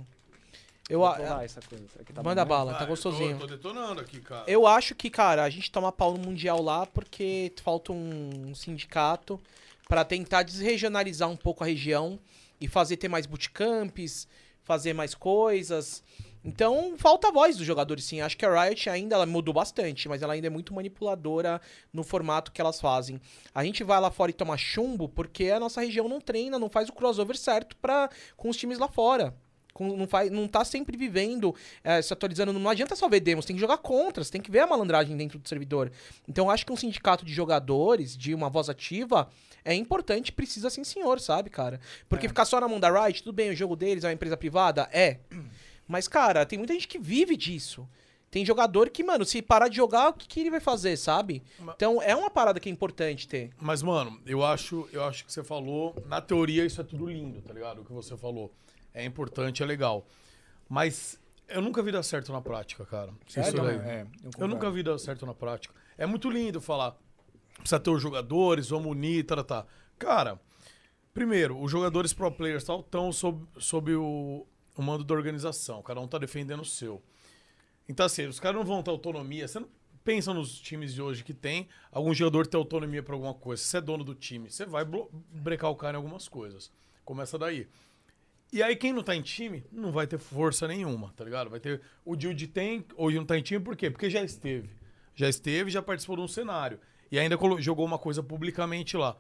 B: Eu,
C: Vou
B: a-
C: colar essa coisa. Será que tá
B: Manda
C: bom, né?
B: bala, tá gostosinho.
G: Ah, Eu tô, detonando aqui,
A: Ah.
G: cara.
B: Eu acho que, cara, a gente toma pau no Mundial lá porque falta um sindicato pra tentar desregionalizar um pouco a região e fazer ter mais bootcamps, fazer mais coisas. Então, falta a voz dos jogadores, sim. Acho que a Riot ainda ela mudou bastante, mas ela ainda é muito manipuladora no formato que elas fazem. A gente vai lá fora e toma chumbo porque a nossa região não treina, não faz o crossover certo pra, com os times lá fora. Com- não, faz, não tá sempre vivendo, eh, se atualizando. Não adianta só ver demos, tem que jogar contra, você tem que ver a malandragem dentro do servidor. Então eu acho que um sindicato de jogadores, de uma voz ativa, é importante, precisa sim senhor, sabe, cara? Porque
A: É.
B: ficar só na mão da Riot, tudo bem, o jogo deles é uma empresa privada? É. Mas, cara, tem muita gente que vive disso. Tem jogador que, mano, se parar de jogar, o que, que ele vai fazer, sabe? Então é uma parada que é importante ter.
A: Mas, mano, eu acho, eu acho que você falou. Na teoria, isso é tudo lindo, tá ligado? O que você falou. É importante, é legal. Mas eu nunca vi dar certo na prática, cara.
C: É,
A: Isso
C: não,
A: daí.
C: é,
A: Eu nunca vi dar certo na prática. É muito lindo falar. Precisa ter os jogadores, vamos unir, tá, tá, tá. Cara, primeiro, os jogadores pro players tal estão sob, sob o, o mando da organização. Cada um tá defendendo o seu. Então, assim, os caras não vão ter autonomia. Você não pensa nos times de hoje que tem algum jogador ter autonomia pra alguma coisa. Você é dono do time, você vai blo- brecar o cara em algumas coisas. Começa daí. E aí, quem não tá em time, não vai ter força nenhuma, tá ligado? Vai ter. O Dilde tem, hoje não tá em time, por quê? Porque já esteve. Já esteve, já participou de um cenário. E ainda colo- jogou uma coisa publicamente lá.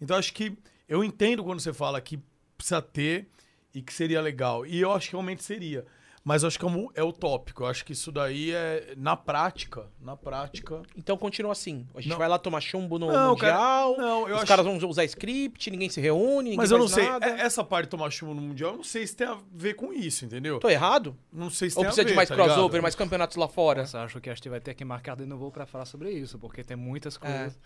A: Então, acho que. Eu entendo quando você fala que precisa ter e que seria legal. E eu acho que realmente seria. Mas eu acho que é um- é utópico. Eu acho que isso daí é. Na prática. Na prática.
B: Então continua assim. A gente
A: Não.
B: vai lá tomar chumbo no
A: Não, cara,
B: Mundial.
A: não, eu
B: os
A: acho-
B: caras vão usar script, ninguém se reúne, ninguém
A: Mas eu não
B: faz
A: sei.
B: nada.
A: é- Essa parte de tomar chumbo no Mundial, eu não sei se tem a ver com isso, entendeu?
B: Tô errado?
A: Não sei se
B: Ou
A: tem
B: precisa
A: a ver,
B: de mais
A: tá ligado?
B: crossover, mais campeonatos lá fora?
C: Nossa, acho que a gente vai ter que marcar de novo para falar sobre isso, porque tem muitas
B: É.
C: coisas.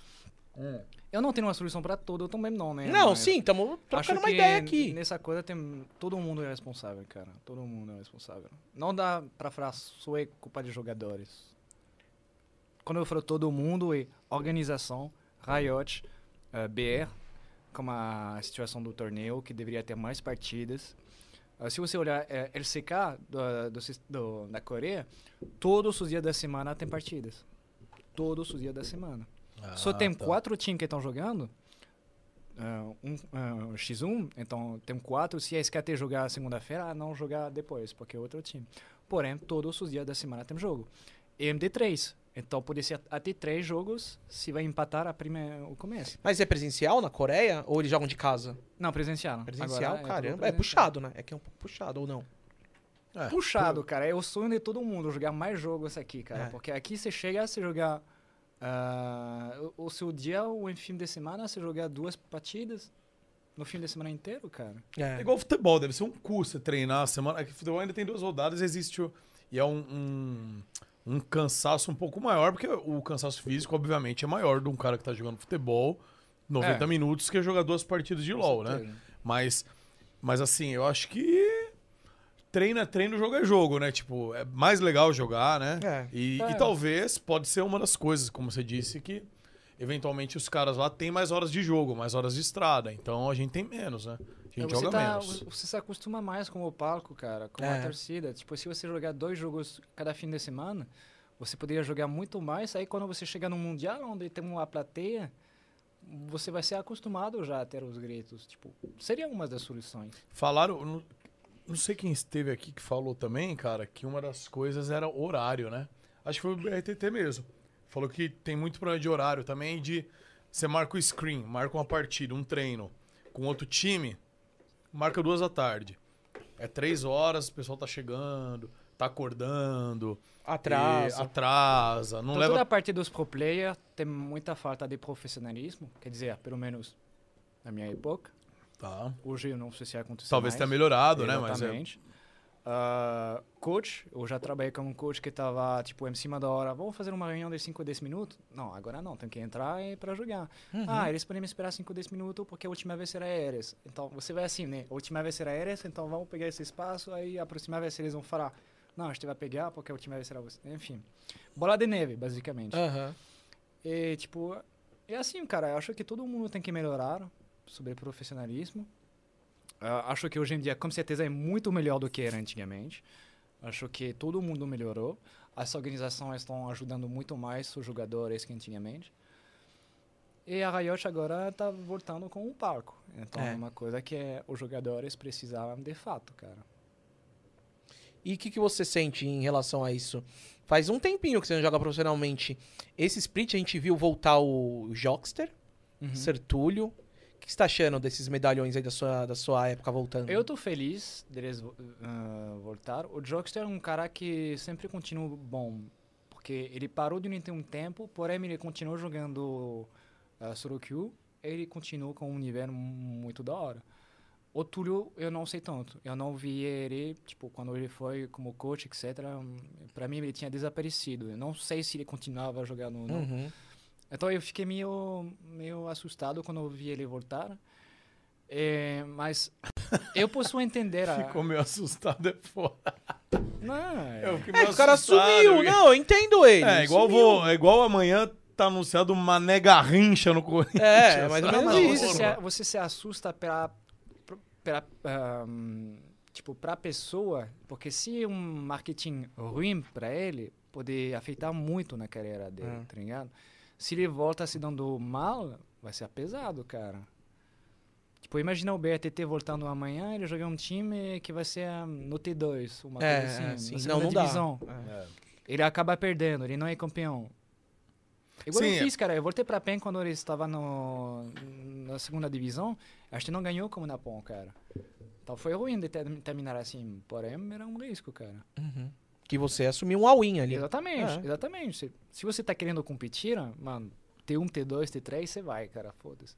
C: Eu não tenho uma solução para tudo, eu também não, né?
B: Não,
C: Mas
B: sim, estamos
C: acho
B: trocando uma
C: que
B: ideia
C: n-
B: aqui.
C: Nessa coisa tem todo mundo é responsável, cara. Todo mundo é responsável. Não dá para falar só é culpa de jogadores. Quando eu falo todo mundo é organização, Riot, eh, BR, como a situação do torneio que deveria ter mais partidas. Ah, se você olhar eh, LCK do, do sis- do- da Coreia, todos os dias da semana tem partidas. Todos os dias da semana. Só tem
B: Ah, tá.
C: quatro times que estão jogando. ah, um, ah, X1, então tem quatro. Se a SKT jogar segunda-feira, ah, não jogar depois, porque é outro time. Porém, todos os dias da semana tem jogo. MD3, então pode ser até três jogos se vai empatar a primeira, o começo.
B: Mas é presencial na Coreia? Ou eles jogam de casa?
C: Não, presencial.
B: Presencial,
C: Agora, tudo
B: caramba. É,
C: presencial.
B: puxado, né? É que é um pouco puxado, ou não?
A: É,
C: puxado, cara. É o sonho de todo mundo jogar mais jogos aqui, cara.
B: É.
C: Porque aqui você chega, você jogar ah, o- o seu dia, ou em fim de semana, você jogar duas partidas no fim de semana inteiro, cara.
B: É.
A: É igual futebol, deve ser um curso você treinar a semana. É que futebol ainda tem duas rodadas, existe. o- E é um, um, um cansaço um pouco maior, porque o cansaço físico, obviamente, é maior de um cara que tá jogando futebol 90
C: É.
A: minutos né? que jogar duas partidas de LOL, né?
C: certeza.
A: Mas, mas assim, eu acho que treino é treino, jogo é jogo, né? Tipo, é mais legal jogar, né?
H: É.
A: E, e talvez pode ser uma das coisas, como você disse, que eventualmente os caras lá têm mais horas de jogo, mais horas de estrada. Então a gente tem menos, né? A gente
C: você,
A: joga
C: tá-
A: menos.
C: você se acostuma mais com o palco, cara, com
H: É.
C: a torcida. Tipo, se você jogar dois jogos cada fim de semana, você poderia jogar muito mais. Aí quando você chegar no Mundial, onde tem uma plateia, você vai ser acostumado já a ter os gritos. Tipo, seria uma das soluções.
A: Falaram. Não, não sei quem esteve aqui que falou também, cara, que uma das coisas era horário, né? Acho que foi o BRTT mesmo. Falou que tem muito problema de horário também, de você marca o screen, marca uma partida, um treino com outro time, marca duas da tarde. É três horas, o pessoal tá chegando, tá acordando, e
H: Atrás.
A: atrasa não
C: Então,
A: leva
C: Toda a parte dos pro player tem muita falta de profissionalismo. Quer dizer, pelo menos na minha época.
A: Tá.
C: Hoje eu não sei se aconteceu
A: Talvez
C: mais.
A: tenha melhorado, né? Mas é-
C: Exatamente. Ah, coach, eu já trabalhei com um coach que tava, tipo, em cima da hora, vamos fazer uma reunião de 5 ou 10 minutos? Não, agora não, tem que entrar e para jogar. Ah, eles podem me esperar 5 ou 10 minutos porque a última vez era eles. Então, você vai assim, né? A última vez era eles, então vamos pegar esse espaço, aí a próxima vez eles vão falar, não, a gente vai pegar porque a última vez era você. Enfim, bola de neve, basicamente.
H: Aham.
C: E, tipo, é assim, cara. Eu acho que todo mundo tem que melhorar sobre profissionalismo. Ah, acho que hoje em dia, com certeza, é muito melhor do que era antigamente. Acho que todo mundo melhorou. As organizações estão ajudando muito mais os jogadores que antigamente. E a Riot agora tá voltando com o palco. Então é,
H: É.
C: uma coisa que eh, os jogadores precisavam de fato, cara.
H: E o que, que você sente em relação a isso? Faz um tempinho que você não joga profissionalmente. Esse split a gente viu voltar o Jockster,
A: Uhum.
H: Sertúlio. O que você tá achando desses medalhões aí da sua, da sua época voltando?
C: Eu tô feliz deles vo- ah, voltar. O Jokster é um cara que sempre continua bom. Porque ele parou durante um tempo, porém ele continuou jogando uh, Sorokyu. Ele continuou com um nível muito da hora. O Túlio, eu não sei tanto. Eu não vi ele, tipo, quando ele foi como coach, etc. hum, Pra mim, ele tinha desaparecido. Eu não sei se ele continuava jogando ou não.
H: Uhum.
C: Então eu fiquei meio, meio assustado quando eu vi ele voltar. É, mas eu posso entender a...
A: Ficou meio assustado, é foda.
C: Não, é-
A: Eu fiquei
H: É,
A: meio
H: que o cara
A: assustado,
H: sumiu.
A: porque-
H: Não, eu entendo ele.
A: É, igual,
H: sumiu.
A: vou, é igual amanhã tá anunciado o Mané Garrincha no Corinthians.
H: É, mais ou
C: Não,
H: menos
C: mas
H: isso.
C: você, se, você se assusta pela, pela ahm, tipo para pessoa, porque se um marketing ruim para ele pode afetar muito na carreira dele,
H: É.
C: tá ligado? Se ele volta se dando mal, vai ser pesado, cara. Tipo, imagina o BRTT voltando amanhã, ele jogar um time que vai ser ah, no T2, uma
H: É,
C: coisa assim,
H: é,
C: na
H: sim.
C: segunda
H: Não, não dá.
C: divisão.
A: É.
C: Ele acaba perdendo, ele não é campeão. Igual
A: Sim, é.
C: eu fiz, cara. Eu voltei pra PEN quando ele estava no, na segunda divisão. A gente não ganhou como na PEN, cara. Então foi ruim de ter, terminar assim. Porém, era um risco, cara.
H: Que você assumiu um all-in ali.
C: Exatamente,
H: É.
C: exatamente. Se, se você tá querendo competir, mano, T1, T2, T3, você vai, cara. Foda-se.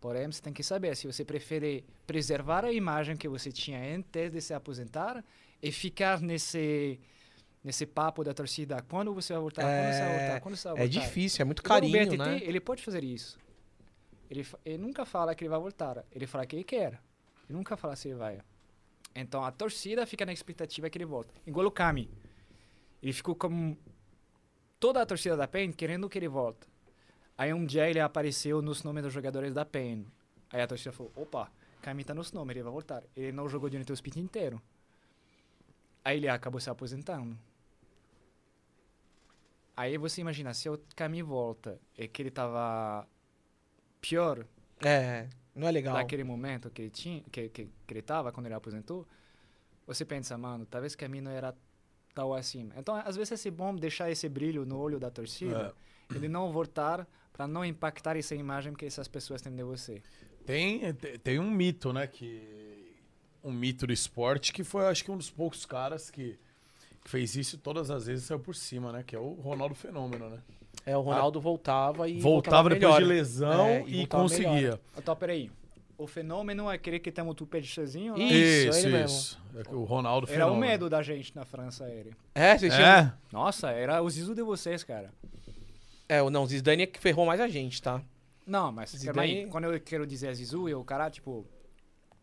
C: Porém, você tem que saber se você prefere preservar a imagem que você tinha antes de se aposentar e ficar nesse nesse papo da torcida quando você vai voltar, quando você vai
H: É,
C: voltar, quando você vai voltar.
H: É difícil, é muito
C: Então,
H: carinho,
C: o BRTT,
H: né?
C: ele pode fazer isso. Ele, fa- ele nunca fala que ele vai voltar. Ele fala que ele quer. Ele nunca fala se ele vai. Então a torcida fica na expectativa que ele volta. Igual o Kami. Ele ficou como toda a torcida da PEN querendo que ele volta. Aí um dia ele apareceu nos nomes dos jogadores da PEN. Aí a torcida falou: opa, Kami tá nos nomes, ele vai voltar. Ele não jogou durante o split inteiro. Aí ele acabou se aposentando. Aí você imagina, se o Kami volta e que ele tava pior
H: É, não é legal.
C: naquele momento que ele tinha, que, que, que ele tava quando ele aposentou, você pensa, mano, talvez o Kami não era tal assim. Então, às vezes é bom deixar esse brilho no olho da torcida, ele não voltar pra não impactar essa imagem que essas pessoas têm de você.
A: Tem, te- tem um mito, né? Que, um mito do esporte que foi, acho que, um dos poucos caras que, que fez isso e todas as vezes saiu por cima, né? Que é o Ronaldo Fenômeno, né?
H: É, o Ronaldo voltava e.
A: voltava depois
H: melhor.
A: de lesão
H: É,
A: e,
H: voltava melhor.
A: conseguia.
C: Então, peraí. O fenômeno é aquele que tem o tupetichezinho,
H: Ih,
C: né?
H: Isso,
A: Isso,
H: ele mesmo.
A: isso. É que o Ronaldo
C: Era o
A: Fenômeno.
C: medo da gente na França, ele.
H: É, vocês tinham.
A: É?
C: Nossa, era o Zizu de vocês, cara.
H: É, o- não, o Zidane é que ferrou mais a gente, tá?
C: Não, mas
H: Zidane-
C: calma aí, quando eu quero dizer Zizou, eu, cara, tipo,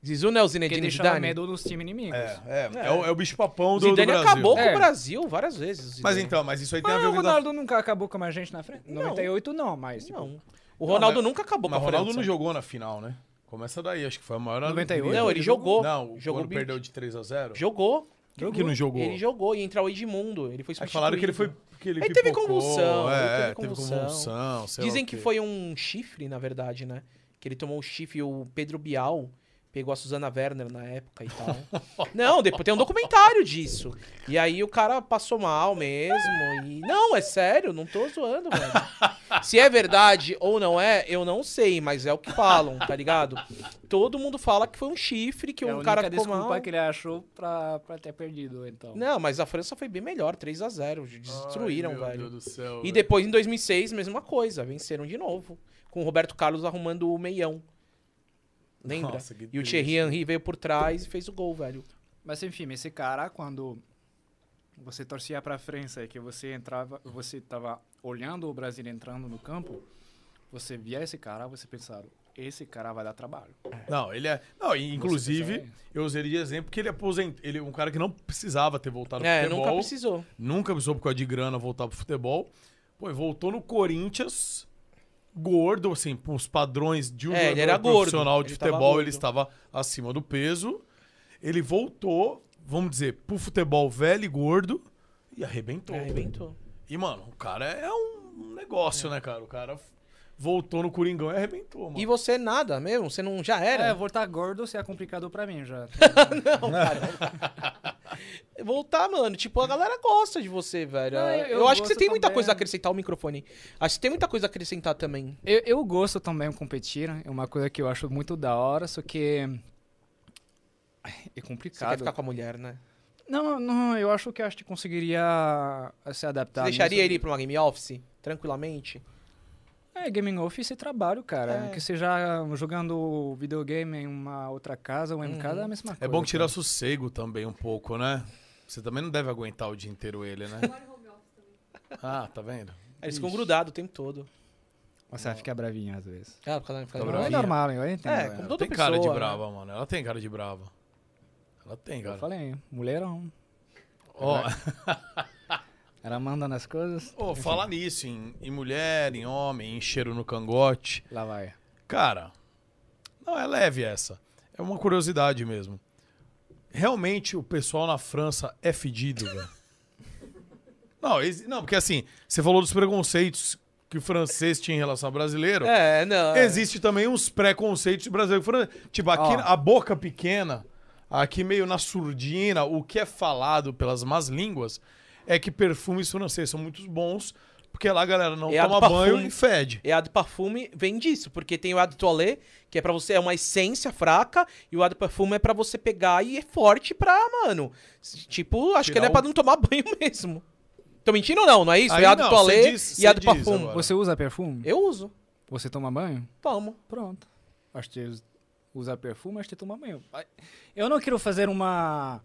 B: Zizou não é o
C: Porque
B: Zinedine
C: deixava
B: Zidane?
C: medo nos times inimigos.
A: É, é, é o, é o bicho papão
B: O
A: do, do
B: Zidane
A: Brasil.
B: acabou com
C: É.
B: o Brasil várias vezes. o
A: Mas
B: Zidane.
A: então, mas isso aí tem a
C: Ah,
A: ver
C: o
A: com... da-
C: Ronaldo nunca acabou com mais gente na frente? 98 não, mas. tipo,
B: Não. O Ronaldo
A: mas-
B: nunca acabou
A: Mas o
B: com a
A: Ronaldo
B: França.
A: não jogou na final, né? Começa daí, acho que foi a maior...
C: 98?
A: alegria.
B: Não, ele jogou.
A: né? Não,
B: jogou
A: jogou quando
B: bem.
A: perdeu de 3x0.
B: Jogou.
A: Quem que não jogou?
B: Ele jogou e entrar o Edmundo. Ele foi
A: Aí
B: substituído.
A: falaram que ele foi... Que ele
B: Ele teve
A: pipocou,
B: convulsão, ele
A: É,
B: teve
A: é, teve
B: convulsão.
A: convulsão, sei lá
B: Dizem
A: o
B: que
A: quê.
B: foi um chifre, na verdade, né? Que ele tomou um chifre e o Pedro Bial pegou a Susana Werner na época e tal. não, depois tem um documentário disso. E aí o cara passou mal mesmo. E... Não, é sério, não tô zoando, velho. Se é verdade ou não é, eu não sei, mas é o que falam, tá ligado? Todo mundo fala que foi um chifre, que
C: é a
B: um
C: única
B: cara ficou
C: desculpa
B: mal.
C: que ele achou pra, pra ter perdido, então.
B: Não, mas a França foi bem melhor, 3 a 0 Destruíram,
A: Ai,
B: velho.
A: Meu Deus do céu.
B: E
A: velho.
B: depois, em 2006, mesma coisa. Venceram de novo. Com o Roberto Carlos arrumando o meião. Lembra?
A: Nossa, que
B: e o
A: triste.
B: Thierry Henry veio por trás e fez o gol, velho.
C: Mas enfim, esse cara, quando você torcia pra França e que você entrava, você tava olhando o Brasil entrando no campo, você via esse cara, você pensava, esse cara vai dar trabalho.
A: Não, ele é. Não, e,
C: pensava
A: inclusive,
C: isso?
A: eu usei de exemplo que ele aposent... ele é um cara que não precisava ter voltado pro
B: É,
A: futebol.
B: nunca precisou.
A: Nunca precisou por causa de grana voltar pro futebol. Pô, e voltou no Corinthians gordo, assim, os padrões de um
B: É, ele
A: jogador
B: era gordo.
A: profissional de
B: Ele tava
A: futebol,
B: gordo.
A: ele estava acima do peso. Ele voltou, vamos dizer, pro futebol velho e gordo e arrebentou.
B: É, Arrebentou.
A: E, mano, o cara é um negócio, né, cara? O cara f- voltou no Coringão e arrebentou, mano.
B: É. E você nada mesmo? Você não já
C: É,
B: era?
C: voltar gordo se é complicado pra mim já.
B: Voltar, mano. Tipo, a galera gosta de você, velho.
C: Não,
B: eu,
C: eu- eu
B: acho que você
C: gosto
B: tem muita
C: também.
B: coisa a acrescentar o microfone. Acho que você tem muita coisa a acrescentar também.
C: Eu, eu gosto também de competir, é uma coisa que eu acho muito da hora, só que é
B: Você
C: complicado.
B: quer ficar com a mulher, né?
C: Não, não, eu acho que a gente conseguiria eh, se
B: Você
C: adaptar.
B: deixaria
C: nisso.
B: ele pra uma game office? Tranquilamente?
C: É, gaming office é trabalho, cara.
B: É.
C: Que seja jogando videogame em uma outra casa ou em
B: Uhum.
C: casa, é a mesma coisa.
A: É bom tirar
C: cara.
A: sossego também um pouco, né? Você também não deve aguentar o dia inteiro ele, né? Ah, tá vendo?
B: Eles ficam grudados o tempo todo.
C: Você fica bravinho às vezes.
B: Ah, por causa, por
A: Tá
B: causa da-
C: Não é
A: bravinha.
C: normal, eu entendo.
B: É,
C: eu-
B: como
A: Ela
B: toda
A: tem cara de
B: pessoa, né?
A: brava, mano. Ela tem cara de brava. Ela tem,
C: Eu
A: cara.
C: falei, mulherão.
B: é,
A: Ó,
B: né?
C: Ela manda nas coisas,
A: oh, falar nisso, em, em mulher, em homem, em cheiro no cangote.
C: lá vai.
A: Cara, não é leve essa. É uma curiosidade mesmo. Realmente o pessoal na França é fedido, velho. Não, exi- não, porque assim, você falou dos preconceitos que o francês tinha em relação ao brasileiro.
B: É, não. é.
A: Existe também uns preconceitos brasileiros. Fran- Tipo, aqui
C: Ó.
A: a boca pequena, aqui meio na surdina, o que é falado pelas más línguas é que perfumes franceses são muito bons, porque lá a galera não
B: É a do
A: toma banho
B: perfume.
A: e fede.
B: E a de parfume vem disso, porque tem o a de toilé, que é pra você, é uma essência fraca, e o a de parfume é pra você pegar e é forte pra, mano. s- Tipo, acho que
A: Tirar
B: ele é pra
A: o-
B: não tomar banho mesmo. Tô mentindo ou não, não é isso?
A: Aí
B: é a de
A: não,
B: toilé
A: cê diz-
B: e a
A: cê
B: de
A: diz
B: parfume.
A: agora.
C: Você usa perfume?
B: Eu uso.
C: Você toma banho?
B: Tomo.
C: Pronto. Acho que usa perfume, acho que toma banho. Eu não quero fazer uma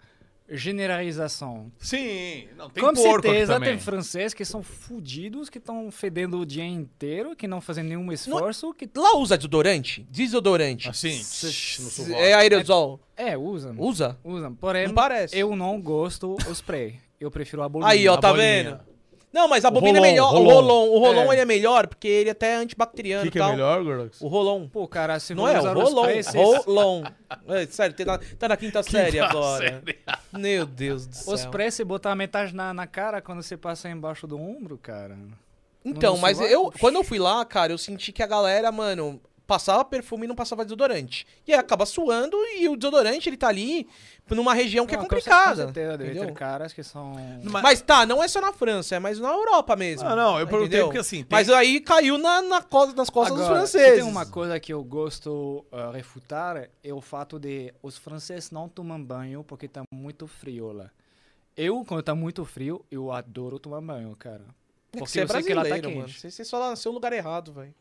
C: generalização.
A: Sim, não tem
C: Com
A: porco aqui
C: certeza
A: também.
C: tem francês que são fudidos, que estão fedendo o dia inteiro, que não fazem nenhum esforço, que...
B: Lá usa desodorante? Desodorante.
A: Assim, no É,
B: S-
A: sovaco.
B: É aerosol.
C: É, usam.
B: Usa?
C: Usam. Porém,
B: Não parece.
C: eu não gosto o spray. Eu prefiro a bolinha.
B: Aí, ó,
A: A
B: tá
A: bolinha.
B: vendo? Não, mas a bobina é
A: rolon,
B: melhor. O
A: rolon.
B: rolon, o rolon
A: É.
B: ele é melhor, porque ele é até
A: O
B: antibacteriano
A: que,
B: e
A: que
B: tal.
A: é melhor, Gordox?
B: Então, O rolon.
C: Pô, cara, se
B: Não
C: vou
B: é,
C: usar
B: o
C: o
B: Rolon.
C: spray, cês-
B: Rolon. É, sério, tá na, tá na quinta, série agora.
A: série.
B: Meu Deus do céu.
C: o spray, você botar metade na, na cara quando você passa embaixo do ombro, cara.
B: Então,
C: no
B: mas
C: celular?
B: eu, quando eu fui lá, cara, eu senti que a galera, mano, passava perfume e não passava desodorante. E aí acaba suando e o desodorante, ele tá ali numa região que é
C: Não, com cer- Com
B: complicada.
C: certeza, deve ter
B: entendeu?
C: caras que são...
B: Mas... tá, não é só na França, é mais na Europa mesmo.
A: Ah, não, eu perguntei
B: entendeu?
A: porque assim, tem-
B: Mas aí caiu na, na costa, nas costas dos
C: Agora, se
B: franceses.
C: tem uma coisa que eu gosto ah, refutar é o fato de os franceses não tomam banho porque tá muito frio lá. Eu, quando tá muito frio, eu adoro tomar banho, cara.
B: É que
C: Porque
B: você é
C: eu sei que ela tá
B: brasileiro, mano.
C: quente.
B: Você, você só nasceu no lugar errado, velho.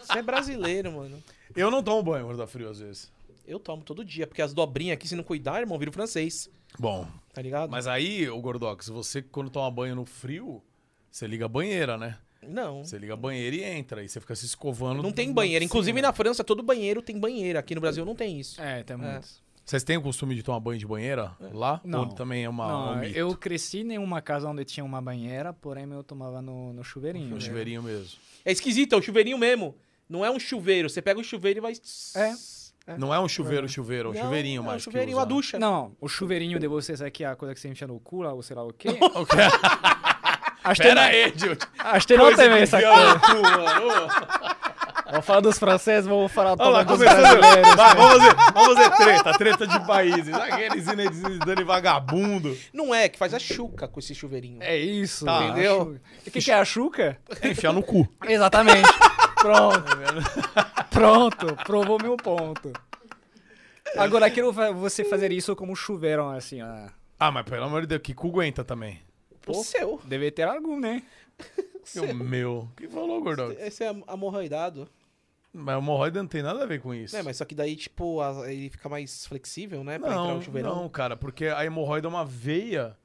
B: você é brasileiro, mano.
A: Eu não tomo banho quando tá frio às vezes.
B: Eu tomo todo dia, porque as dobrinhas aqui, se não cuidar, irmão, vira o francês.
A: Bom,
B: Tá ligado?
A: mas aí, o Gordox, você quando toma banho no frio, você liga a banheira, né?
B: Não.
A: Você liga a banheira e entra, aí você fica se escovando.
B: Não tem banheiro.
A: né?
B: Inclusive na França, todo banheiro tem banheiro. Aqui no Brasil não tem isso.
C: É, tem muitos.
A: Vocês têm o costume de tomar banho de banheira lá?
C: Não.
A: Ou também é uma, um
C: Não,
A: mito?
C: eu cresci em uma casa onde tinha uma banheira, porém eu tomava no, no chuveirinho.
A: Um
C: né?
A: chuveirinho mesmo.
B: É esquisito, é o chuveirinho mesmo. Não é um chuveiro. Você pega o chuveiro e vai.
C: É.
A: Não é um chuveiro, chuveiro, é um
B: Não,
A: chuveirinho
B: é
A: mais.
B: Um
A: que
B: chuveirinho,
A: usa.
B: a ducha.
C: Não, o chuveirinho de vocês aqui, a coisa que você enfia no cu lá, ou sei lá o quê.
A: Ok.
C: Acho que
A: Pera
C: não-
A: aí, Jude.
C: acho que não tem essa coisa.
A: Olha
C: Vou falar dos franceses, vou falar todo
A: lá,
C: dos
A: começando.
C: brasileiros.
A: Vai, vamos, fazer, vamos fazer treta, treta de países. Aqueles Zinedine Zidane vagabundo.
B: Não é, que faz a chuca com esse chuveirinho.
C: É isso,
A: Tá,
C: entendeu? O que, que é a chuca?
A: É enfiar no cu.
C: Exatamente. Pronto. Pronto, provou meu ponto. Agora, quero fa- você fazer isso como chuveiro, assim, ó.
A: Ah, mas pelo amor de Deus, que cu aguenta também.
B: O seu.
C: Deve ter algum, né?
A: Meu, meu. que falou, gordão?
B: Esse é amorroidado.
A: Mas o hemorroida não tem nada a ver com isso.
B: É, mas só que daí, tipo, a- ele fica mais flexível, né? Pra entrar
A: Não,
B: o chuveirão.
A: não, cara, porque a hemorroida é uma veia.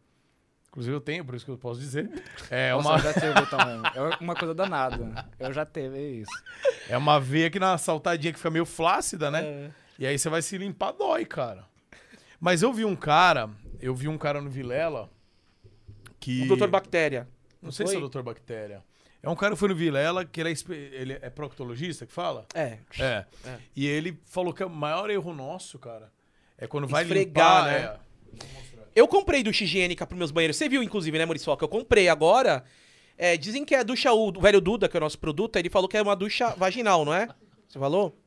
A: Inclusive eu tenho, por isso que eu posso dizer. É
C: Nossa,
A: uma,
C: eu já teve também. É uma coisa danada. Eu já teve isso.
A: é uma veia que na saltadinha que fica meio flácida, né?
B: É.
A: E aí você vai se limpar, dói, cara. Mas eu vi um cara, eu vi um cara no Vilela que...
B: O doutor Bactéria.
A: Não sei se é o
B: Oi?
A: Dr. Bactéria. É um cara que foi no Vilela, que ele é, espe- ele é proctologista, que fala?
B: É.
A: É.
B: É.
A: E ele falou que o maior erro nosso, cara, é quando vai limpar,
B: Esfregar,
A: né?
B: né? Eu comprei ducha higiênica pros meus banheiros. Você viu, inclusive, né, Muriçoca? Eu comprei agora. É, dizem que é a ducha, o velho Duda, que é o nosso produto, ele falou que é uma ducha vaginal, não é? Você falou?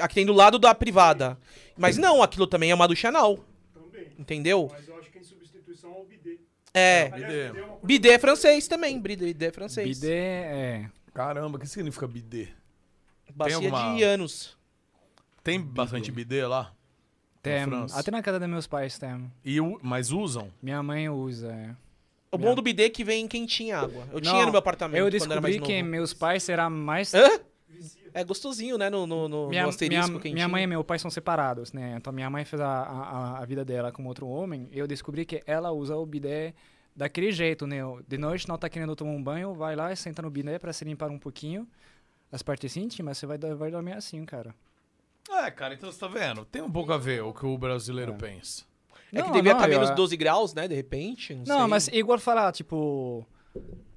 B: Aqui tem do lado da privada. Mas não, aquilo também é uma ducha anal,
I: Também.
B: entendeu?
I: Mas eu acho que é em substituição ao bidê.
B: É.
A: Bidê.
I: Aliás, bidê é uma coisa
B: Bidê é francês também. Bidê é francês.
C: Bidê é.
A: Caramba, o que significa bidê?
B: Bacia
A: alguma-
B: de anos.
A: Tem bastante bidê lá?
C: Tem,
A: França.
C: até na casa dos meus pais tem.
A: E, u- mas usam?
C: Minha mãe usa. é.
B: O bom do bidê é que vem quentinha a água. Eu
C: Não,
B: tinha no meu apartamento
C: Eu
B: quando era mais
C: descobri
B: novo.
C: que meus pais será mais.
B: Hã? É gostosinho, né? No, no,
A: um
B: no,
C: Minha,
B: no asterisco
C: minha,
B: quentinho.
C: minha mãe e meu pai são separados, né? Então minha mãe fez a, a, a vida dela com outro homem. Eu descobri que ela usa o bidé daquele jeito, né? De noite não tá querendo tomar um banho, vai lá e senta no bidé pra se limpar um pouquinho. As partes íntimas, você vai, do- vai dormir assim, cara.
A: É, cara, então você tá vendo? Tem um pouco a ver o que o brasileiro pensa.
B: É que
C: Não,
B: devia
C: não,
A: tá
B: estar
C: eu-
B: menos 12 graus, né? De repente. Não, é,
C: Não,
B: sei.
C: mas igual falar, tipo...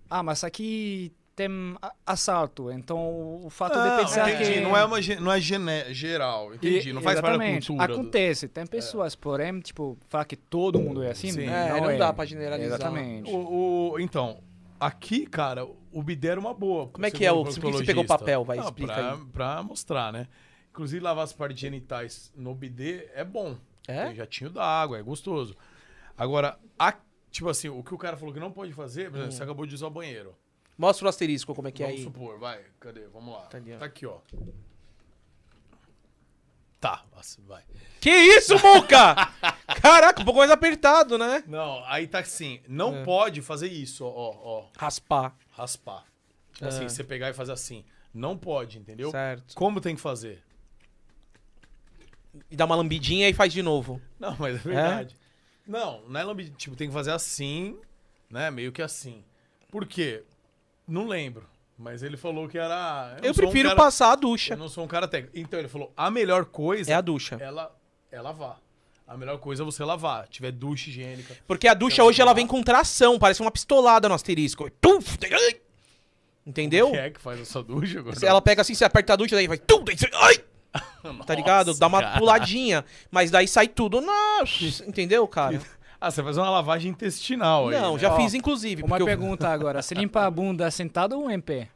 C: Ah, mas aqui tem a- assalto, então o
B: Ah,
C: fato de pensar
A: Ah, entendi.
C: que...
A: Não é, uma, ge- não é gene- geral, entendi.
C: E-
A: não faz parte da
C: exatamente.
A: cultura. do- É.
C: Acontece, tem pessoas, porém, tipo, falar que todo mundo é assim,
A: Sim.
B: É, não dá pra generalizar.
C: Exatamente.
A: O, o- então, aqui, cara, o bidê era uma boa.
B: Como é que
A: segundo
B: é o- por que que você pegou
A: um proctologista.
B: papel? Vai,
A: Não,
B: explica
A: pra,
B: aí.
A: pra mostrar, né? Inclusive, lavar as partes genitais no bidê é bom.
B: É?
A: Tem jatinho d'água, é gostoso. Agora, a- tipo assim, o que o cara falou que não pode fazer, por
B: Hum.
A: exemplo, você acabou de usar o banheiro.
B: Mostra o asterisco como é que é
A: Vamos
B: aí.
A: supor, vai, cadê? Vamos lá. Tá,
B: ali, ó.
A: aqui, ó. Tá, nossa, vai.
B: Que isso, Muca? Caraca, um pouco mais apertado, né?
A: Não, aí tá assim, não
B: É.
A: pode fazer isso, ó, ó, ó,
B: Raspar.
A: raspar. Tipo assim, você pegar e fazer assim. Não pode, entendeu?
B: É. Certo.
A: Como tem que fazer?
B: E dá uma lambidinha e faz de novo.
A: Não, mas é verdade. Não, não é lambidinho. Tipo, tem que fazer assim, né? Meio que assim. Por quê? Não lembro. Mas ele falou que era. não
B: Eu
A: sou um
B: prefiro
A: cara-
B: passar a
A: Eu
B: ducha.
A: não sou um cara técnico. Então ele falou: a melhor coisa
B: É a ducha.
A: ela é lavar. A melhor coisa é você lavar. Tiver ducha higiênica.
B: Porque a ducha hoje
A: um
B: ela vem com tração, parece uma pistolada no asterisco. Tuf! ai! Entendeu?
A: Quem é que faz a sua ducha agora?
B: Se Ela pega assim, você aperta a ducha, daí vai. tum, daí você- ai! Tá ligado? Dá uma puladinha. Mas daí sai tudo. Nossa, entendeu, cara?
A: Ah, você faz uma lavagem intestinal aí.
B: Não,
A: né?
B: já
C: Ó,
B: fiz, inclusive.
C: Uma
B: porque eu-
C: pergunta agora, você limpa a bunda é sentado ou um em pé?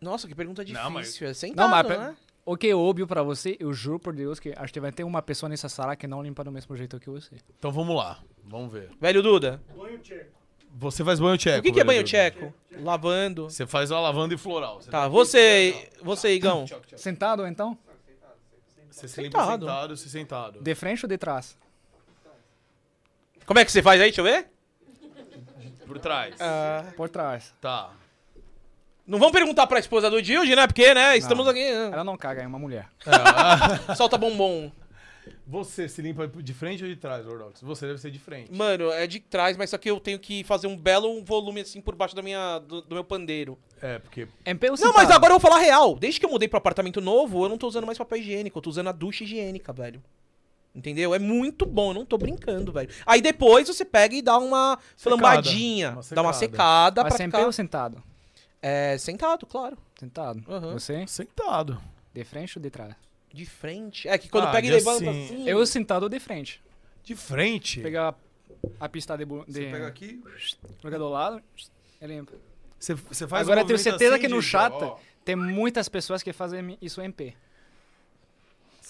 B: Nossa, que pergunta difícil.
A: Não, mas-
B: É sentado,
C: mas-
B: né?
C: O que é óbvio pra você, eu juro por Deus que acho que vai ter uma pessoa nessa sala que não limpa do mesmo jeito que você.
A: Então vamos lá. Vamos ver.
B: Velho Duda,
I: de banho tcheco.
A: Você faz banho tcheco.
B: o que, que é banho
A: vereador?
B: tcheco? Lavando.
A: Você faz uma lavanda e floral. Você
B: Tá, você, você, Igão.
C: Sentado então?
A: Você se limpa
B: Sentado.
A: sentado, se sentado.
C: De frente ou de trás?
B: Como é que você faz aí? Deixa eu ver.
A: Por trás.
B: Ah.
C: Por trás.
A: Tá.
B: Não vamos perguntar pra esposa do Dilge, né? Porque, né? Estamos
C: Não.
B: aqui. né?
C: Ela não caga, é uma mulher.
B: Solta bombom.
A: Você se limpa de frente ou de trás, Lordox? Você deve ser de frente.
B: Mano, é de trás, mas só que eu tenho que fazer um belo volume assim por baixo da minha, do, do meu pandeiro.
A: É, porque.
C: MP ou
B: Não,
C: sentado?
B: mas agora eu vou falar real. Desde que eu mudei pro apartamento novo, eu não tô usando mais papel higiênico, eu tô usando a ducha higiênica, velho. Entendeu? É muito bom, eu não tô brincando, velho. Aí depois você pega e dá uma flambadinha,
A: uma
B: dá uma secada
C: Mas
B: pra
C: sem
B: ficar...
C: pé ou sentado?
B: É, sentado, claro.
C: Sentado.
B: Aham.
C: Você?
A: Sentado.
C: De frente ou de trás?
B: De frente. É que quando
A: Ah,
B: pega e
A: de
B: levanta
A: assim.
B: assim...
C: Eu sentado ou de frente.
A: De frente?
C: Pegar a pista de... bu- de
A: Você pega aqui.
C: joga do lado, é limpo.
A: Você, você faz
C: Agora
A: um
C: eu tenho
A: movimento
C: certeza
A: assim
C: que no
A: de-
C: chat
A: ó.
C: tem muitas pessoas que fazem isso em pé.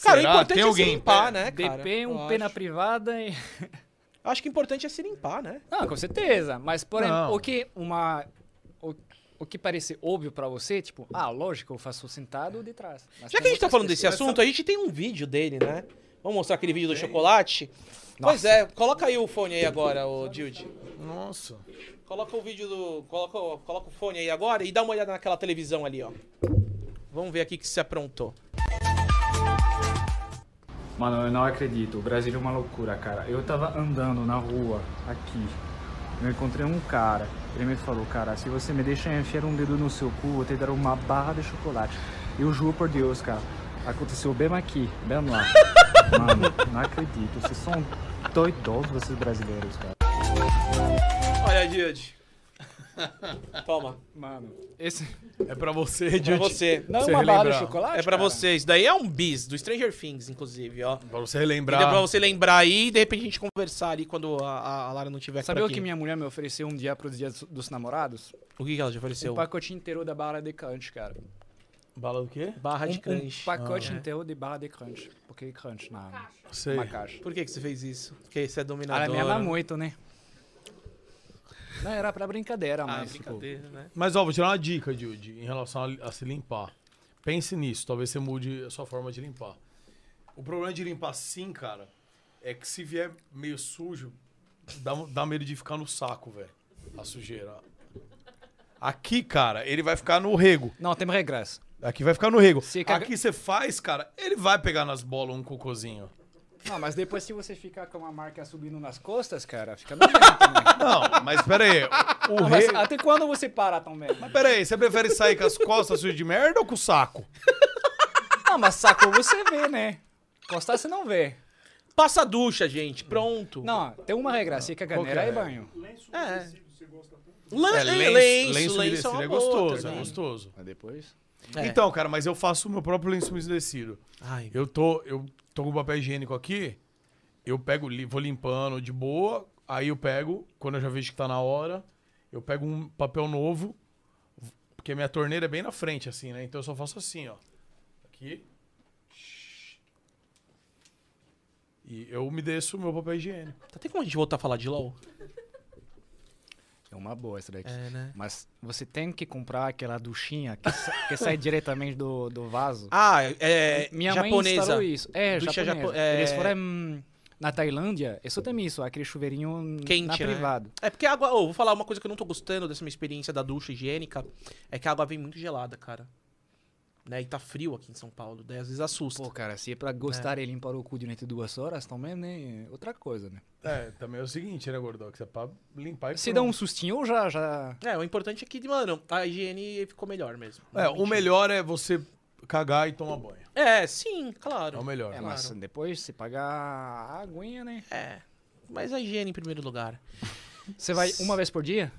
B: Cara,
A: Será?
B: o importante
A: Tem
B: é se
A: alguém?
B: limpar, né, cara?
C: de pé, um
B: Eu
C: pé na
B: acho.
C: privada e...
B: Eu Acho que o importante é se limpar, né?
C: Não, com certeza. Mas, porém,
A: Não.
C: o que uma... O, o que parece óbvio pra você, tipo, ah, lógico, eu faço sentado ou de trás. Mas
B: Já que a
C: tem
B: gente tá
C: outras
B: falando desse
C: pessoas-
B: assunto, a gente tem um vídeo dele, né? Vamos mostrar aquele vídeo do chocolate?
C: Nossa.
B: Pois é, coloca aí o fone aí agora, ô Dilde.
A: Nossa.
B: Coloca o vídeo do. Coloca, o- coloca o fone aí agora e dá uma olhada naquela televisão ali, ó. Vamos ver aqui que se aprontou.
J: Mano, eu não acredito. O Brasil é uma loucura, cara. Eu tava andando na rua aqui. Eu encontrei um cara. Ele me falou, cara, se você me deixar enfiar um dedo no seu cu, eu te dar uma barra de chocolate. Eu juro por Deus, cara. Aconteceu bem aqui, bem lá. Mano, não acredito. Vocês são doidosos, vocês brasileiros, cara.
B: Olha, Dilde. Toma.
C: Mano, esse...
A: É pra você,
B: Pra
A: de
B: você.
C: Não é
A: Você
C: uma barra de
A: relembrar.
C: chocolate,
B: É pra
C: cara?
B: você. Isso daí é um bis do Stranger Things, inclusive, ó.
A: Pra você
B: E dá pra
A: relembrar.
B: você lembrar aí e de repente a gente conversar ali quando a, a Lara não tiver
C: Sabe
B: por
C: o
B: aqui.
C: que minha mulher me ofereceu um dia pros dias dos namorados?
B: O que que ela te
C: Um
B: ofereceu?
C: pacote inteiro da barra de crunch, cara.
A: Bala do quê?
B: Barra
C: Um,
B: de
C: um
B: crunch.
A: Ah,
C: pacote
A: é.
C: inteiro de barra de crunch. Porque crunch na
A: Sei.
C: uma caixa.
B: Por que, que você fez isso? Porque você é dominador.
C: Ela me ama muito, né? Não, era pra brincadeira,
B: Ah,
C: mas... tipo,
B: brincadeira, né?
A: Mas, ó, vou tirar uma dica, Dude, em relação a, a se limpar. Pense nisso, talvez você mude a sua forma de limpar. O problema de limpar assim, cara, é que se vier meio sujo, dá, um- dá medo de ficar no saco, velho. A sujeira. Aqui, cara, ele vai ficar no rego.
C: tipo, Não, tem regresso.
A: Aqui vai ficar no rego.
C: Se caga-
A: Aqui você faz, cara, ele vai pegar nas bolas um cocôzinho.
C: Não, mas depois se você ficar com a marca subindo nas costas, cara, fica nojento, né?
A: Não, mas pera aí. O
C: Não, mas
A: rego.
C: até quando você para também?
A: Pera aí, você prefere sair com as costas sujas de merda ou com o saco?
C: Não, mas saco você vê, né? Costa você não vê.
B: Passa a ducha, gente. Pronto.
C: Não, tem uma regra, se
A: Qual
C: caganeira
A: que é?
C: e banho.
K: Lenço
B: É.
K: umedecido, você gosta tanto.
B: Lan-
A: É, lenço, lenço, umedecido
B: uma
A: é
B: boa
A: gostoso, é
B: também.
A: gostoso.
C: Mas depois...
B: É.
A: Então, cara, mas eu faço o meu próprio lenço umedecido.
B: Ai,
A: Eu tô, eu tô com papel higiênico aqui, eu pego, li- vou limpando de boa, aí eu pego, quando eu já vejo que tá na hora, eu pego um papel novo, v- porque minha torneira é bem na frente, assim, né? Então eu só faço assim, ó. Aqui. E eu umedeço o meu papel higiênico.
B: tá até como a gente voltar a falar de LOL?
C: É uma boa essa daqui.
B: É, né?
C: Mas você tem que comprar aquela duchinha que, sa- que sai diretamente do, do vaso.
B: Ah, é.
C: Minha mãe
B: japonesa.
C: instalou isso. É,
B: Ducha
C: japonesa.
B: japo- é-
C: Eles foram hum, na Tailândia, é isso tem isso, aquele chuveirinho
B: Quente,
C: na
B: né?
C: privado.
B: É porque a água. Ô, vou falar uma coisa que eu não tô gostando dessa minha experiência da ducha higiênica. É que a água vem muito gelada, cara. Né? E tá frio aqui em São Paulo. Daí às vezes assusta.
C: Pô, cara, se é pra gostar e limpar o cu durante duas horas, também, né? é Outra coisa, né?
A: É, também é o seguinte, né, Gordox? É pra limpar e
C: Se dá
A: pronto.
C: um sustinho, eu já, já...
B: É, o importante é que, mano, a higiene ficou melhor mesmo.
A: É, o melhor é você cagar e tomar banho.
B: É, sim,
A: É o
B: claro.
A: melhor.
C: É, mas depois se pagar a aguinha, né?
B: É. Mas a higiene em primeiro lugar.
C: Você vai uma vez por dia?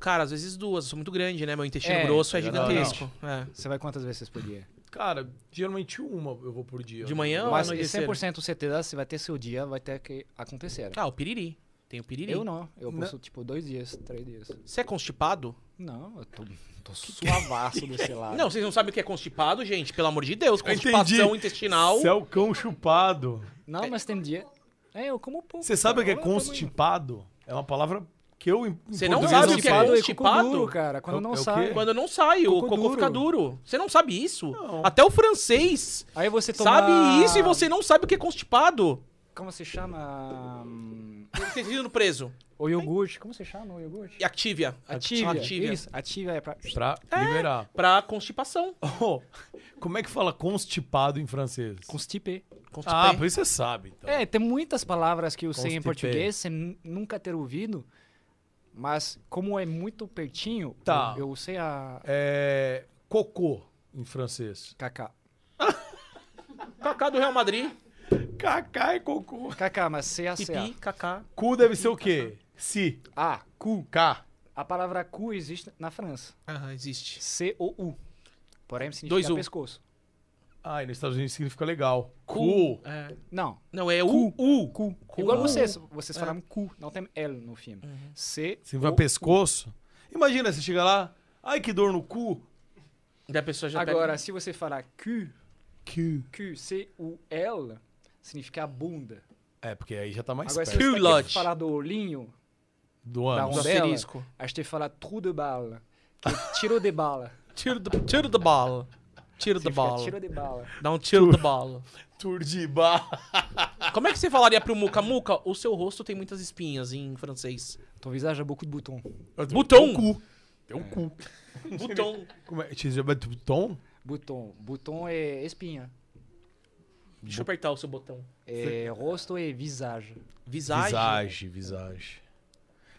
B: Cara, às vezes duas, eu sou muito grande, né? Meu intestino
C: É,
B: grosso é
A: não, não.
B: gigantesco. É.
C: Você vai quantas vezes por dia?
A: Cara, geralmente uma eu vou por dia. né?
B: De manhã ou à
C: Mas
B: noite?
C: de 100% certeza, se vai ter seu dia, vai ter que acontecer. né?
B: Ah, o piriri. Tem o piriri.
C: Eu não, eu posso, tipo, dois dias, três dias.
B: Você é constipado?
C: Não, eu tô, tô suavaço desse lado.
B: Não, vocês não sabem o que é constipado, gente? Pelo amor de Deus.
A: entendi.
B: Constipação intestinal.
A: Você é o cão chupado.
C: Não, mas tem dia. É, eu como pouco.
A: Você sabe o que é
C: cara. Olha tamanho.
A: constipado? É uma palavra que eu. em- em
B: Você não
A: português,
B: sabe
A: eu
B: o que é
A: sei.
C: Constipado
B: constipado?
C: cocô duro, cara. Quando
A: É o-
C: não
A: é o
C: sai.
A: quê?
B: Quando não sai, o
C: Cocô
B: cocô fica duro. Você não sabe isso? Até o francês
C: Aí você toma...
B: sabe isso e você não sabe o que é constipado.
C: Como se chama? hum,
B: Ele tem sido preso.
C: O iogurte. Como se chama o iogurte?
B: E Activia.
C: Ativa.
B: Activia.
C: Isso, ativa é pra.
A: Pra liberar.
B: Pra constipação.
A: Ô, como é que fala constipado em francês?
C: Constipé.
A: Ah,
B: Constipei.
A: por isso você sabe. Então.
C: É, tem muitas palavras que eu sei em
A: Constipei.
C: português sem nu- nunca ter ouvido, mas como é muito pertinho,
A: Tá.
C: eu, eu sei a
A: É, Cocô em francês.
C: Kaká.
B: Kaká do Real Madrid.
A: Cacá e cocô.
C: Kaká, mas sei a sei a.
B: Pipi, Kaká.
A: Cu deve ser o quê? Si.
C: Ah,
A: Cu. K.
C: a palavra cu existe na França.
B: Ah, existe.
C: C-O-U. Porém, significa
B: Dois U.
C: pescoço.
A: Ah, e nos Estados Unidos significa legal. Cu.
B: É.
C: Não.
B: Não, é U. U. Cu. É. Uhum.
C: Igual vocês, vocês falaram cu, não tem L no filme. C.
A: Significa pescoço. Imagina, você chega lá, ai que dor no cu.
B: Da pessoa já tá
C: Agora,
B: pega- um
C: se você falar cu,
A: Cu.
C: cu, C-U-L, significa bunda.
A: É, porque aí já tá mais
C: Agora, se
A: perto
C: você tá
B: Culotte.
C: querendo falar do olhinho,
A: do
C: da
A: ânus.
B: um-
C: rondela,
B: asterisco.
C: a gente fala trou de bala, que é tiro de bala.
B: Tiro do, tiro do bala. Tiro do
C: Significa
B: bala.
C: Tiro de bala.
B: Dá um tiro do bala.
A: Turdiba.
B: Como é que você falaria pro Muca? Muca, o seu rosto tem muitas espinhas em francês.
C: Ton visage a Então, beaucoup de boutons.
B: Bouton.
A: Cu. Tem um cu.
B: Bouton.
A: Como é? Te chama de Bouton?
C: Bouton. Bouton é espinha.
B: Deixa eu apertar o seu botão.
C: É, rosto é visage.
B: Visage.
A: Visage, visage.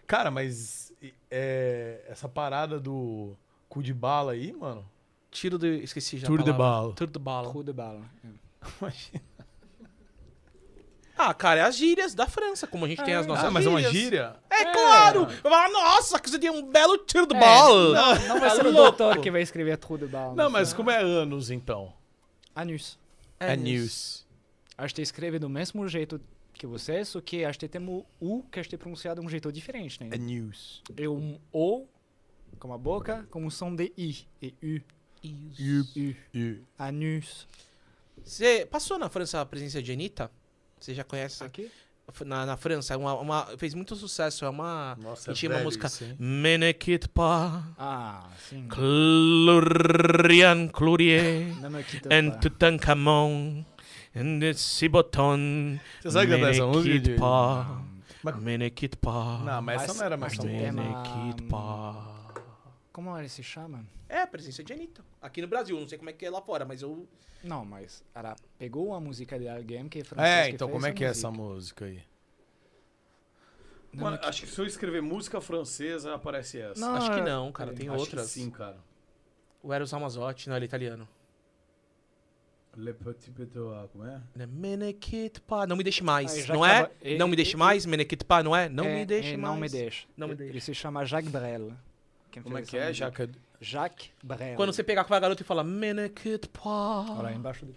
A: Cara, mas e- é, essa parada do cu de bala aí, mano.
B: Tiro de... Esqueci já a
A: Tiro de
B: palavra.
A: bala.
B: Tiro de bala.
C: Trou de bala.
B: Ah, cara, é as gírias da França, como a gente tem as nossas
A: ah, mas é uma
B: gírias.
A: gíria?
B: É, claro! Eu falava, nossa, que você tem um belo tiro de bala!
A: Não,
C: Não vai ser o
B: louco.
C: doutor que vai escrever trou de bala.
A: não, mas como é anos então?
C: Anus.
A: É,
B: news.
A: news.
C: A gente escreve do mesmo jeito que você, só que a gente tem o U que a gente pronuncia de um jeito diferente, né?
A: É news.
C: É um O, como a boca, com um som de I. E U. U.
A: E-
C: Anus.
B: Você passou na França a presença de Anitta? Você já conhece essa-
C: Aqui?
B: na, na França? é Uma, uma- fez muito sucesso, é uma.
A: Nossa,
B: e
A: é
B: tinha uma
A: velho
B: música.
A: isso, hein?
B: Menekit pa,
C: Ah, sim.
B: Clorian Clourier,
C: Não me quita. tá.
B: and
C: pá.
B: Tutankamon, and esse botão.
A: Você sabe cantar essa música, Didi?
B: pa,
A: Mas-
B: Menekit pa.
A: Não, mas é essa
C: Mas-
A: não era mais
C: mas
A: famosa.
C: tem-
B: Menekit pa.
C: Como ele se chama?
B: É, a presença de Anitta. Aqui no Brasil, não sei como é que é lá fora, mas eu.
C: Não, mas ela pegou uma música de alguém que é francês.
A: É,
C: que
A: então
C: fez
A: como é
C: a
A: que é essa
C: música.
A: música aí?
C: Não,
A: Mano, acho que se eu escrever música francesa, aparece essa.
C: Não,
B: acho que
C: é-
B: não, cara, tem
A: Acho que
B: outras.
A: sim, cara.
B: O Eros Ramazzotti, não, ele é italiano.
A: Le petit petois, como é?
B: Né, Menekit pa, não me deixe mais.
C: Aí já
B: não é?
C: acaba- e-
B: não me deixe
C: e-
B: mais, Menekit pa, não é? Não
C: É,
B: me deixe
C: é,
B: mais.
C: Não me deixa.
B: Não me
C: Ele-
B: deixe.
C: Ele se chama Jacques Brel. Quem
A: Como é
C: fez
A: que
C: essa
A: é,
C: música.
A: Jaca?
C: Jacques Brel.
B: Quando você pegar com a garota e falar Menekit pa.
A: é
C: Olha, embaixo do...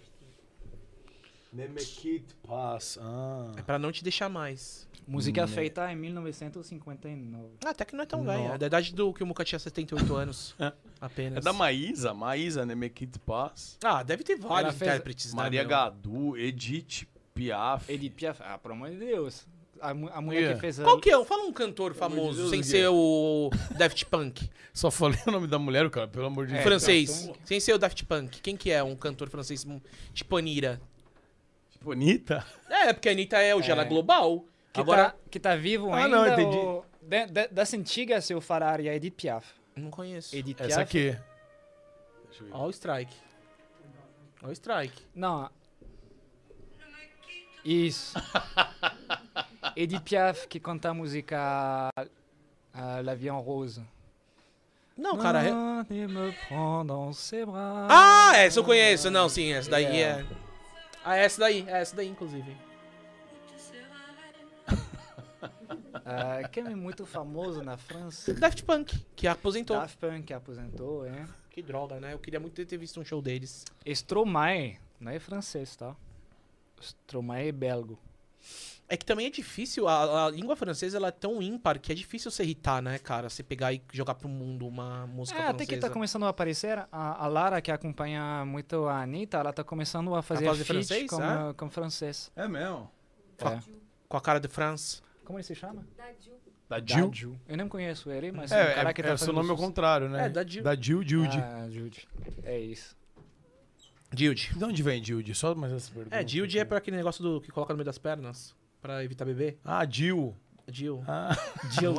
A: Nemekit Pass. Ah.
B: É pra não te deixar mais.
C: Música feita em 1959.
B: Ah, até que não é tão velha. É da idade do que o Muca tinha 78 anos. apenas.
A: É da Maísa, Maísa Nemekit Pass.
B: Ah, deve ter vários
C: fez-
B: intérpretes. né,
A: Maria
B: meu?
A: Gadu, Edith Piaf.
C: Edith Piaf. Ah, pelo amor de Deus. A, mu- a mulher
A: Yeah.
C: que fez... a-
B: Qual que é? Fala um cantor
A: amor de
B: famoso,
A: Deus,
B: sem
A: o quê?
B: ser o Daft Punk.
A: Só falei o nome da mulher, cara, pelo amor de
B: É,
A: Deus.
B: francês.
C: Daft
B: Sem ser o Daft Punk. Quem que é um cantor francês hum, tipo Anira?
A: Bonita.
B: É, porque a Anitta é hoje, ela é global.
C: Que,
B: Agora,
C: tá, que tá vivo
A: Ah,
C: ainda?
A: não, entendi.
C: ou- De- de- das antigas, eu falaria Edith Piaf.
B: não conheço.
C: Edith Piaf.
A: Essa aqui.
B: Ó o strike. Ó o strike.
C: Não. Isso. Edith Piaf que canta a música ah, La Vie en Rose.
B: Não, cara... é-
C: Venez me prendre dans ses bras.
B: Ah, essa eu conheço. Não, sim, essa daí é... Ah, essa daí. É essa daí, inclusive.
C: Ah, quem é muito famoso na França?
B: Daft Punk, que aposentou.
C: Daft Punk aposentou, é.
B: Que droga, né? Eu queria muito ter visto um show deles.
C: Stromae, não é francês, tá? Stromae é belgo.
B: É que também é difícil, a, a língua francesa ela é tão ímpar que é difícil você irritar, né, cara? Você pegar e jogar pro mundo uma música
C: Ah,
B: francesa.
C: até que tá começando a aparecer. A, a Lara, que acompanha muito a Anitta, ela tá começando a fazer,
B: fazer
C: feat
B: francês,
C: com,
B: é?
C: com francês.
A: É mesmo.
C: É.
B: Com a cara de France.
C: Como ele se chama?
A: Da Jill.
C: Daju. Eu não conheço ele, mas é,
A: É,
C: o cara
A: é,
C: que
A: é,
C: tá
A: seu nome é o
C: fazendo
A: contrário, né?
B: É, da Jill.
A: Da Jill, Jill,
C: sucesso. Ah, Jude. É isso.
B: Dilde.
A: De onde vem Dilde? Só mais essa pergunta.
B: É, Dilde é pra aquele negócio do que coloca no meio das pernas pra evitar beber.
A: Ah, Dil.
B: Dil.
C: Dildo.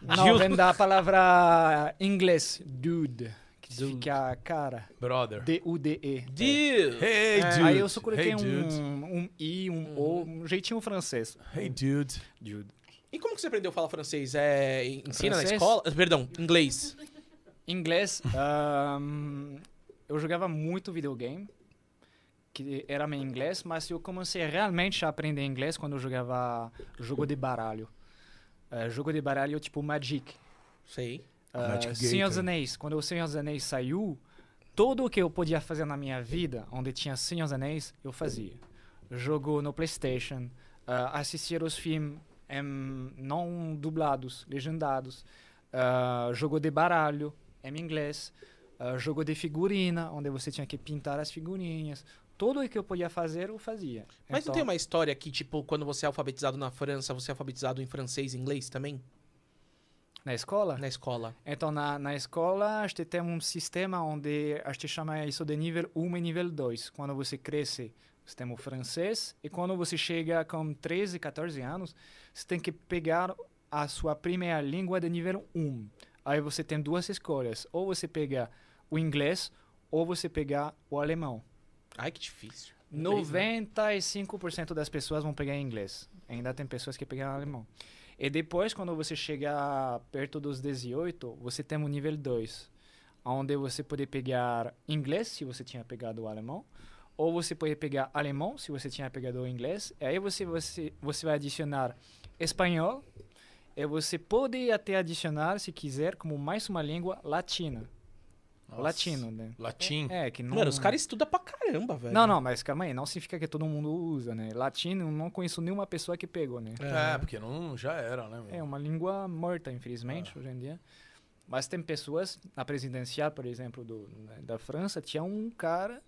C: Não, vem da palavra em inglês, dude, que significa cara.
A: Brother.
C: D-U-D-E.
B: Dil!
A: Hey, dude.
C: É, Aí eu só coloquei
A: hey, dude.
C: um, um I, um O, um jeitinho francês.
A: Hey, dude.
C: Dude.
B: E como que você aprendeu a falar francês? É, ensina na
C: Francês?
B: escola? Perdão, inglês.
C: Em inglês, ahn, eu jogava muito videogame, que era meu inglês, mas eu comecei realmente a aprender inglês quando eu jogava jogo de baralho. Ah, jogo de baralho tipo Magic.
B: Sei.
C: Ah,
A: Magic
C: Senhor dos
A: Gator.
C: Anéis. Quando o Senhor dos Anéis saiu, tudo o que eu podia fazer na minha vida, onde tinha Senhor dos Anéis, eu fazia. Jogo no PlayStation, ah, assistir os filmes em- não dublados, legendados, ah, jogo de baralho em inglês, ah, jogo de figurina, onde você tinha que pintar as figurinhas. Tudo o que eu podia fazer, eu fazia.
B: Mas não
C: Então-
B: tem uma história que, tipo, quando você é alfabetizado na França, você é alfabetizado em francês e inglês também?
C: Na escola?
B: Na escola.
C: Então, na, na escola, a gente tem um sistema onde a gente chama isso de nível 1 e nível 2. Quando você cresce, você tem o francês. E quando você chega com 13, 14 anos, você tem que pegar a sua primeira língua de nível 1. Aí você tem duas escolhas. Ou você pega o inglês, ou você pega o alemão.
B: Ai, que difícil. Inglês, né?
C: 95% das pessoas vão pegar inglês. Ainda tem pessoas que pegam alemão. E depois, quando você chegar perto dos 18, você tem o nível 2, onde você pode pegar inglês, se você tinha pegado o alemão, ou você pode pegar alemão, se você tinha pegado o inglês. E aí você, você, você vai adicionar espanhol, e você pode até adicionar, se quiser, como mais uma língua latina. Latino, né?
A: Latim.
C: É, que não...
B: Hum. Mano, os caras estudam pra caramba, velho.
C: Não, não, mas calma aí, não significa que todo mundo usa, né? Latino, não conheço nenhuma pessoa que pegou, né?
A: É, porque não já era, né? meu?
C: É uma língua morta,
B: Ah.
C: infelizmente, hoje em dia. Mas tem pessoas, na presidencial, por exemplo, do, né, da França, tinha um cara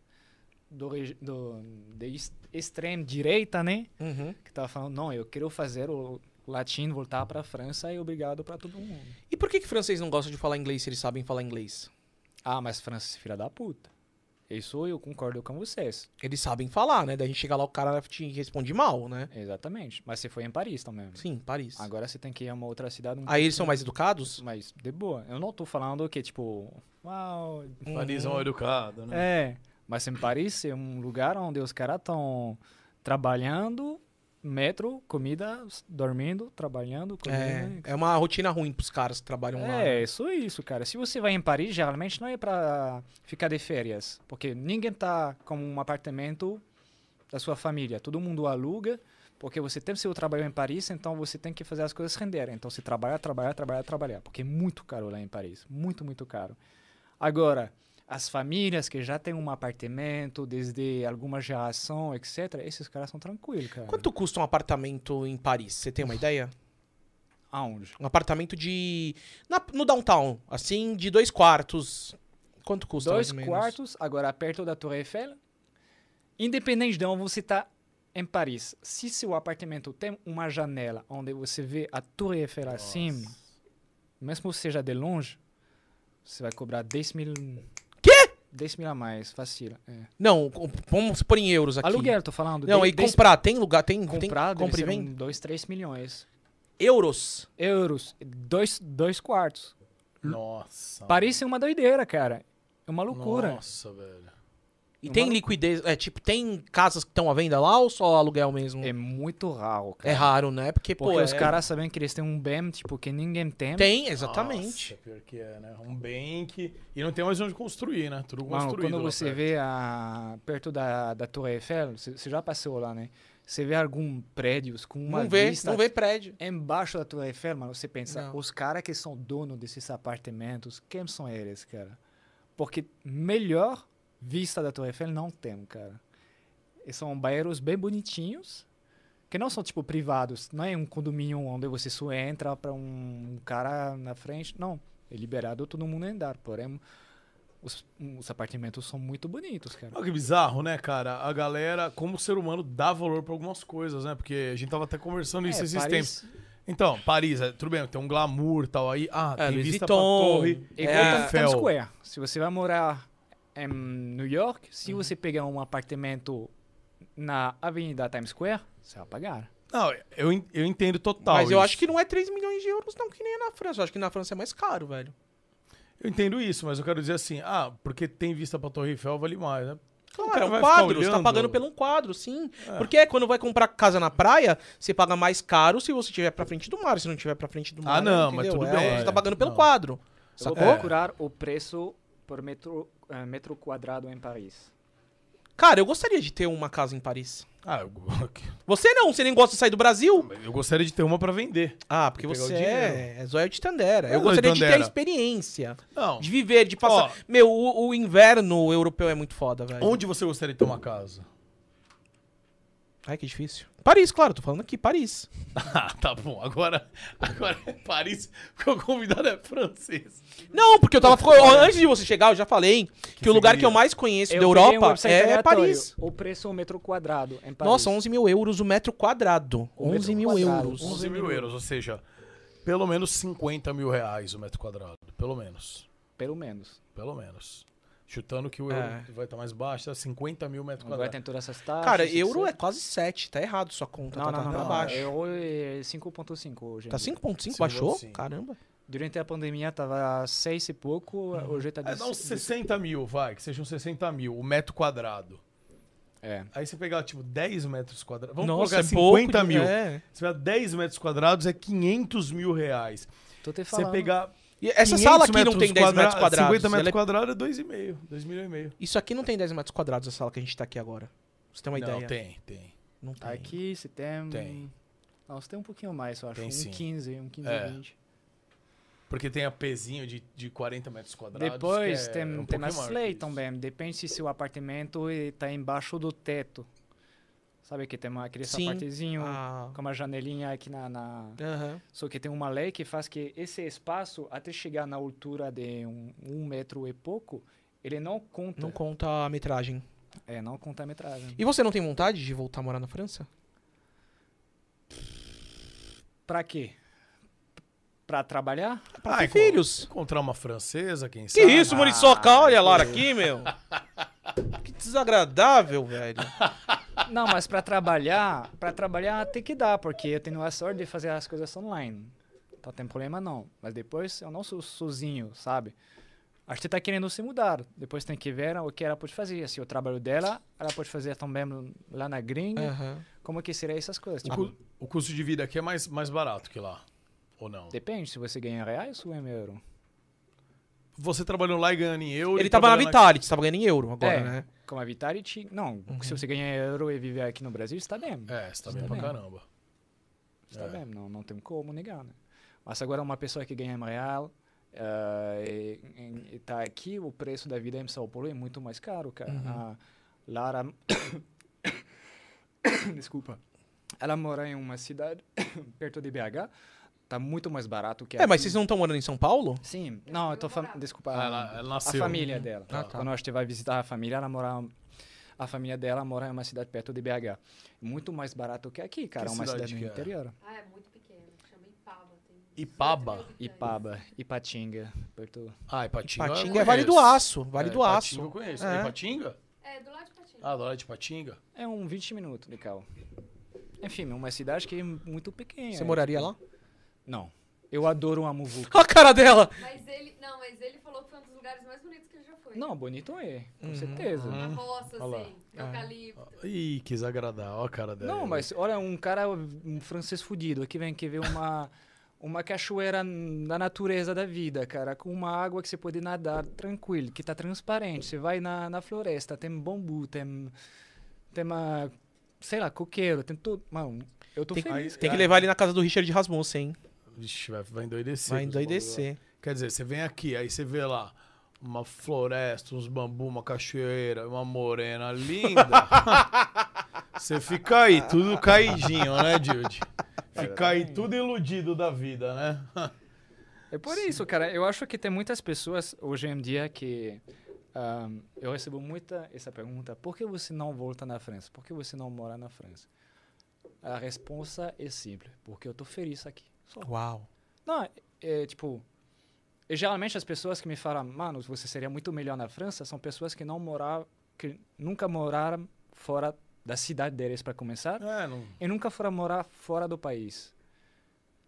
C: do, regi- do, de ex- extrema direita, né?
B: Uhum.
C: Que tava falando, não, eu quero fazer o latim voltar pra França e obrigado pra todo mundo.
B: E por que que francês não gosta de falar inglês se eles sabem falar inglês?
C: Ah, mas França, filha da puta. Isso eu concordo com vocês,
B: Eles sabem falar, né? Daí a gente chega lá, o cara te responde mal, né?
C: exatamente. Mas você foi em Paris também.
B: Sim, Paris.
C: Agora você tem que ir a uma outra cidade um
B: Aí eles são mais educados?
C: Mas de boa. Eu não tô falando que, tipo, uau.
A: Paris é um educado, né?
C: É. Mas em Paris é um lugar onde os caras estão trabalhando, metro, comida, s- dormindo, trabalhando, comida.
B: É, é uma rotina ruim pros caras que trabalham lá. né?
C: né? É, isso isso, cara. Se você vai em Paris, geralmente não é pra ficar de férias. Porque ninguém tá com um apartamento da sua família. Todo mundo aluga. Porque você tem seu trabalho em Paris, então você tem que fazer as coisas renderem. Então você trabalha, trabalha, trabalha, trabalha. Porque é muito caro lá em Paris. Muito, muito caro. Agora, as famílias que já têm um apartamento desde alguma geração, etc., esses caras são tranquilos, cara.
B: Quanto custa um apartamento em Paris? Você tem uma ideia?
C: Aonde?
B: Um apartamento de. na- no downtown, assim, de dois quartos. Quanto custa? mais
C: Dois
B: ou menos?
C: quartos, agora perto da Torre Eiffel. Independente de onde você está em Paris, se seu apartamento tem uma janela onde você vê a Torre Eiffel acima, mesmo que seja de longe, você vai cobrar 10 mil.
B: Quê?
C: 10 mil a mais, facil. É.
B: Não, com- vamos pôr em euros aqui.
C: Aluguel, tô falando.
B: Não,
C: de-
B: e
C: 10
B: comprar, tem lugar, tem. tem, compra
C: Comprar,
B: e
C: deve ser
B: venda?
C: um 2, 3 milhões.
B: Euros.
C: Euros, dois, dois quartos.
A: Nossa.
C: Paris é uma doideira, cara. É uma loucura.
A: Nossa, velho.
B: E
C: Uma
B: tem
C: lu-
B: liquidez. É, tipo, tem casas que estão à venda lá ou só aluguel mesmo?
C: É muito raro,
B: É
C: cara.
B: raro, né? Porque,
C: Porque
B: pô,
C: os
B: é-
C: caras sabem que eles têm um BEM, tipo, que ninguém tem.
B: Tem, exatamente.
A: Nossa, pior que é, né? Um bem que. E não tem mais onde construir, né? Tudo
C: Mano,
A: construído.
C: quando
A: lá
C: você
A: perto.
C: vê a, perto da, da Torre Eiffel, você você já passou lá, né? Você vê algum prédios com uma
B: não vê,
C: vista
B: não vê prédio.
C: embaixo da Torre Eiffel, mano, você pensa,
B: Não.
C: os caras que são dono desses apartamentos, quem são eles, cara? Porque melhor vista da Torre Eiffel não tem, cara. E são banheiros bem bonitinhos, que não são tipo privados, não é um condomínio onde você só entra para um cara na frente, não. É liberado todo mundo andar, porém os, os apartamentos são muito bonitos, cara.
A: Olha que bizarro, né, cara? A galera, como ser humano, dá valor pra algumas coisas, né? Porque a gente tava até conversando isso
C: É,
A: esses tempos.
C: Paris-
A: Então, Paris, é, tudo bem, tem um glamour e tal aí. Ah,
B: É,
A: tem
B: Louis
A: vista pra
B: Vuitton.
A: torre.
C: Igual tá
A: É,
C: Times
A: Fel.
C: Square. Se você vai morar em New York, se
B: Uhum.
C: você pegar um apartamento na Avenida Times Square, você vai pagar.
A: Não, eu, en- eu entendo total.
B: Mas eu
A: Tá, isso.
B: acho que não é 3 milhões de euros, não, que nem é na França. Eu acho que na França é mais caro, velho.
A: Eu entendo isso, mas eu quero dizer assim, ah, porque tem vista pra Torre Eiffel, vale mais, né?
B: Claro, é
A: vai
B: um
A: ficar
B: quadro, você tá
A: olhando.
B: pagando pelo um quadro, sim. Porque é quando vai comprar casa na praia, você paga mais caro se você tiver pra frente do mar. Se não tiver pra frente do mar,
A: Ah, não, mas
B: entendeu?
A: tudo
B: É,
A: bem.
B: Você tá pagando pelo
A: Não.
B: quadro.
C: Eu vou
B: Sacou?
C: procurar o preço por metro, eh, metro quadrado em Paris.
B: Cara, eu gostaria de ter uma casa em Paris.
A: Ah, eu,
B: Você não, você nem gosta de sair do Brasil?
A: eu gostaria de ter uma pra vender.
B: Ah, porque
A: Pegar o
B: você
A: dinheiro.
B: é, é zóio de Tandera. Eu
A: Eu
B: gostaria
A: sou de
B: de ter a
A: Tandera.
B: experiência.
A: Não,
B: De viver, de passar.
A: Ó.
B: Meu, o, o inverno europeu é muito foda, velho.
A: onde você gostaria de ter uma casa?
B: Ai, que difícil. Paris, claro, tô falando aqui, Paris.
A: Ah, tá bom, agora, agora é Paris, porque o convidado é francês.
B: Não, porque eu tava. ó, Antes de você chegar, eu já falei que, o lugar que eu mais conheço da
C: Eu peguei um
B: Europa
C: website
B: é
C: aleatório,
B: Paris.
C: O preço metro quadrado em Paris.
B: Nossa, 11 mil euros o metro quadrado.
C: O
B: 11
C: metro
B: mil
C: quadrado.
B: euros.
A: 11 mil euros, ou seja, pelo menos 50 mil reais o metro quadrado, pelo menos,
C: Pelo menos.
A: pelo menos. Chutando que o euro
B: É.
A: vai estar mais baixo, tá 50 mil metro
C: Agora
A: quadrado.
C: tem todas essas taxas.
B: Cara, euro é
C: etc.
B: quase 7. Tá errado sua conta.
C: Não,
B: tá,
C: não,
B: tá
C: não, não.
B: baixo.
C: Euro é 5.5 hoje. em
B: Tá
C: dia.
B: 5,5? Baixou?
A: 5,5.
B: Caramba.
C: Durante a pandemia tava 6 e pouco,
B: Uhum.
C: hoje tá...
A: É,
C: de-
A: dá uns
C: de-
A: 60 mil, vai, que sejam 60 mil o metro quadrado.
C: É.
A: Aí você pegar, tipo, 10 metros quadrados. Vamos
B: Nossa,
A: colocar
B: é
A: 50
B: pouco de-
A: mil.
B: é.
A: Você pegar 10 metros quadrados é 500 mil reais.
C: Tô te
A: Você
C: falando.
A: pegar.
B: E essa
A: 500
B: sala aqui não tem 10 metros
A: quadra-
B: quadrados.
A: 50
B: ela
A: metros
B: é-
A: quadrados é 2,5. 2,5.
B: Isso aqui não tem 10 metros quadrados, a sala que a gente tá aqui agora. Você tem uma
A: Não,
B: ideia?
A: tem, tem.
B: Não tem.
C: Aqui você tem...
A: Tem.
C: Nossa, tem um pouquinho mais, eu acho.
A: Tem
C: um
A: sim.
C: 15, um 15,
A: É.
C: 20.
A: Porque tem a pezinho de, de 40 metros quadrados.
C: Depois
A: que é
C: tem,
A: um
C: tem
A: pouquinho
C: a
A: maior que
C: Slay
A: isso.
C: também. Depende se seu apartamento está embaixo do teto. Sabe que tem uma, aquele
B: Sim.
C: sapatezinho
B: Ah.
C: com uma janelinha aqui na, na-
B: Aham.
C: Só que tem uma lei que faz que esse espaço, até chegar na altura de um, um metro e pouco, ele não conta.
B: Não conta a metragem.
C: É, não conta a metragem.
B: E você não tem vontade de voltar a morar na França?
C: Pra quê? Pra trabalhar?
B: Pra
A: Ah,
B: ter
A: encontrar-
B: filhos.
A: Encontrar uma francesa, quem
B: Que
A: sabe.
B: isso, Muriçoca? Olha a Lara aqui, meu. Que desagradável, velho.
C: Não, mas pra trabalhar, para trabalhar tem que dar, porque eu tenho a sorte de fazer as coisas online. Então tem problema não. Mas depois eu não sou sozinho, sabe? A gente tá querendo se mudar. Depois tem que ver o que ela pode fazer. Se o trabalho dela, ela pode fazer também lá na gringa.
B: Aham.
C: Como que seria essas coisas?
A: O,
C: Tipo,
A: cu- o custo de vida aqui é mais, mais barato que lá. Ou não?
C: depende se você ganha em reais ou em euro.
A: Você trabalhou lá e ganhando em euro.
B: Ele
A: e
B: tava na
A: trabalhando
B: Vitality, tava ganhando em euro agora,
C: É.
B: né?
C: Como a Vitality, não. Se você ganha em euro e viver aqui no Brasil, está bem.
A: aqui. É, você tá bem
C: Tá
A: pra
C: bem.
A: caramba.
C: Está
A: É.
C: bem, não, não tem como negar, né? Mas agora uma pessoa que ganha em real eh, e- e- e tá aqui, o preço da vida em São Paulo é muito mais caro, cara. A Lara... Desculpa. Ela mora em uma cidade perto de BH, tá muito mais barato que
B: É, mas
C: aqui.
B: vocês não estão morando em São Paulo?
C: Sim, não, eu tô... Fam... Desculpa.
A: Ah, ela, ela
C: A
A: nasceu.
C: família dela.
B: Ah, tá.
C: Quando a gente vai visitar a família, ela mora. A família dela mora em uma cidade perto de BH. Muito mais barato que aqui, cara.
A: Que
C: uma
A: cidade
C: cidade no
A: que é?
C: interior.
D: Ah, é muito pequeno. Chama Ipaba. Tem
A: Ipaba.
C: Ipaba, Ipatinga, perto.
A: Ah, Ipatinga. eu
B: Patinga é Vale do
A: conheço.
B: Aço. Vale
A: É,
B: do
A: Ipatinga Eu
B: Aço.
A: conheço.
B: É.
A: É. Ipatinga?
D: É, do lado de Patinho.
A: Ah, da hora de Ipatinga?
C: É um 20 minutos de carro. Enfim, é uma cidade que é muito pequena.
B: Você moraria lá?
C: Não. Eu adoro a Muvuca.
B: Olha a cara dela!
D: Mas ele. Não, mas ele falou que foi um dos lugares mais bonitos que ele já foi.
C: Não, bonito é, com certeza.
D: Uma roça,
A: Olha lá. É.
D: assim. Eucalipto.
A: Ih, quis agradar. Ó a cara dela.
C: Não, mas olha, um cara, um francês fudido aqui vem que vê uma, uma cachoeira na natureza da vida, cara, com uma água que você pode nadar tranquilo, que tá transparente. Você vai na, na floresta, tem bambu, tem. tem uma. sei lá, coqueiro, tem tudo. Mano, eu tô
B: Tem,
C: feliz.
B: tem que levar ele na casa do Richard Rasmussen, hein?
A: Vixe, vai, vai endoidecer.
B: Vai
A: com os bagulho
B: endoidecer.
A: lá. Quer dizer, você vem aqui, aí você vê lá uma floresta, uns bambu, uma cachoeira, uma morena linda. você fica aí, tudo caidinho, né, Dilde? Fica aí tudo iludido da vida, né?
C: É por isso, cara. Eu acho que tem muitas pessoas hoje em dia que. ah, eu recebo muita essa pergunta: por que você não volta na França? Por que você não mora na França? A resposta é simples: porque eu tô feliz aqui. Só.
B: Uau.
C: Não, é tipo. E, geralmente as pessoas que me falam, mano, você seria muito melhor na França, são pessoas que não moraram, que nunca moraram fora da cidade deles para começar,
A: É, não.
C: e nunca foram morar fora do país.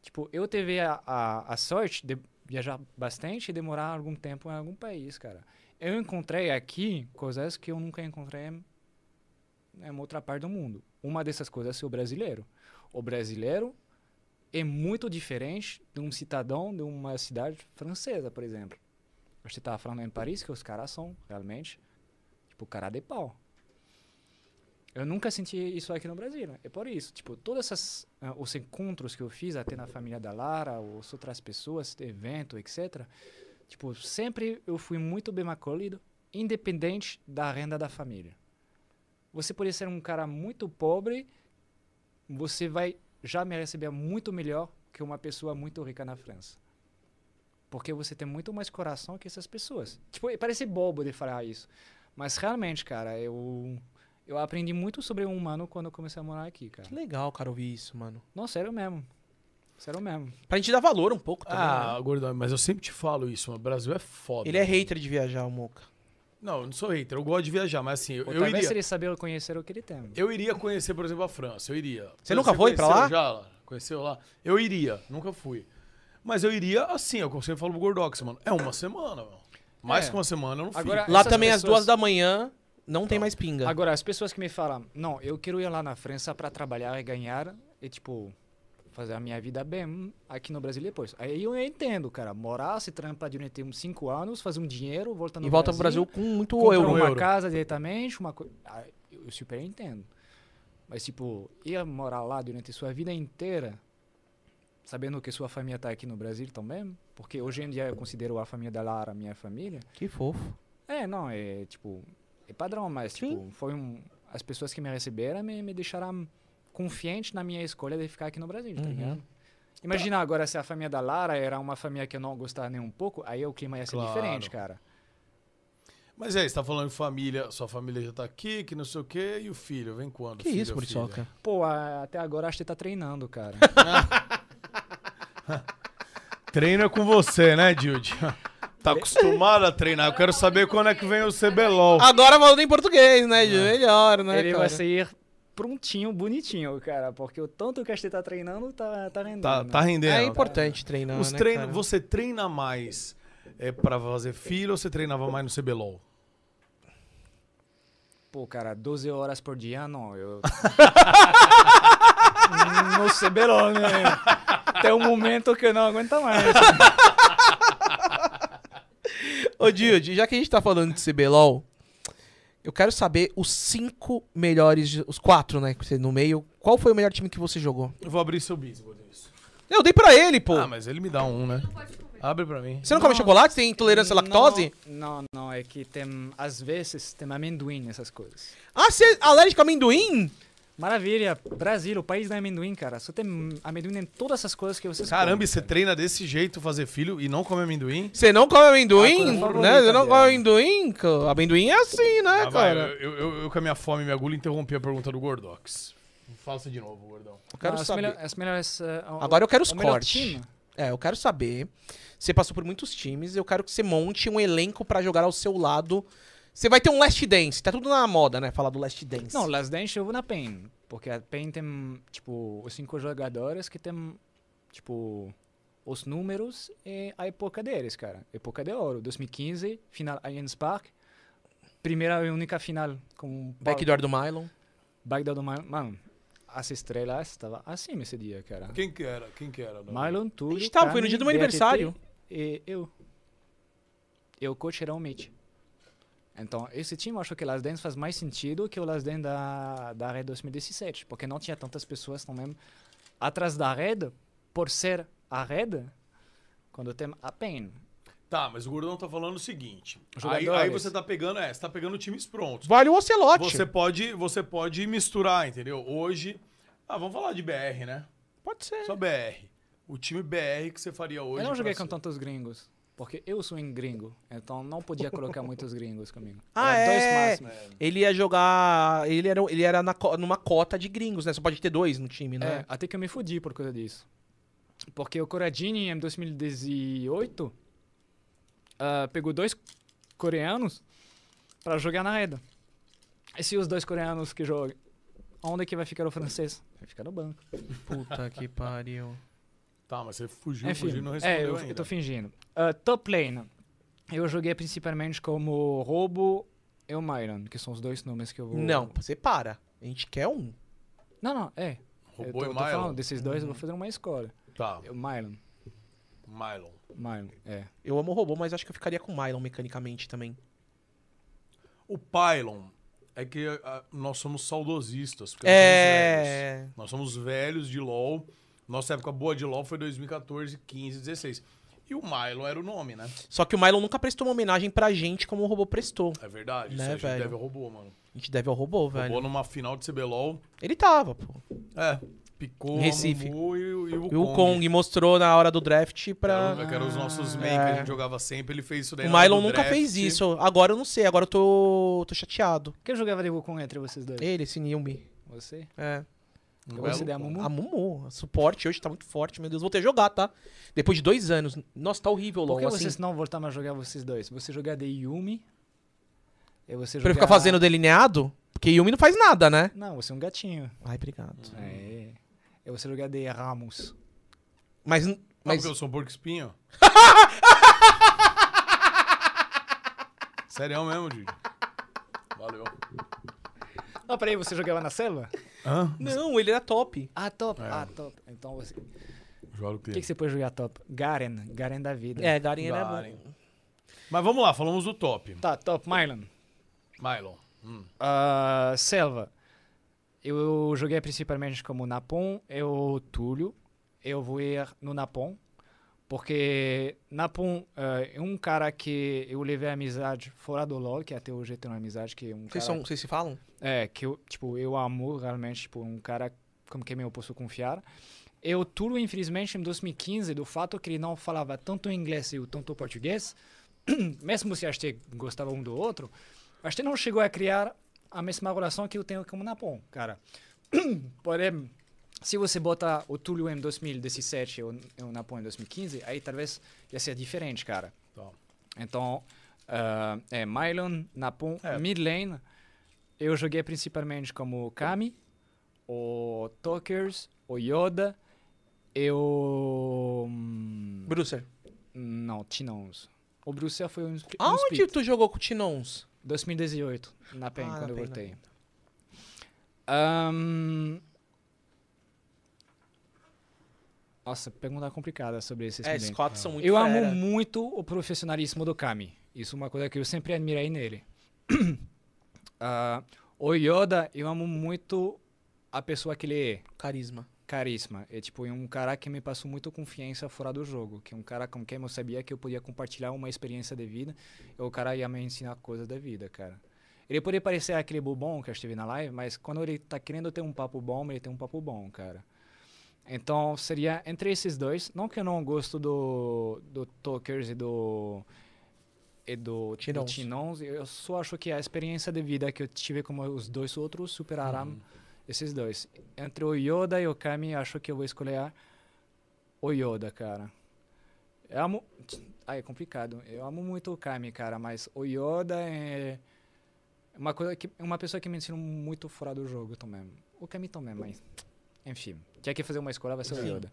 C: Tipo, eu tive a, a, a sorte de viajar bastante e demorar algum tempo em algum país, cara. Eu encontrei aqui coisas que eu nunca encontrei em em outra parte do mundo. Uma dessas coisas é o brasileiro. O brasileiro é muito diferente de um cidadão de uma cidade francesa, por exemplo. Você estava falando em Paris que os caras são realmente tipo cara de pau. Eu nunca senti isso aqui no Brasil. né? É por isso, tipo, todos esses os encontros que eu fiz até na família da Lara, ou as outras pessoas, evento, etc. Tipo, sempre eu fui muito bem acolhido, independente da renda da família. Você pode ser um cara muito pobre, você vai já me receber muito melhor que uma pessoa muito rica na França. Porque você tem muito mais coração que essas pessoas. Tipo, e parece bobo de falar isso. Mas realmente, cara, eu eu aprendi muito sobre o humano quando eu comecei a morar aqui, cara.
B: Que legal, cara, ouvir isso, mano.
C: Não, sério mesmo. Sério mesmo.
B: Pra gente dar valor um pouco também. né?
A: Ah, gordão, mas eu sempre te falo isso, mano. O Brasil é foda.
B: Ele é hater de viajar, o Moca.
A: Não, eu não sou hater, eu gosto de viajar, mas assim, eu,
C: Ou
A: eu
C: talvez
A: iria.
C: se ele saber conhecer o que ele tem.
A: Eu iria conhecer, por exemplo, a França. Eu iria.
B: Você nunca foi pra
A: conheceu
B: lá?
A: Já, Lara? conheceu lá? Eu iria, nunca fui. Mas eu iria assim, é o que eu sempre falo pro Gordox, mano. É uma semana, mano. Mais
C: É.
A: que uma semana eu não
C: Agora-
A: fico.
B: Lá
C: Essas
B: também, às
C: pessoas-
B: duas da manhã, não tem mais pinga.
C: Agora, as pessoas que me falam, não, eu quero ir lá na França para trabalhar e ganhar e, tipo, fazer a minha vida bem hum, aqui no Brasil depois. Aí eu entendo, cara. Morar, se trampar durante uns cinco anos, fazer um dinheiro, voltar no um
B: E volta pro Brasil com muito
C: comprar
B: euro.
C: uma
A: euro.
C: casa diretamente, uma coisa. eu super entendo. Mas, tipo, ir morar lá durante sua vida inteira, sabendo que sua família tá aqui no Brasil também, porque hoje em dia eu considero a família da Lara minha família.
B: Que fofo.
C: É, não, é tipo. É padrão, mas tipo, foi um. As pessoas que me receberam me, me deixaram confiante na minha escolha de ficar aqui no Brasil, tá
B: Uhum.
C: ligado? Imagina agora se a família da Lara era uma família que eu não gostava nem um pouco, aí o clima ia ser
A: Claro.
C: diferente, cara.
A: Mas é, você tá falando de família, sua família já tá aqui, que não sei o quê, e o filho, vem quando?
B: Que
A: filho,
B: isso,
A: filha?
B: Muriçoca?
C: Pô, a- até agora acho que tá treinando, cara.
A: Treina com você, né, Dilde? Tá acostumado a treinar. Eu quero saber quando é que vem o CBLOL.
B: Agora falando em português, né? De melhor, né,
C: Ele
B: cara?
C: vai sair prontinho, bonitinho, cara, porque o tanto que a gente tá treinando tá, tá rendendo.
A: Tá,
C: né?
A: tá rendendo.
B: É importante treinar,
A: Os
B: né,
A: treino-
B: cara?
A: Você treina mais é, pra fazer filho ou você treinava mais no CBLOL?
C: Pô, cara, 12 horas por dia, não. Eu. no CBLOL, né? Tem um momento que eu não aguento mais.
B: Ô, Dilde, já que a gente tá falando de CBLOL, eu quero saber os cinco melhores, os quatro, né, que você no meio. Qual foi o melhor time que você jogou?
A: Eu vou abrir seu bis, Gordinho.
B: Eu dei pra ele, pô.
A: Ah, mas ele me dá um, né? Abre pra mim.
B: Você não, come chocolate? Tem intolerância à é lactose?
C: Não, não, não, é que tem. Às vezes tem amendoim nessas coisas.
B: Ah, você é alérgico a amendoim?
C: Maravilha, Brasil, o país da amendoim, cara. Só tem amendoim em todas essas coisas que vocês.
A: Caramba, é e
C: comem,
A: você
C: cara.
A: treina desse jeito fazer filho e não comer amendoim?
B: Você não come amendoim?
C: Ah, coisa
B: né? Você não
C: favorita
B: come
C: dela.
B: amendoim? co- Amendoim é assim, né,
A: Ah, vai,
B: cara?
A: eu, eu- eu com a minha fome e minha agulha interrompi a pergunta do Gordox. Faça de novo, Gordão.
B: Eu quero
C: Não, as
B: saber.
C: melho- as melhores. eh, o-
B: Agora eu quero os
C: o melhor
B: cortes.
C: time.
B: É, eu quero saber. Você passou por muitos times, eu quero que você monte um elenco pra jogar ao seu lado. Você vai ter um Last Dance, tá tudo na moda, né? Falar do Last Dance.
C: Não, Last Dance eu vou na PEN. Porque a PEN tem, tipo, os cinco jogadores que tem, tipo, os números e a época deles, cara. Época de ouro. 2015, final Allianz Park. Primeira e única final com o Pau-
B: Backdoor do Mylon.
C: Bagdad do Mylon. Mano, as estrelas estavam acima esse dia, cara.
A: Quem que era? Quem que era? não?
C: Mylon, tudo.
B: A gente tava, foi no dia do meu aniversário.
C: E eu. Eu, coach, era o Mitch. Então, esse time eu acho que o Last Dance faz mais sentido que o Last Dance da, da Red 2017, porque não tinha tantas pessoas também atrás da Red, por ser a Red, quando tem a PEN.
A: Tá, mas o Gordão tá falando o seguinte. Aí,
C: Jogadores.
A: aí você tá pegando, é, você tá pegando times prontos.
B: Vale o Ocelote.
A: Você pode, você pode misturar, entendeu? Hoje. Ah, vamos falar de BR, né?
B: Pode ser.
A: Só BR. O time BR que você faria hoje.
C: Eu não
A: pra
C: joguei com
A: ser-
C: tantos gringos, porque eu sou um gringo, então não podia colocar muitos gringos comigo.
B: Ah,
C: Era
B: é.
C: Dois máximos.
B: Ele ia jogar. Ele era, ele era na co- numa cota de gringos, né? Só pode ter dois no time, né?
C: É, até que eu me fudi por causa disso. Porque o Corradini, em 2018, ah, pegou dois coreanos pra jogar na rede. E se os dois coreanos que jogam, onde é que vai ficar o francês? Vai ficar no banco.
B: Puta que pariu.
A: Tá, mas você fugiu,
C: Enfim,
A: fugiu e não
C: é,
A: respondeu
C: eu,
A: ainda.
C: eu tô fingindo. Ah, top lane. Eu joguei principalmente como Robo e o Myron, que são os dois nomes que eu vou...
B: Não, você para. A gente quer um.
C: Não, não, é. eu tô,
A: Roubou e
C: eu tô
A: Mylon.
C: falando desses dois, eu vou fazer uma escolha. É
A: Tá,
C: O Mylon,
A: Mylon.
C: Mylon, é.
B: Eu amo o robô, mas acho que eu ficaria com o Mylon mecanicamente também.
A: O Pylon é que ah, nós somos saudosistas. Porque
B: É.
A: nós, somos velhos. nós somos velhos de LoL. Nossa época boa de LoL foi 2014, 15, 16. E o Mylon era o nome, né?
B: Só que o Mylon nunca prestou uma homenagem pra gente como o robô prestou.
A: É verdade.
B: Né,
A: isso a gente
B: velho?
A: deve ao robô, mano.
B: A gente deve ao robô, velho.
A: Roubou numa final de CBLOL.
B: Ele tava, pô.
A: É, picou
B: Em Recife.
A: a Mumu e, o- e o
B: E o Kong mostrou na hora do draft pra.
A: Que eram os nossos main que
B: é.
A: a gente jogava sempre. Ele fez isso daí
B: O
A: na hora
B: Mylon
A: do
B: nunca
A: draft.
B: fez isso. Agora eu não sei, agora eu tô, tô chateado.
C: Quem jogava de Wukong entre vocês dois?
B: Ele, esse Nilmi.
C: Você?
B: É.
A: Um
C: Eu
A: belo
C: considero a
A: Kong.
C: Mumu.
B: A Mumu, a suporte hoje tá muito forte, meu Deus. Voltei a jogar, tá? Depois de dois anos. Nossa, tá horrível,
C: Por
B: LOL.
C: que
B: Assim,
C: vocês não voltar mais a jogar vocês dois? Você jogar de Yumi e você
B: Pra
C: jogar...
B: eu ficar fazendo delineado? Porque Yumi não faz nada, né?
C: Não, você é um gatinho.
B: Ai, obrigado.
C: É. E você jogar de Ramos.
B: Mas.
A: Ah,
B: mas
A: porque eu sou um porco espinho? Sério mesmo, Didi. Valeu.
C: Não, peraí, você jogava na selva?
B: Não, ele era top.
C: Ah, top. Ah, top. Então você... O
A: Joga o quê?
C: que, que você pode jogar top? Garen. Garen da vida.
B: É, Garen era
A: Garen.
B: bom.
A: Mas vamos lá, falamos do top.
C: Tá, top. Mylon.
A: Mylon.
C: Ah, selva. Eu joguei principalmente como Napon e o Túlio. Eu vou ir no Napon. Porque Napon ah, é um cara que eu levei amizade fora do LoL, que até hoje eu tenho amizade, que é um
B: Vocês,
C: cara...
B: são, vocês se falam?
C: É, que eu, tipo, eu amo realmente, tipo, um cara como quem eu posso confiar. Eu, Túlio, infelizmente, em 2015, do fato que ele não falava tanto inglês e o tanto português, mesmo se a gente gostava um do outro, a gente não chegou a criar a mesma relação que eu tenho com o Napon, cara. Porém, se você botar o Túlio em 2017 e o e o Napon em 2015, aí talvez ia ser diferente, cara.
A: Tá.
C: Então, ah, é Mylon, Napon,
A: É.
C: mid lane. Eu joguei principalmente como Kami, o Tokers, o Yoda, eu... hum,
B: Brucer.
C: Não, Tinons. O Bruxelles foi um, um
B: Aonde
C: split.
B: tu jogou com o Tinons?
C: 2018, na PEN,
B: Ah, na
C: quando eu
B: PEN, na
C: voltei. Ahn, Nossa, pergunta complicada sobre esses
B: É,
C: meninos.
B: Scott são muito
C: Eu
B: fera.
C: amo muito o profissionalismo do Kami. Isso é uma coisa que eu sempre admirei nele. Ah, o Yoda, eu amo muito a pessoa que ele é
B: Carisma.
C: carisma. É tipo é um cara que me passou muita confiança fora do jogo, que é um cara com quem eu sabia que eu podia compartilhar uma experiência de vida, e É o cara ia me ensinar coisas da vida, cara. Ele pode parecer aquele bobão que eu estive na live, mas quando ele tá querendo ter um papo bom, ele tem um papo bom, cara. Então seria entre esses dois, não que eu não gosto do do Tokers e do e do do
B: Tinons.
C: Tinons, eu só acho que a experiência de vida que eu tive com os dois outros superará esses dois. Entre o Yoda e o Kami, acho que eu vou escolher o Yoda, cara. Eu amo. Ah, é complicado. Eu amo muito o Kami, cara, mas o Yoda é uma coisa que é uma pessoa que me ensinou muito fora do jogo também. O Kami também, mas enfim, tinha que fazer uma escolha, vai ser o Yoda.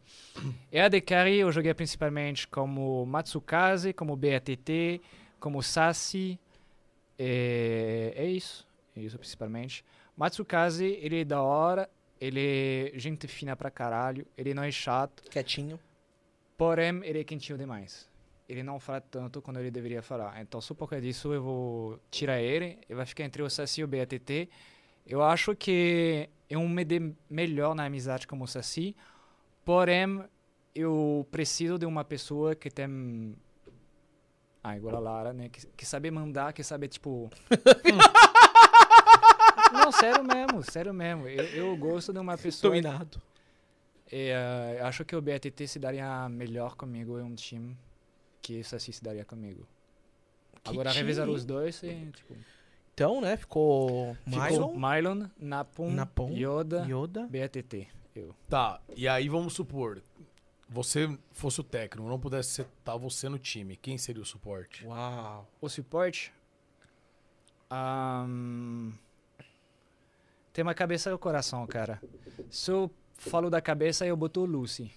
C: E a Dekari eu joguei principalmente como Matsukaze, como BATT, como Sassi. É, é isso, é isso principalmente. Matsukaze, ele é da hora, ele é gente fina pra caralho, ele não é chato.
B: Quietinho.
C: Porém, ele é quentinho demais. Ele não fala tanto quando ele deveria falar. Então, só por causa disso, eu vou tirar ele. E vai ficar é entre o Saci e o BATT. Eu acho que é eu me dei melhor na amizade como o Saci. Porém, eu preciso de uma pessoa que tem... Ah, igual a Lara, né? Que, que sabe mandar, que sabe, tipo... não, sério mesmo, sério mesmo. Eu, eu gosto de uma pessoa
B: Dominado.
C: e, eh, eu acho que o BATT se daria melhor comigo em um time que o Saci se daria comigo.
B: Que
C: Agora
B: time,
C: revisar
B: hein?
C: os dois e, tipo...
B: Então, né? Ficou.
C: ficou
B: Mylon,
C: Mylon, Napum,
B: Napum,
C: Yoda,
B: Yoda.
C: BATT. Eu.
A: Tá, e aí vamos supor. você fosse o técnico, não pudesse estar você no time, quem seria o suporte?
B: Uau.
C: O suporte. Ahn, tem uma cabeça e o coração, cara. Se eu falo da cabeça, eu boto o Lucy.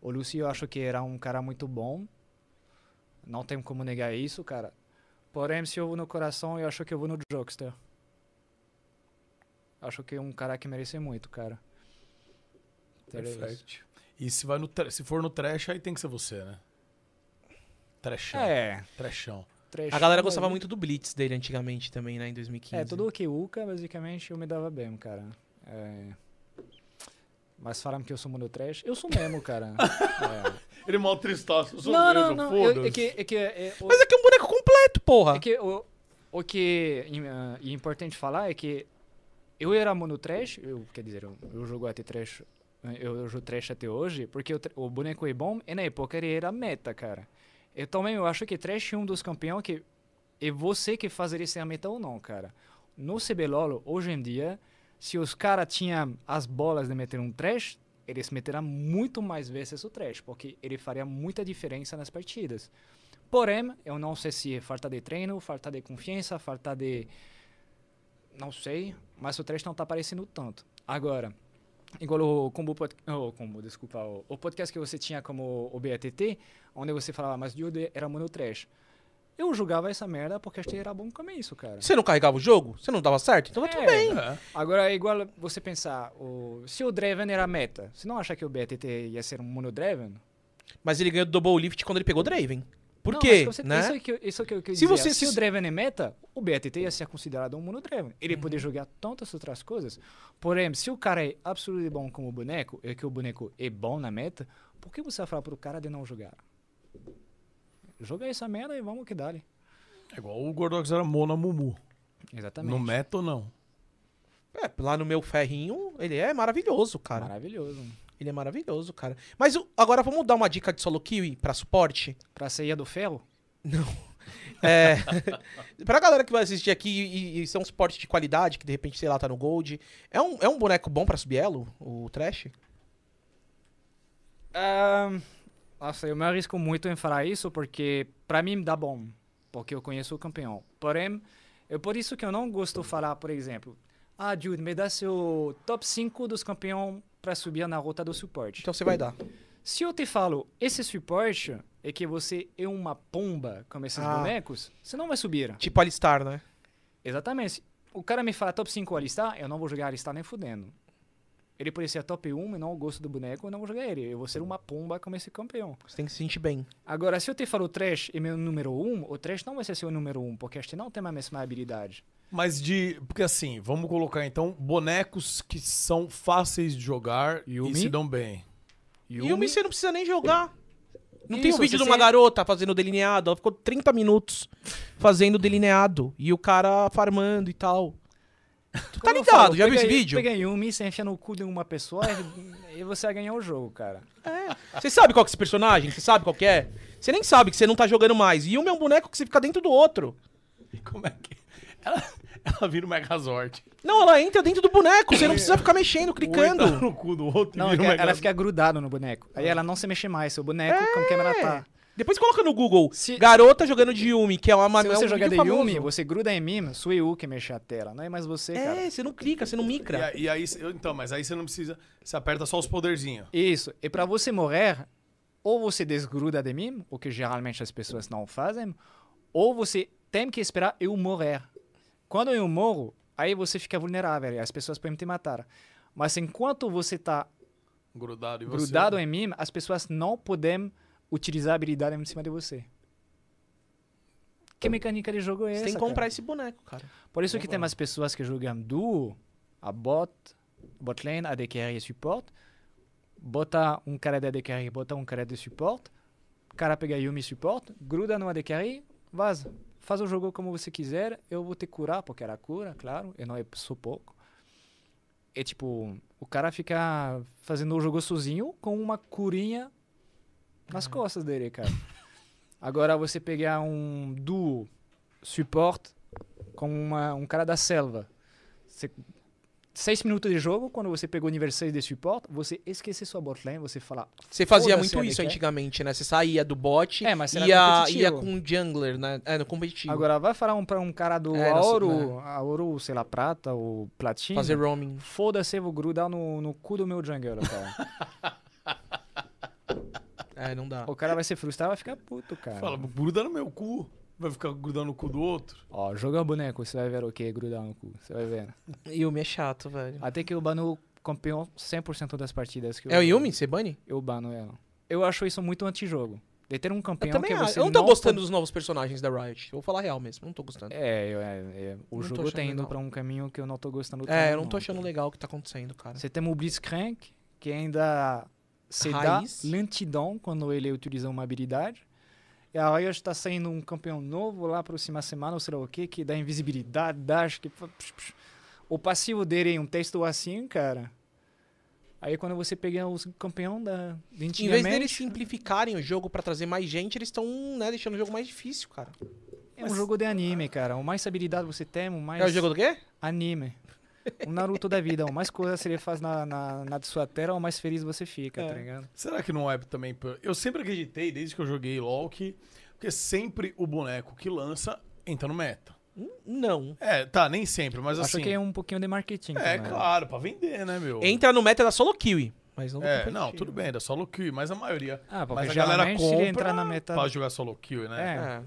C: O Lucy eu acho que era um cara muito bom. Não tem como negar isso, cara. Porém, se eu vou no coração, eu acho que eu vou no Jokster. Acho que é um cara que merece muito, cara. Seria isso.
A: E se, vai no tra- se for no trash, aí tem que ser você, né? Trechão.
C: É,
A: Trechão.
C: trechão
B: A galera
C: ali.
B: gostava muito do Blitz dele antigamente também, né? Em 2015.
C: É, tudo o que Uca, basicamente, eu me dava bem, cara. É... Mas falaram que eu sou mundo trash. Eu sou mesmo, cara. É.
L: Ele mal tristoso.
C: Não, não, não. eu- é que, é que, é, o,
B: Mas é que é um boneco completo, porra.
C: é que o, o que im- ah, é importante falar é que eu era mundo trash, eu, quer dizer, eu, eu jogo até trash, eh, eu jogo trash até hoje, porque o, tra- o boneco é bom e na época ele era meta, cara. Eu também eu acho que trash é um dos campeões que é você que faz ele ser a meta ou não, cara. No CBLOL, hoje em dia, se os caras tinham as bolas de meter um trash, eles meterão muito mais vezes o trash, porque ele faria muita diferença nas partidas. Porém, eu não sei se é falta de treino, falta de confiança, falta de. Não sei, mas o trash não tá aparecendo tanto. Agora, igual o combo, pod... oh, o combo desculpa, o, o podcast que você tinha como o BATT, onde você falava, mas Jude era mono trash. Eu julgava essa merda porque achei que era bom como isso, cara.
B: Você não carregava o jogo? Você não dava certo? Então tá tudo
C: É.
B: bem.
C: Agora é igual você pensar, o... se o Draven era a meta, você não acha que o BTT ia ser um mono Draven?
B: Mas ele ganhou do Double Lift quando ele pegou o Draven. Por
C: Não,
B: quê?
C: mas você-
B: né?
C: Isso é que, eu- isso é que eu quis
B: Se
C: dizer.
B: você- se-
C: se o Draven é meta, o BTT ia ser considerado um mono Draven. Ele
B: Uhum.
C: poderia jogar tantas outras coisas. Porém, se o cara é absolutamente bom como boneco, e que o boneco é bom na meta, por que você vai falar pro cara de não jogar? Joga essa merda e vamos que dá
A: É igual o Gordox era Mona Mumu.
C: Exatamente.
A: No meta ou não?
B: É, lá no meu ferrinho, ele é maravilhoso, cara.
C: Maravilhoso.
B: Ele é maravilhoso, cara. Mas o- agora vamos dar uma dica de solo kiwi pra suporte?
C: Pra ceia do ferro,
B: É, pra galera que vai assistir aqui e, e são suporte de qualidade, que de repente, sei lá, tá no Gold. É um, é um boneco bom pra subir elo, o Trash?
C: Ahn, nossa, eu me arrisco muito em falar isso porque pra mim dá bom, porque eu conheço o campeão. Porém, é por isso que eu não gosto de falar, por exemplo, ah, Jude, me dá seu top 5 dos campeões pra subir na rota do suporte.
B: Então você vai dar.
C: Se eu te falo esse suporte é que você é uma pomba como esses
B: Ah.
C: bonecos, você não vai subir.
B: Tipo Alistar, né?
C: Exatamente. Se O cara me fala top 5 Alistar, eu não vou jogar Alistar nem fudendo. Ele poderia ser top 1, eu não gosto do boneco, eu não vou jogar ele. Eu vou ser uma pomba como esse campeão.
B: Você tem que se sentir bem.
C: Agora, se eu te falo trash e meu número 1, um, o trash não vai ser seu número 1, um, porque a gente não tem a mesma habilidade.
A: Mas de. Porque assim, vamos colocar então bonecos que são fáceis de jogar
C: Yumi?
A: e se dão bem.
B: E o Mi, você não precisa nem jogar. Não tem o
C: um Isso,
B: vídeo
C: você
B: de uma
C: se-
B: garota fazendo delineado. Ela ficou 30 minutos fazendo delineado. E o cara farmando e tal. Tu tá
C: Como eu
B: ligado?
C: falo,
B: já viu
C: pega-
B: esse vídeo?
C: Pega Yumi, você enfia no cu de uma pessoa e- e você vai ganhar o jogo, cara.
B: Você sabe qual que é esse personagem? Você sabe qual que é? Você nem sabe que você não tá jogando mais. E um é um boneco que você fica dentro do outro.
A: E como é que. Ela, ela vira o Megazord.
B: Não, ela entra dentro do boneco. Você não precisa ficar mexendo,
A: Um entra
B: clicando.
A: no cu do outro
C: Não,
A: e
C: é
A: vira o
C: que ela,
A: Megazord.
C: fica grudada no boneco. Aí ela não se mexe mais, seu boneco, como que ela tá.
B: É. Depois coloca no Google.
C: Se-
B: Garota jogando de Yumi, que é uma
C: Se
B: é um
C: você
B: vídeo
C: jogar de
B: famoso.
C: Yumi, você gruda em mim, sou eu que mexe a tela, não é mais você, cara.
B: É, você não clica, você não
A: E
B: micra.
A: aí- E aí, eu- então, mas aí você não precisa. Você aperta só os poderzinhos.
C: Isso. E pra você morrer, ou você desgruda de mim, o que geralmente as pessoas não fazem, ou você tem que esperar eu morrer. Quando eu morro, aí você fica vulnerável e as pessoas podem te matar. Mas enquanto você tá
A: Grudado e você.
C: grudado em mim, as pessoas não podem utilizar a habilidade em cima de você. Que mecânica de jogo é
B: Então, Você
C: essa?
B: tem que comprar
C: cara?
B: esse boneco, cara.
C: Por isso que tem mais pessoas que jogam duo, a bot, bot lane, AD carry e support. Bota um cara de AD carry, bota um cara de support. O cara pega Yumi support, gruda no AD carry, vaza. Faz o jogo como você quiser, eu vou te curar, porque era cura, claro, e não é só pouco. É tipo, o cara fica fazendo o jogo sozinho com uma curinha nas costas dele, cara. Agora você pegar um duo support com uma- um cara da selva. Você seis minutos de jogo, quando você pegou o nível 6 de support, você esquecer sua botlane, você falar.
B: Você fazia
C: Foda-se,
B: muito isso
C: ADC.
B: antigamente, né? Você saía do bot
C: É, mas será
B: ia,
C: competitivo?
B: ia com o jungler, né? É, no competitivo.
C: Agora, vai falar um, pra um cara do
B: É, nossa,
C: Auro, Auro, sei lá, Prata ou Platina.
B: Fazer roaming.
C: Foda-se, eu vou grudar no, no cu do meu jungler, cara.
B: É, não dá.
C: o cara vai se frustrar, vai ficar puto, cara.
A: Fala, gruda no meu cu. Vai ficar grudando no cu do outro.
C: Ó, joga boneco, você vai ver o que grudar no cu. Você vai ver.
B: Yumi é chato, velho.
C: Até que eu bano campeão 100% das partidas que eu
B: É o
C: jogo.
B: Yumi? Você bane?
C: Eu bano ela. Eu acho isso muito antijogo. De ter um
B: Eu
C: campeão
B: também
C: que
B: acho.
C: você
B: Eu não tô gostando
C: pode-
B: dos novos personagens da Riot. Eu Vou falar real mesmo. Não tô gostando. É,
C: É, eu- é, é, o
B: Não tô
C: jogo tá
B: achando
C: indo
B: legal.
C: pra um caminho que eu não tô gostando
B: É, eu não tô achando
C: cara.
B: legal o que tá acontecendo, cara.
C: Você tem o Blitzcrank, que ainda se
B: Raiz.
C: dá lentidão quando ele utiliza uma habilidade. E a Riot tá saindo um campeão novo lá próxima semana, ou sei lá o que, que dá invisibilidade, dash, que... psh, psh. O passivo dele é um texto assim, cara. Aí quando você pega os campeão da... de
B: Em vez
C: antigamente,
B: deles simplificarem o jogo pra trazer mais gente, eles estão, né, deixando o jogo mais difícil, cara.
C: É um jogo de anime, cara. O mais habilidade você tem, o mais...
B: É o jogo do quê?
C: Anime. Um Naruto da vida. O mais coisa se ele faz na, na, na de sua terra, o mais feliz você fica, tá ligado?
A: Será que não é também. por- Eu sempre acreditei, desde que eu joguei LOL, que. Porque sempre o boneco que lança entra no meta.
B: Não.
A: É, tá, nem sempre, mas
C: Acho
A: assim.
C: que é um pouquinho de marketing.
A: É,
C: também.
A: claro, pra vender, né, meu?
B: Entra no meta da solo kiwi. Mas não do
A: É,
B: competitivo.
A: não, tudo bem, era solo queue, mas a maioria.
C: Ah, porque
A: mas a galera
C: geralmente se
A: compra
C: ele entrar na meta...
A: pra jogar solo queue, né?
C: Tá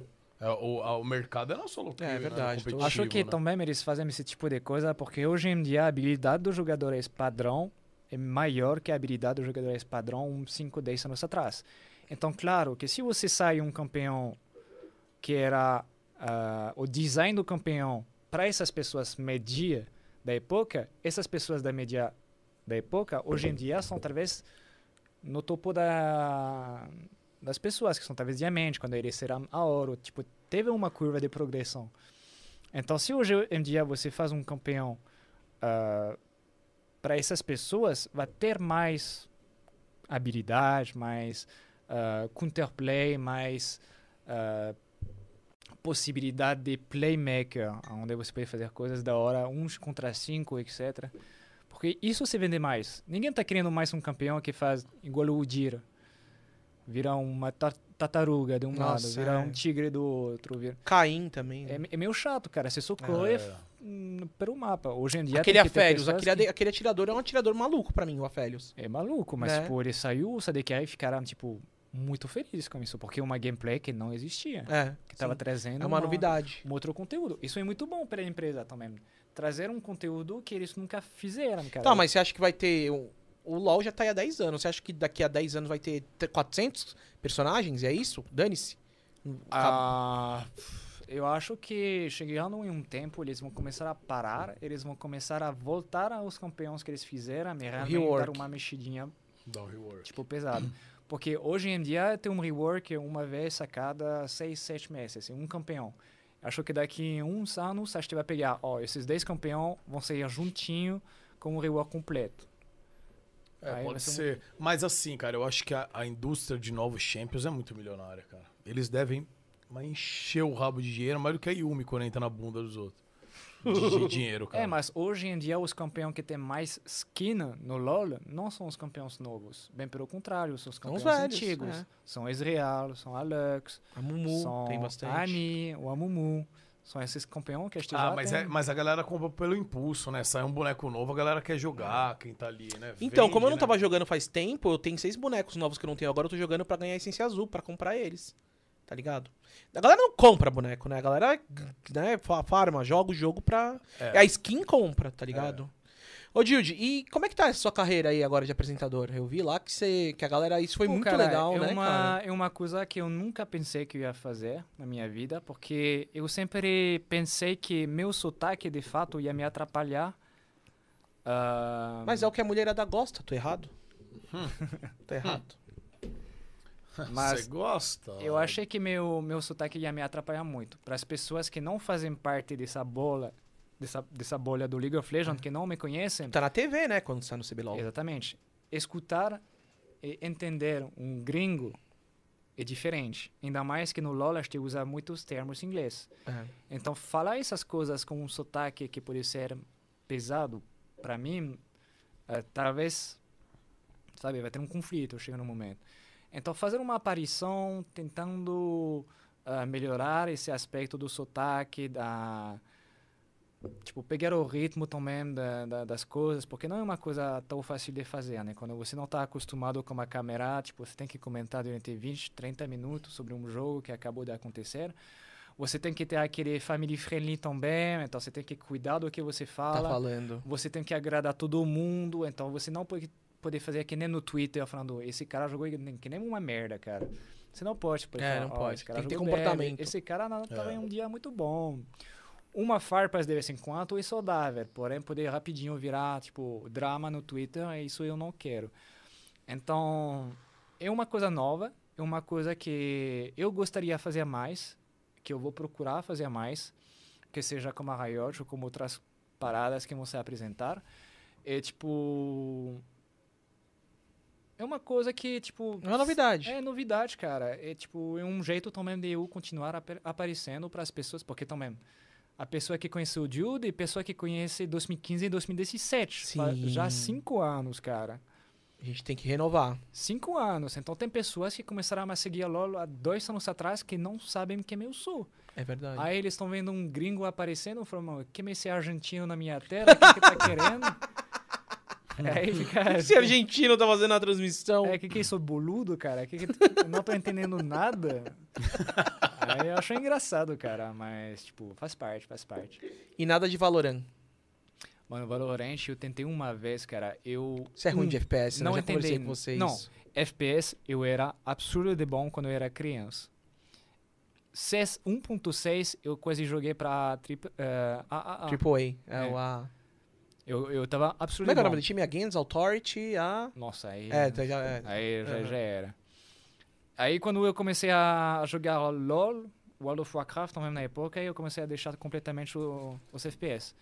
C: É.
B: É.
A: É, o, a- o mercado era solo queue,
B: É,
A: né?
B: verdade, tô-
A: competitivo,
C: Acho que
A: né?
C: também eles fazem esse tipo de coisa porque hoje em dia a habilidade dos jogadores padrão é maior que a habilidade dos jogadores padrão uns 5, 10 anos atrás. Então, claro que se você sai um campeão que era ah, o design do campeão para essas pessoas média da época, essas pessoas da média da época, hoje em dia são talvez no topo da das pessoas que são talvez diamante, quando eles serão a ouro, tipo, teve uma curva de progressão. Então, se hoje em dia você faz um campeão para essas pessoas, vai ter mais habilidade, mais ah, counterplay, mais ah, possibilidade de playmaker, onde você pode fazer coisas da hora, uns contra cinco, etc. Porque isso se vende mais. Ninguém está querendo mais um campeão que faz igual o Udyr. Vira uma tar- tartaruga de um
B: Nossa,
C: lado, vira
B: é.
C: um tigre do outro. Vira...
B: Caim também. né?
C: É, me- é meio chato, cara. Você socorre hum, pelo mapa. Hoje em dia
B: É. Aquele
C: tem que ter
B: Afélios,
C: pessoas
B: aquele,
C: que-
B: ade- aquele atirador é um atirador maluco pra mim, o Afélios.
C: É maluco, mas
B: Né?
C: pô, ele saiu, o Sadekiai ficaram, tipo, muito felizes com isso. Porque é uma gameplay que não existia.
B: É.
C: Que tava
B: sim.
C: trazendo
B: É uma novidade.
C: um outro conteúdo. Isso é muito bom para a empresa também. Trazer um conteúdo que eles nunca fizeram, cara.
B: Tá, mas você acha que vai ter. um- O LoL já tá aí há 10 anos. Você acha que daqui a 10 anos vai ter t- 400 personagens? É isso? Dane-se. Acabou.
C: Ah, eu acho que chegando em um tempo, eles vão começar a parar, eles vão começar a voltar aos campeões que eles fizeram, e realmente dar
B: rework.
C: uma mexidinha
A: Dá o reward.
C: Tipo, pesado. Porque hoje em dia tem um rework uma vez a cada seis, sete meses, assim, um campeão. Acho que daqui uns anos a gente vai pegar, ó, esses 10 campeões vão sair juntinho com o rework completo.
A: É,
C: Aí vai
A: pode
C: ser
A: ser. Mas assim, cara, eu acho que a, a indústria de novos Champions é muito milionária, cara. Eles devem mas, encher o rabo de dinheiro mais do que a Yumi quando entra na bunda dos outros. De, de dinheiro, cara.
C: É, mas hoje em dia os campeões que têm mais skin no LoL não são os campeões novos. Bem pelo contrário, são os campeões
B: velhos,
C: antigos.
B: é.
C: São Ezreal, são Alux,
B: A Mumu
C: são
B: tem bastante.
C: a Ani, o Amumu. São esses campeões que a gente
A: Ah,
C: já
A: mas,
C: tem.
A: é, mas a galera compra pelo impulso, né? Sai um boneco novo, a galera quer jogar, quem tá ali, né?
B: Então, como eu não
A: Vende,
B: tava
A: né?
B: jogando faz tempo, eu tenho seis bonecos novos que eu não tenho agora, eu tô jogando pra ganhar a essência azul, pra comprar eles. Tá ligado? A galera não compra boneco, né? A galera, né, fa- farma, joga o jogo pra. A skin compra, tá ligado? Ô, Dilde, e como é que tá a sua carreira aí agora de apresentador? Eu vi lá que você. que a galera. Isso foi
C: Pô,
B: muito
C: cara,
B: legal,
C: é
B: né,
C: uma,
B: cara?
C: É uma coisa que eu nunca pensei que eu ia fazer na minha vida, porque eu sempre pensei que meu sotaque, de fato, ia me atrapalhar. Ah,
B: Mas é o que a mulherada gosta, tô errado? tô errado.
C: mas
A: Você gosta?
C: eu achei que meu, meu sotaque ia me atrapalhar muito. Para as pessoas que não fazem parte dessa bola, dessa, dessa bolha do League of
B: É.
C: Legends, que não me conhecem,
B: Tá na TV, né, quando você tá no CBLOL.
C: Exatamente. Escutar e entender um gringo é diferente. Ainda mais que no LoL a gente usa muitos termos em inglês.
B: É.
C: Então, falar essas coisas com um sotaque que pode ser pesado pra mim, é, talvez, sabe, vai ter um conflito chegando no momento. Então, fazer uma aparição tentando ah, melhorar esse aspecto do sotaque, da. Tipo, pegar o ritmo também da, da- das coisas, porque não é uma coisa tão fácil de fazer, né? Quando você não está acostumado com uma câmera, tipo, você tem que comentar durante 20, 30 minutos sobre um jogo que acabou de acontecer. Você tem que ter aquele family friendly também, então você tem que cuidar do que você
B: Tá
C: fala
B: falando.
C: você tem que agradar todo mundo, então você não pode poder fazer que nem no Twitter falando esse cara jogou que nem- que nem uma merda, cara. Você não pode, por
B: É,
C: exemplo,
B: não
C: "Ó,
B: pode.
C: esse cara
B: Tem que ter
C: jogou merda,
B: comportamento." É.
C: Esse cara não tava em um dia muito bom. Uma farpas de vez em quando é saudável, porém poder rapidinho virar tipo drama no Twitter, é isso eu não quero. Então, é uma coisa nova, é uma coisa que eu gostaria de fazer mais, que eu vou procurar fazer mais, que seja como a Riot ou como outras paradas que você apresentar. É tipo. É uma coisa que, tipo.
B: É uma novidade.
C: É novidade, cara. É tipo, é um jeito também de eu continuar apa- aparecendo para as pessoas, porque também. A pessoa que conheceu o Jude e a pessoa que conhece 2015 e 2017. Fa-
B: Sim.
C: Já há cinco anos, cara.
B: A gente tem que renovar.
C: Cinco anos. Então tem pessoas que começaram a me seguir a LOL há dois anos atrás que não sabem quem eu sou.
B: É verdade.
C: Aí eles estão vendo um gringo aparecendo, falando, quem é esse argentino na minha terra? O que, que tá querendo? Aí fica.
B: Esse argentino tá fazendo a transmissão.
C: É, que que é isso, boludo, cara? Que que... eu Não tô entendendo nada. Aí eu achei engraçado, cara, mas, tipo, faz parte, faz parte.
B: E nada de Valorant.
C: Mano, Valorant, eu tentei uma vez, cara, eu... um
B: Você é ruim de FPS, né?
C: não
B: Eu já
C: entendi.
B: conversei com vocês.
C: Não, FPS eu era absurdo de bom quando eu era criança. CS 1.6 eu quase joguei pra trip, eh, AAA.
B: Triple A. É,
C: É.
B: o A.
C: Eu, eu tava
B: Como é
C: absurdo
B: que é o
C: de
B: nome
C: bom.
B: do time? A Games Authority, a...
C: Nossa, aí...
B: É, tá, já, é.
C: Aí já,
B: Aham.
C: já era. Aí quando eu comecei a jogar LoL, World of Warcraft, também na época, aí eu comecei a deixar completamente o- os FPS.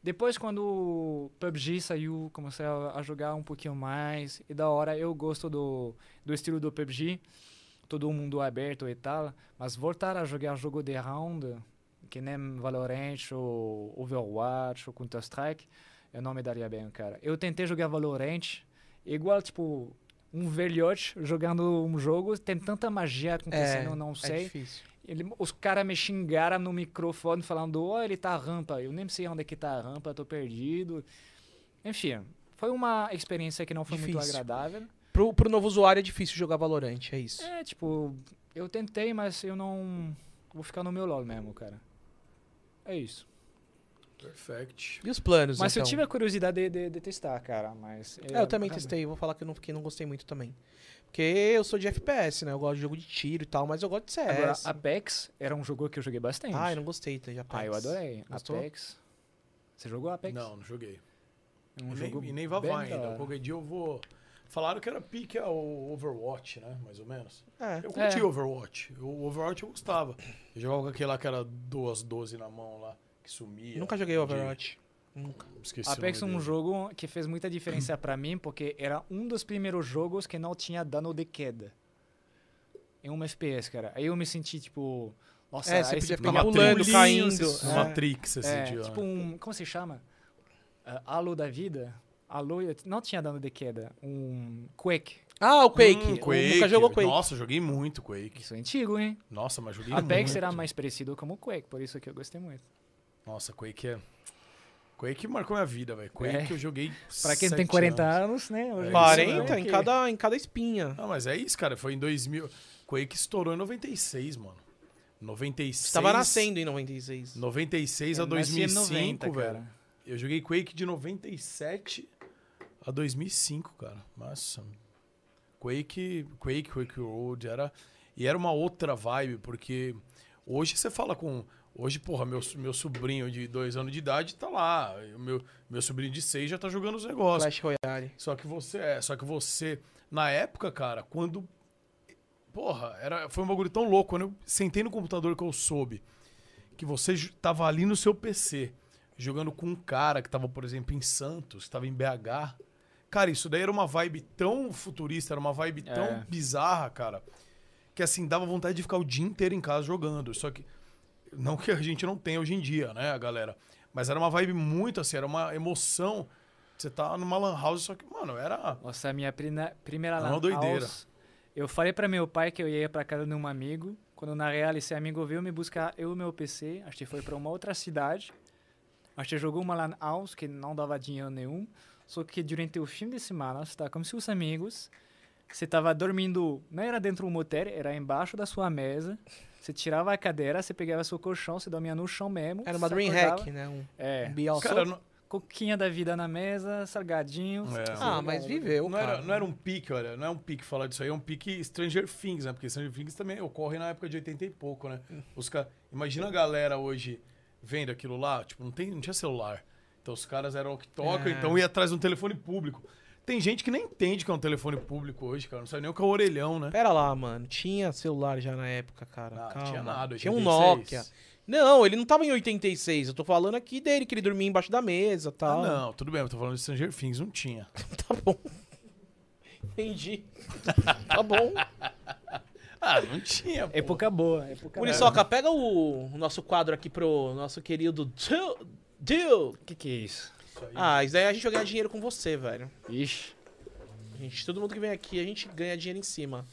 C: Depois, quando o PUBG saiu, comecei a, a jogar um pouquinho mais. E da hora, eu gosto do, do estilo do PUBG. Todo mundo aberto e tal. Mas voltar a jogar jogo de round, que nem Valorant, ou Overwatch, ou Counter-Strike, eu não me daria bem, cara. Eu tentei jogar Valorant, igual, tipo, um velhote jogando um jogo, tem tanta magia acontecendo, eu não
B: É
C: sei.
B: difícil.
C: Ele- os caras me xingaram no microfone falando, ó, ele tá a rampa, eu nem sei onde é que tá a rampa, tô perdido. Enfim, foi uma experiência que não foi muito
B: Difícil.
C: agradável.
B: Pro, pro novo usuário é difícil jogar Valorant, é isso.
C: É, tipo, eu tentei, mas eu não. Vou ficar no meu LOL mesmo, cara. É isso.
A: Perfect.
B: E os planos,
C: Mas
B: então?
C: eu tive a curiosidade de, de- de testar, cara, mas.
B: É, eu também
C: acabei.
B: testei, vou falar que eu não, fiquei, não gostei muito também. Porque eu sou de FPS, né? Eu gosto de jogo de tiro e tal, mas eu gosto de
C: Agora,
B: CS.
C: Apex era um jogo que eu joguei bastante.
B: Ah, eu É, não gostei tá, de Apex.
C: Ah, eu adorei.
B: Gostou?
C: Apex. Você jogou Apex?
A: Não, não joguei.
C: É Um
A: e,
C: jogo
A: nem, e nem
C: bem da
A: Vavá ainda. um
C: hora.
A: Qualquer dia eu vou. Falaram que era pique ao Overwatch, né? Mais ou menos.
B: É.
A: Eu curti
C: É.
A: Overwatch. O Overwatch eu gostava. Eu jogava com aquele lá que era duas 12 na mão lá, que sumia.
B: Nunca joguei
A: De-
B: Overwatch. Nunca.
A: Esqueci
C: Apex
A: o
C: é
A: nome
C: um
A: dele.
C: jogo que fez muita diferença pra mim, porque era um dos primeiros jogos que não tinha dano de queda. Em um uma FPS, cara. Aí eu me senti, tipo... Nossa,
B: É, você
C: aí
B: podia
C: você
B: ficar
C: pega
B: pulando,
C: pulinhos,
B: caindo.
C: esses-
A: No
B: É.
A: Matrix, esse
C: É,
A: dia.
C: tipo
A: né?
C: um... Como se chama? Ah, Halo da vida? Halo não tinha dano de queda. Um Quake.
B: Ah, o Quake.
A: Hum,
B: Eu Nunca jogou Quake.
A: Nossa, joguei muito Quake.
C: Isso é antigo, hein?
A: Nossa, mas joguei
C: Apex
A: muito.
C: era mais parecido como Quake, por isso que eu gostei muito.
A: Nossa, Quake é... Quake marcou minha vida, velho. Quake
C: É.
A: eu joguei
C: Pra quem tem
A: sete
C: 40
A: anos.
C: anos, né?
A: é
C: hoje em dia,
B: 40 em
C: Quake.
B: cada, em cada espinha.
A: Não, mas é isso, cara. Foi em 2000. Quake estourou em 96, mano. 96.
B: Você tava nascendo em 96.
A: 96 a
C: Eu nasci em
A: 2005,
C: 90,
A: velho.
C: cara.
A: Eu joguei Quake de 97 a 2005, cara. Nossa. Quake, Quake, Quake World era e era uma outra vibe, porque hoje você fala com hoje, porra, meu so- meu sobrinho de dois anos de idade tá lá, e o meu meu sobrinho de seis já tá jogando os negócios.
B: Clash Royale.
A: Só que você é, só que você na época, cara, quando porra, era foi um bagulho tão louco quando eu sentei no computador que eu soube que você ju- tava ali no seu PC jogando com um cara que tava, por exemplo, em Santos, que tava em BH. Cara, isso daí era uma vibe tão futurista, era uma vibe tão
C: É.
A: bizarra, cara, que assim dava vontade de ficar o dia inteiro em casa jogando. Só que não que a gente não tenha hoje em dia, né, galera? Mas era uma vibe muito assim, era uma emoção. Você tá numa lan house, só que, mano, era.
C: Nossa, a minha prina- primeira
A: É uma
C: lan
A: doideira.
C: house. Eu falei pra meu pai que eu ia pra casa de um amigo. Quando na real esse amigo veio me buscar, eu e meu PC. A gente foi pra uma outra cidade. A gente jogou uma lan house que não dava dinheiro nenhum. Só que durante o fim de semana, você tá com seus amigos. Você tava dormindo, não era dentro de um motel, era embaixo da sua mesa. Você tirava a cadeira, você pegava seu colchão, você dormia no chão mesmo.
B: Era uma
C: você
B: Dreamhack,
C: acordava.
B: né? Um
C: É.
B: Beyoncé.
A: Cara, não,
C: Coquinha da vida na mesa, salgadinho.
A: É.
B: ah, mas viveu,
A: não
B: cara.
A: era, não era um pique, olha, não é um pique falar disso aí, é um pique Stranger Things, né? Porque Stranger Things também ocorre na época de 80 e pouco, né? Os ca... Imagina a galera hoje vendo aquilo lá, tipo, não, tem, não tinha celular. Então os caras eram o que tocam,
B: É.
A: então ia atrás de um telefone público. Tem gente que nem entende que é um telefone público hoje, cara. Não sabe nem o que é o orelhão, né?
B: Pera lá, mano. Tinha celular já na época, cara.
A: Ah,
B: Calma.
A: tinha nada,
B: Tinha um
A: 86.
B: Nokia. Não, ele não tava em 86. Eu tô falando aqui dele, que ele dormia embaixo da mesa e
A: Ah,
B: tal.
A: não, tudo bem, eu tô falando de Stranger Things, não tinha.
B: Tá bom. Entendi. tá bom.
A: Ah, não tinha, pô.
C: Época boa, época boa.
B: Muriçoca, pega o, o nosso quadro aqui pro nosso querido Du- Duke.
C: O que, que é isso?
B: Ah, isso daí a gente vai ganhar dinheiro com você, velho.
C: Ixi.
B: Gente, todo mundo que vem aqui, a gente ganha dinheiro em cima.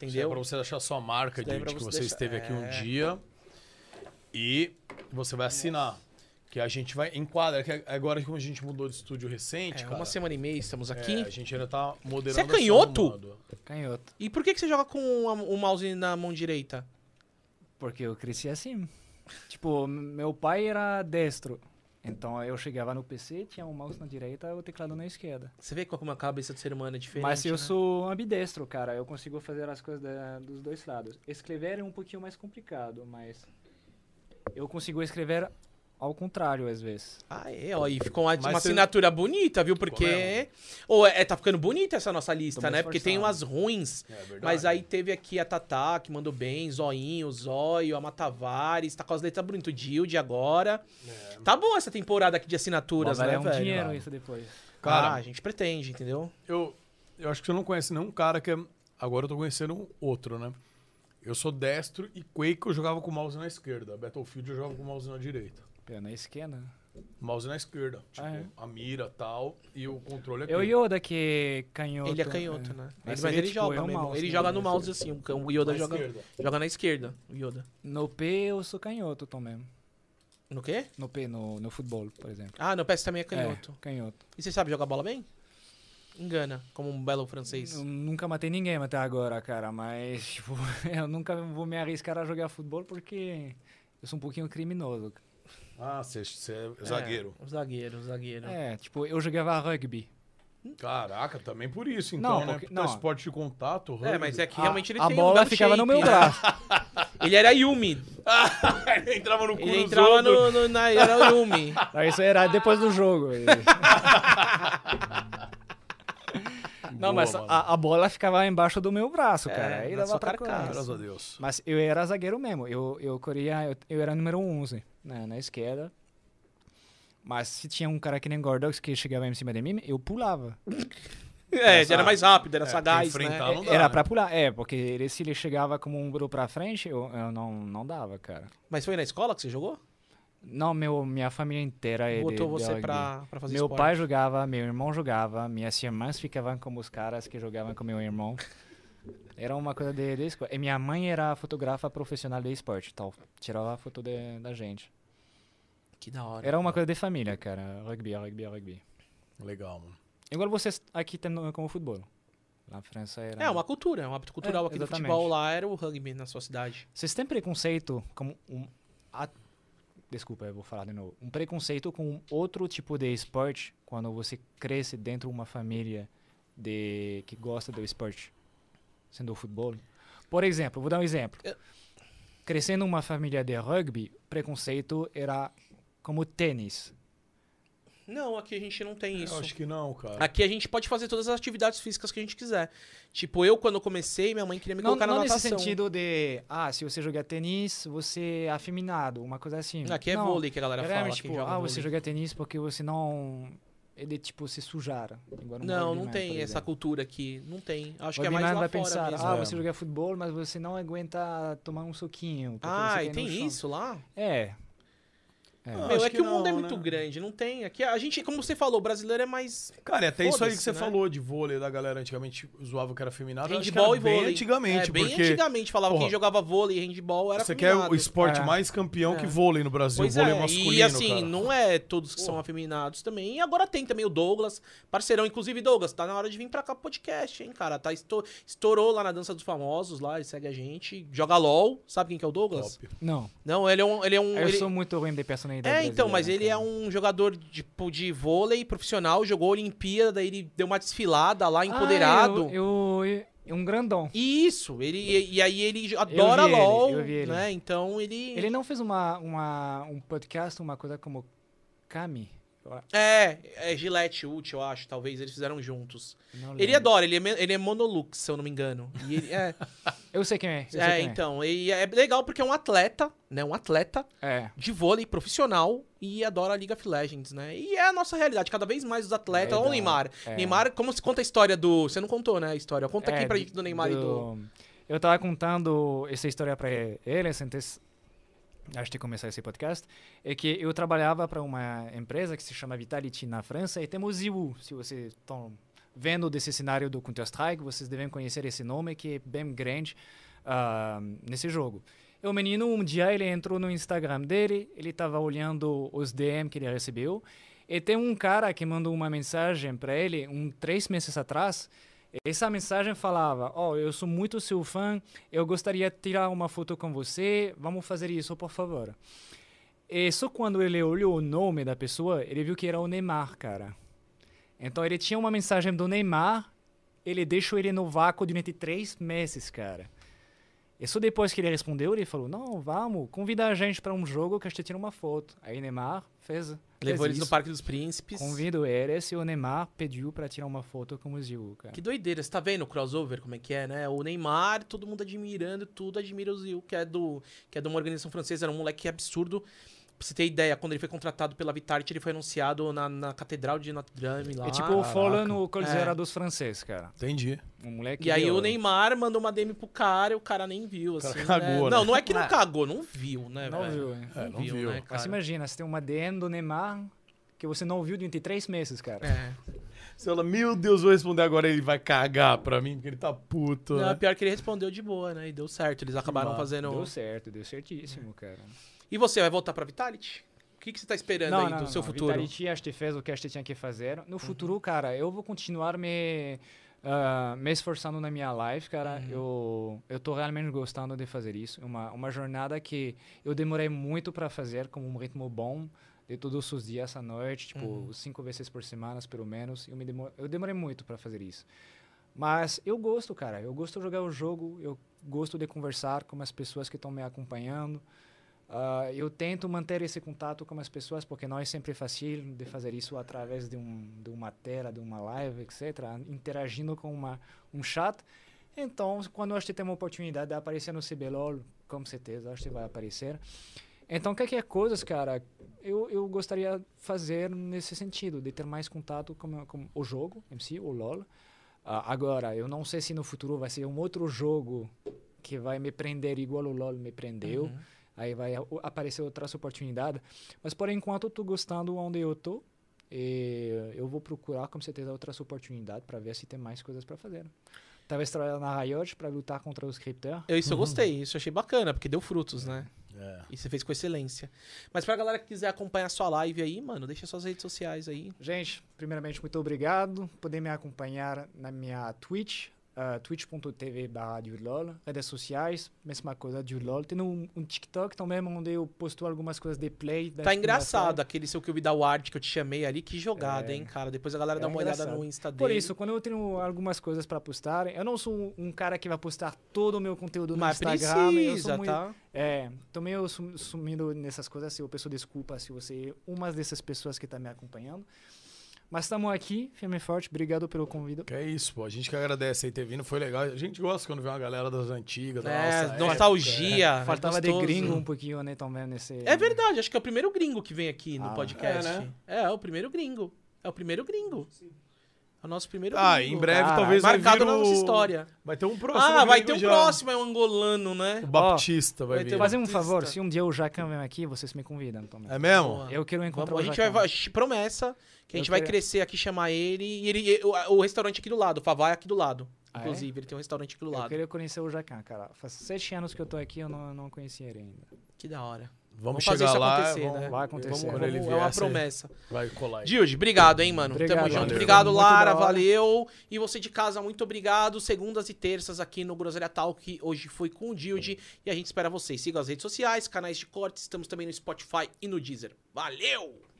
A: Isso é pra
B: Entendeu?
A: você deixar sua marca
B: Isso daí
A: de,
B: é pra
A: de que
B: você
A: você
B: deixar-
A: esteve aqui um
B: é.
A: dia e você vai assinar. Que a gente vai enquadrar. Que agora, como a gente mudou de estúdio recente,
B: É,
A: cara,
B: uma semana e meia estamos
A: é,
B: aqui.
A: a gente ainda tá moderando.
B: Você é
A: só no
B: canhoto?
A: modo.
C: Canhoto.
B: E por que, que você joga com a- o mouse na mão direita?
C: Porque eu cresci assim. Tipo, m- meu pai era destro. Então eu chegava no PC, tinha o mouse na direita e o teclado na esquerda.
B: Você vê como a cabeça do ser humano é diferente.
C: Mas eu
B: né?
C: sou ambidestro, cara. Eu consigo fazer as coisas da- dos dois lados. Escrever é um pouquinho mais complicado, mas. Eu consigo escrever ao contrário, às vezes.
B: Ah, é, ó, e ficou uma,
A: Mas
B: uma
A: você-
B: assinatura bonita, viu? Porque. Ou é, tá ficando bonita essa nossa lista,
C: Tô
B: né?
C: mais
B: Porque tem umas
C: esforçado.
B: ruins.
A: É verdade.
B: Mas aí teve aqui a Tatá, que mandou bem, Zoinho, Zóio, a Matavares, tá com as letras bonitas, o Dilde agora.
A: É.
B: Tá boa essa temporada aqui de assinaturas,
C: Vai
B: né,
C: um
B: velho?
C: dinheiro isso depois.
A: Cara,
B: ah, a gente pretende, entendeu?
A: eu, eu acho que você não conhece nenhum cara que é. Agora eu tô conhecendo um outro, né? Eu sou destro e Quake eu jogava com o mouse na esquerda. Battlefield eu jogava com o mouse na direita.
C: Pera, na esquerda.
A: Mouse na esquerda. Tipo,
C: Ah, é?
A: a mira tal. E o controle aqui.
C: Eu e Yoda que é canhoto.
B: ele é canhoto, né? Ele- Mas,
C: Mas
B: ele,
C: ele, tipo,
B: joga
C: é um
B: mesmo.
C: mouse,
B: ele
C: né?
B: joga no mouse assim, o cão- o Yoda
A: Na
B: joga,
A: esquerda.
B: joga na esquerda, o Yoda.
C: No P eu sou canhoto também.
B: No quê?
C: No P, no, no futebol, por exemplo.
B: Ah, no PS também é canhoto.
C: É, canhoto.
B: E você sabe jogar bola bem? Engana, como um belo francês.
C: Eu nunca matei ninguém até agora, cara, mas tipo, eu nunca vou me arriscar a jogar futebol porque eu sou um pouquinho criminoso.
A: Ah, você- você é zagueiro.
B: É, zagueiro, zagueiro.
C: É, tipo, eu jogava rugby.
A: Caraca, também por isso, então,
C: Não,
A: né?
C: porque-
A: Porque
C: não.
A: é esporte de contato, rugby.
B: É, mas é que realmente ele
C: a
B: tem um
C: bola
B: belo
C: ficava no meu
B: shape, né?
C: braço.
B: Ele era Yumi.
A: Ele entrava no cu
B: Ele
A: dos
B: entrava
A: outros.
B: no, no, na era Yumi.
C: Não, Isso era depois do jogo. Não,
A: Boa,
C: mas
A: mano.
C: a, a bola ficava embaixo do meu braço, cara.
B: na
C: Aí
B: sua
C: dava pra
B: carcaça.
C: correr.
A: Graças a Deus.
C: Mas eu era zagueiro mesmo. Eu, eu corria, eu, eu era número 11 na, na esquerda. Mas se tinha um cara que nem Gordox que chegava em cima de mim, eu pulava.
B: É, ele era mais rápido, era
A: É,
B: sagaz,
A: enfrentar
B: né?
A: não dá,
C: era
A: né?
C: pra pular, é, porque ele, se ele chegava como um ombro pra frente, eu, eu não, não dava, cara.
B: Mas foi na escola que você jogou?
C: Não, meu, minha família inteira é de-
B: Botou
C: de
B: você
C: rugby.
B: pra, pra fazer
C: Meu
B: esporte?
C: pai jogava, meu irmão jogava, minhas irmãs ficavam como os caras que jogavam com meu irmão. Era uma coisa de, de escola. E minha mãe era fotógrafa profissional de esporte, tal. Tirava a foto de- da gente.
B: Que da hora.
C: Era uma coisa de família, cara. Rugby, rugby, rugby.
A: Legal, mano.
C: Igual vocês aqui tem no- como futebol. Lá na França era.
B: É, uma cultura, um hábito cultural
C: É,
B: aqui do
C: exatamente.
B: futebol lá era o rugby na sua cidade.
C: Vocês têm preconceito como um. a- Desculpa, eu vou falar de novo. Um preconceito com outro tipo de esporte quando você cresce dentro de uma família de que gosta do esporte, sendo o futebol. Por exemplo, vou dar um exemplo. Crescendo numa família de rugby, preconceito era como tênis.
B: Não, aqui a gente não tem isso.
A: Eu acho que não, cara.
B: Aqui a gente pode fazer todas as atividades físicas que a gente quiser. Tipo, eu quando comecei, minha mãe queria me colocar na natação.
C: nesse sentido de, ah, se você jogar tênis, você é afeminado, uma coisa assim.
B: Aqui é
C: não,
B: vôlei que a galera
C: É
B: fala.
C: realmente,
B: quem
C: tipo,
B: joga
C: ah,
B: vôlei.
C: você joga tênis porque você não... É de, tipo, se sujar. Igual no
B: Não,
C: rugby
B: não
C: man,
B: tem
C: por
B: essa
C: exemplo.
B: cultura aqui. Não tem. Acho que é
C: Rugby
B: mais
C: man
B: lá
C: vai
B: fora
C: pensar,
B: mesmo. É.
C: ah, você joga futebol, mas você não aguenta tomar um soquinho. porque
B: Ah, e
C: você cai no
B: tem
C: chão.
B: isso lá?
C: É.
A: Não,
B: Meu,
A: acho
B: é que, o mundo é
A: não,
B: muito
A: né?
B: grande, não tem. Aqui a gente, como você falou, o brasileiro é mais.
A: Cara, e até isso aí que
B: Foda-se,
A: você
B: né?
A: falou de vôlei da galera antigamente zoava que era feminado.
B: Handball e
A: bem
B: vôlei.
A: antigamente,
B: é, bem
A: porque
B: antigamente falava
A: porra,
B: quem jogava vôlei e handball era né?
A: você quer o
B: afeminado.
A: esporte
M: É.
A: mais campeão
B: É.
A: que vôlei no Brasil,
B: Pois
A: vôlei
B: é,
A: masculino,
B: e assim,
A: cara.
B: não é todos que são afeminados também. E agora tem também o Douglas, parceirão. Inclusive, Douglas, tá na hora de vir pra cá pro podcast, hein, cara. Tá, esto- estourou lá na Dança dos Famosos, lá, ele segue a gente. Joga LOL, sabe quem que é o Douglas?
A: Top.
C: Não,
B: Não, ele é um... Ele é um
C: eu
B: ele-
C: sou muito ruim de personalidade
B: É, então,
C: brasileira,
B: mas ele é
C: cara.
B: um jogador de, pô, de vôlei profissional, jogou Olimpíada, ele deu uma desfilada lá, empoderado.
C: Ah, eu, eu- eu- um grandão.
B: E Isso, ele, e, e aí ele adora
C: vi ele,
B: LOL,
C: eu vi ele.
B: né? Então ele...
C: Ele não fez uma, uma, um podcast, uma coisa como Kami?
B: É, é Gillette Ult, eu acho, talvez, eles fizeram juntos.
C: Não
B: Ele
C: lembro.
B: adora, ele é, me- ele é monolux, se eu não me engano. E ele- é,
C: Eu sei quem é. eu sei
B: é,
C: quem
B: então, e é legal porque é um atleta, né? Um atleta
C: É. É.
B: de vôlei profissional e adora a League of Legends, né? E é a nossa realidade, cada vez mais os atletas. Olha o
C: Verdade,
B: Neymar.
C: é.
B: Neymar, como se conta a história do. Você não contou, né? A história. Conta aqui
C: É,
B: pra gente do Neymar e do.
C: Eu tava contando essa história pra eles antes, antes de começar esse podcast, é que eu trabalhava para uma empresa que se chama Vitality na França e temos Ziwu, se vocês estão vendo desse cenário do Counter-Strike, vocês devem conhecer esse nome que é bem grande ah, nesse jogo. E o menino, um dia, ele entrou no Instagram dele, ele estava olhando os DM que ele recebeu, e tem um cara que mandou uma mensagem para ele, um três meses atrás, essa mensagem falava: Ó, eu sou muito seu fã, eu gostaria de tirar uma foto com você, vamos fazer isso, por favor. E só quando ele olhou o nome da pessoa, ele viu que era o Neymar, cara. Então ele tinha uma mensagem do Neymar, ele deixou ele no vácuo durante três meses, cara. E só depois que ele respondeu, ele falou: Não, vamos, convida a gente para um jogo que a gente tira uma foto. Aí Neymar fez. fez
B: Levou eles no
C: isso.
B: Parque dos Príncipes.
C: Convido eles e o Neymar pediu para tirar uma foto com o Ziu, cara.
B: Que doideira, você tá vendo o crossover como é que é, né? O Neymar, todo mundo admirando, tudo admira o Zil, que é do que é de uma organização francesa, era um moleque absurdo. Pra você ter ideia, quando ele foi contratado pela Vitality, ele foi anunciado na, na Catedral de Notre Dame lá.
C: É tipo o Follow no Coldzera
B: É.
C: dos franceses, cara.
A: Entendi. É,
C: Um moleque
B: E aí
C: de
B: o
C: ouro.
B: Neymar mandou uma DM pro cara e o cara nem viu, assim. né?
A: cagou, né?
B: Não, não é que não cagou, não viu, né,
C: Não
B: velho?
C: viu, hein?
A: É, não viu.
B: né,
C: Mas
B: cara?
C: imagina, você tem uma DM do Neymar que você não viu durante três meses, cara.
B: É.
A: Você fala, meu Deus, vou responder agora, ele vai cagar pra mim, porque ele tá puto.
B: Não,
A: né?
B: pior que ele respondeu de boa, né? E deu certo. Eles acabaram
A: massa.
B: fazendo.
C: Deu certo, deu certíssimo, cara.
B: E você vai voltar pra Vitality? O que, que você tá esperando aí do seu futuro? Uhum.
C: Vitality, acho que fez o que a gente tinha que fazer. No futuro, cara, eu vou continuar me, ah, me esforçando na minha live, cara.
B: Uhum.
C: Eu, eu tô realmente gostando de fazer isso. É Uma, uma jornada que eu demorei muito para fazer, com um ritmo bom, de todos os dias à noite, tipo,
B: Uhum.
C: cinco vezes por semana, pelo menos. Eu, me demo- eu demorei muito para fazer isso. Mas eu gosto, cara. Eu gosto de jogar o jogo, eu gosto de conversar com as pessoas que estão me acompanhando. Ah, eu tento manter esse contato com as pessoas porque não é sempre fácil de fazer isso através de, um, de uma tela, de uma live, etc. Interagindo com uma, um chat. Então, quando a gente tem uma oportunidade de aparecer no CBLOL, com certeza, acho que vai aparecer. Então, qualquer coisa, cara, eu, eu gostaria fazer nesse sentido, de ter mais contato com, com o jogo em si, o LoL. Ah, agora, eu não sei se no futuro vai ser um outro jogo que vai me prender igual o LoL me prendeu. Aí vai a- o- aparecer outras oportunidades. Mas, por enquanto, eu tô gostando onde eu tô. E eu vou procurar, com certeza, outras oportunidades para ver se tem mais coisas para fazer. né? Talvez trabalhar na Riot para lutar contra o Scripter.
B: Eu, isso eu gostei, isso eu achei bacana, porque deu frutos, né?
C: É.
B: E você fez com excelência. Mas pra galera que quiser acompanhar sua live aí, mano, deixa suas redes sociais aí.
C: Gente, primeiramente, muito obrigado. Poder me acompanhar na minha Twitch, ah, twitch.tv barra Diurlol. Redes sociais, mesma coisa, Diurlol. Tem um, um TikTok também, onde eu posto algumas coisas de play. da
B: Tá
C: segunda-feira.
B: engraçado aquele seu que eu vi da Ward que eu te chamei ali, que jogada, hein, cara. Depois a galera
C: É
B: dá uma olhada
C: engraçado.
B: no Insta dele.
C: Por isso, quando eu tenho algumas coisas para postar, eu não sou um- um cara que vai postar todo o meu conteúdo no
B: mas
C: Instagram. eu
B: precisa,
C: sou muito-
B: tá?
C: É, tô meio sum- sumindo nessas coisas. se Eu peço desculpa se você é uma dessas pessoas que tá me acompanhando. Mas estamos aqui, firme e forte. Obrigado pelo convite.
A: Que é isso, pô. A gente que agradece aí ter vindo, foi legal. A gente gosta quando vê uma galera das antigas, da
B: É,
A: nossa época.
B: nostalgia.
C: é.
B: é
C: Faltava de
B: gostoso.
C: gringo um pouquinho, né? Também nesse.
B: É verdade, acho que é o primeiro gringo que vem aqui no
C: Ah,
B: podcast. É,
A: é, né?
B: é, o primeiro gringo. É o primeiro gringo. É É o nosso primeiro
F: Ah,
B: amigo.
F: em breve
C: Cara,
F: talvez vai vir
B: tá Marcado na
F: o...
B: nossa história.
F: Vai ter um próximo.
B: Ah, vai
F: amigo
B: ter um
F: já.
B: próximo, é um angolano, né?
F: O Baptista vai,
B: Vai ter
F: vir.
C: Fazer um
B: Batista.
C: favor, se um dia o Jacan vem aqui, vocês me convidam também.
F: É mesmo?
B: Boa.
C: Eu quero encontrar
B: Vamos, a
C: o
B: gente
C: Jacan.
B: vai, a promessa que a gente
C: Eu
B: vai
C: queria-
B: crescer aqui, chamar ele. E ele, e- o, o restaurante aqui do lado, o Favai aqui do lado.
C: Ah, é?
B: Inclusive, ele tem um restaurante aqui do
C: Eu
B: lado.
C: queria conhecer o Jacan, cara. Faz sete anos que eu tô aqui, eu não, não conheci ele ainda.
B: Que da hora.
F: Vamos,
B: Vamos fazer
F: chegar
B: isso
F: lá.
B: acontecer,
F: vamos-
B: né?
C: Vai acontecer.
F: Quando
B: Vamos-
F: ele
B: é
F: vier,
B: uma
F: cê-
B: promessa.
F: Vai colar aí.
B: Dilde, obrigado, hein, mano.
C: Obrigado,
B: Tamo junto.
F: valeu.
B: Obrigado,
C: Muito
B: Lara.
C: da hora.
B: Valeu. E você de casa, muito obrigado. Segundas e terças aqui no Groselha Talk. Hoje foi com o Dilde. E a gente espera vocês. Sigam as redes sociais, canais de corte. Estamos também no Spotify e no Deezer. Valeu!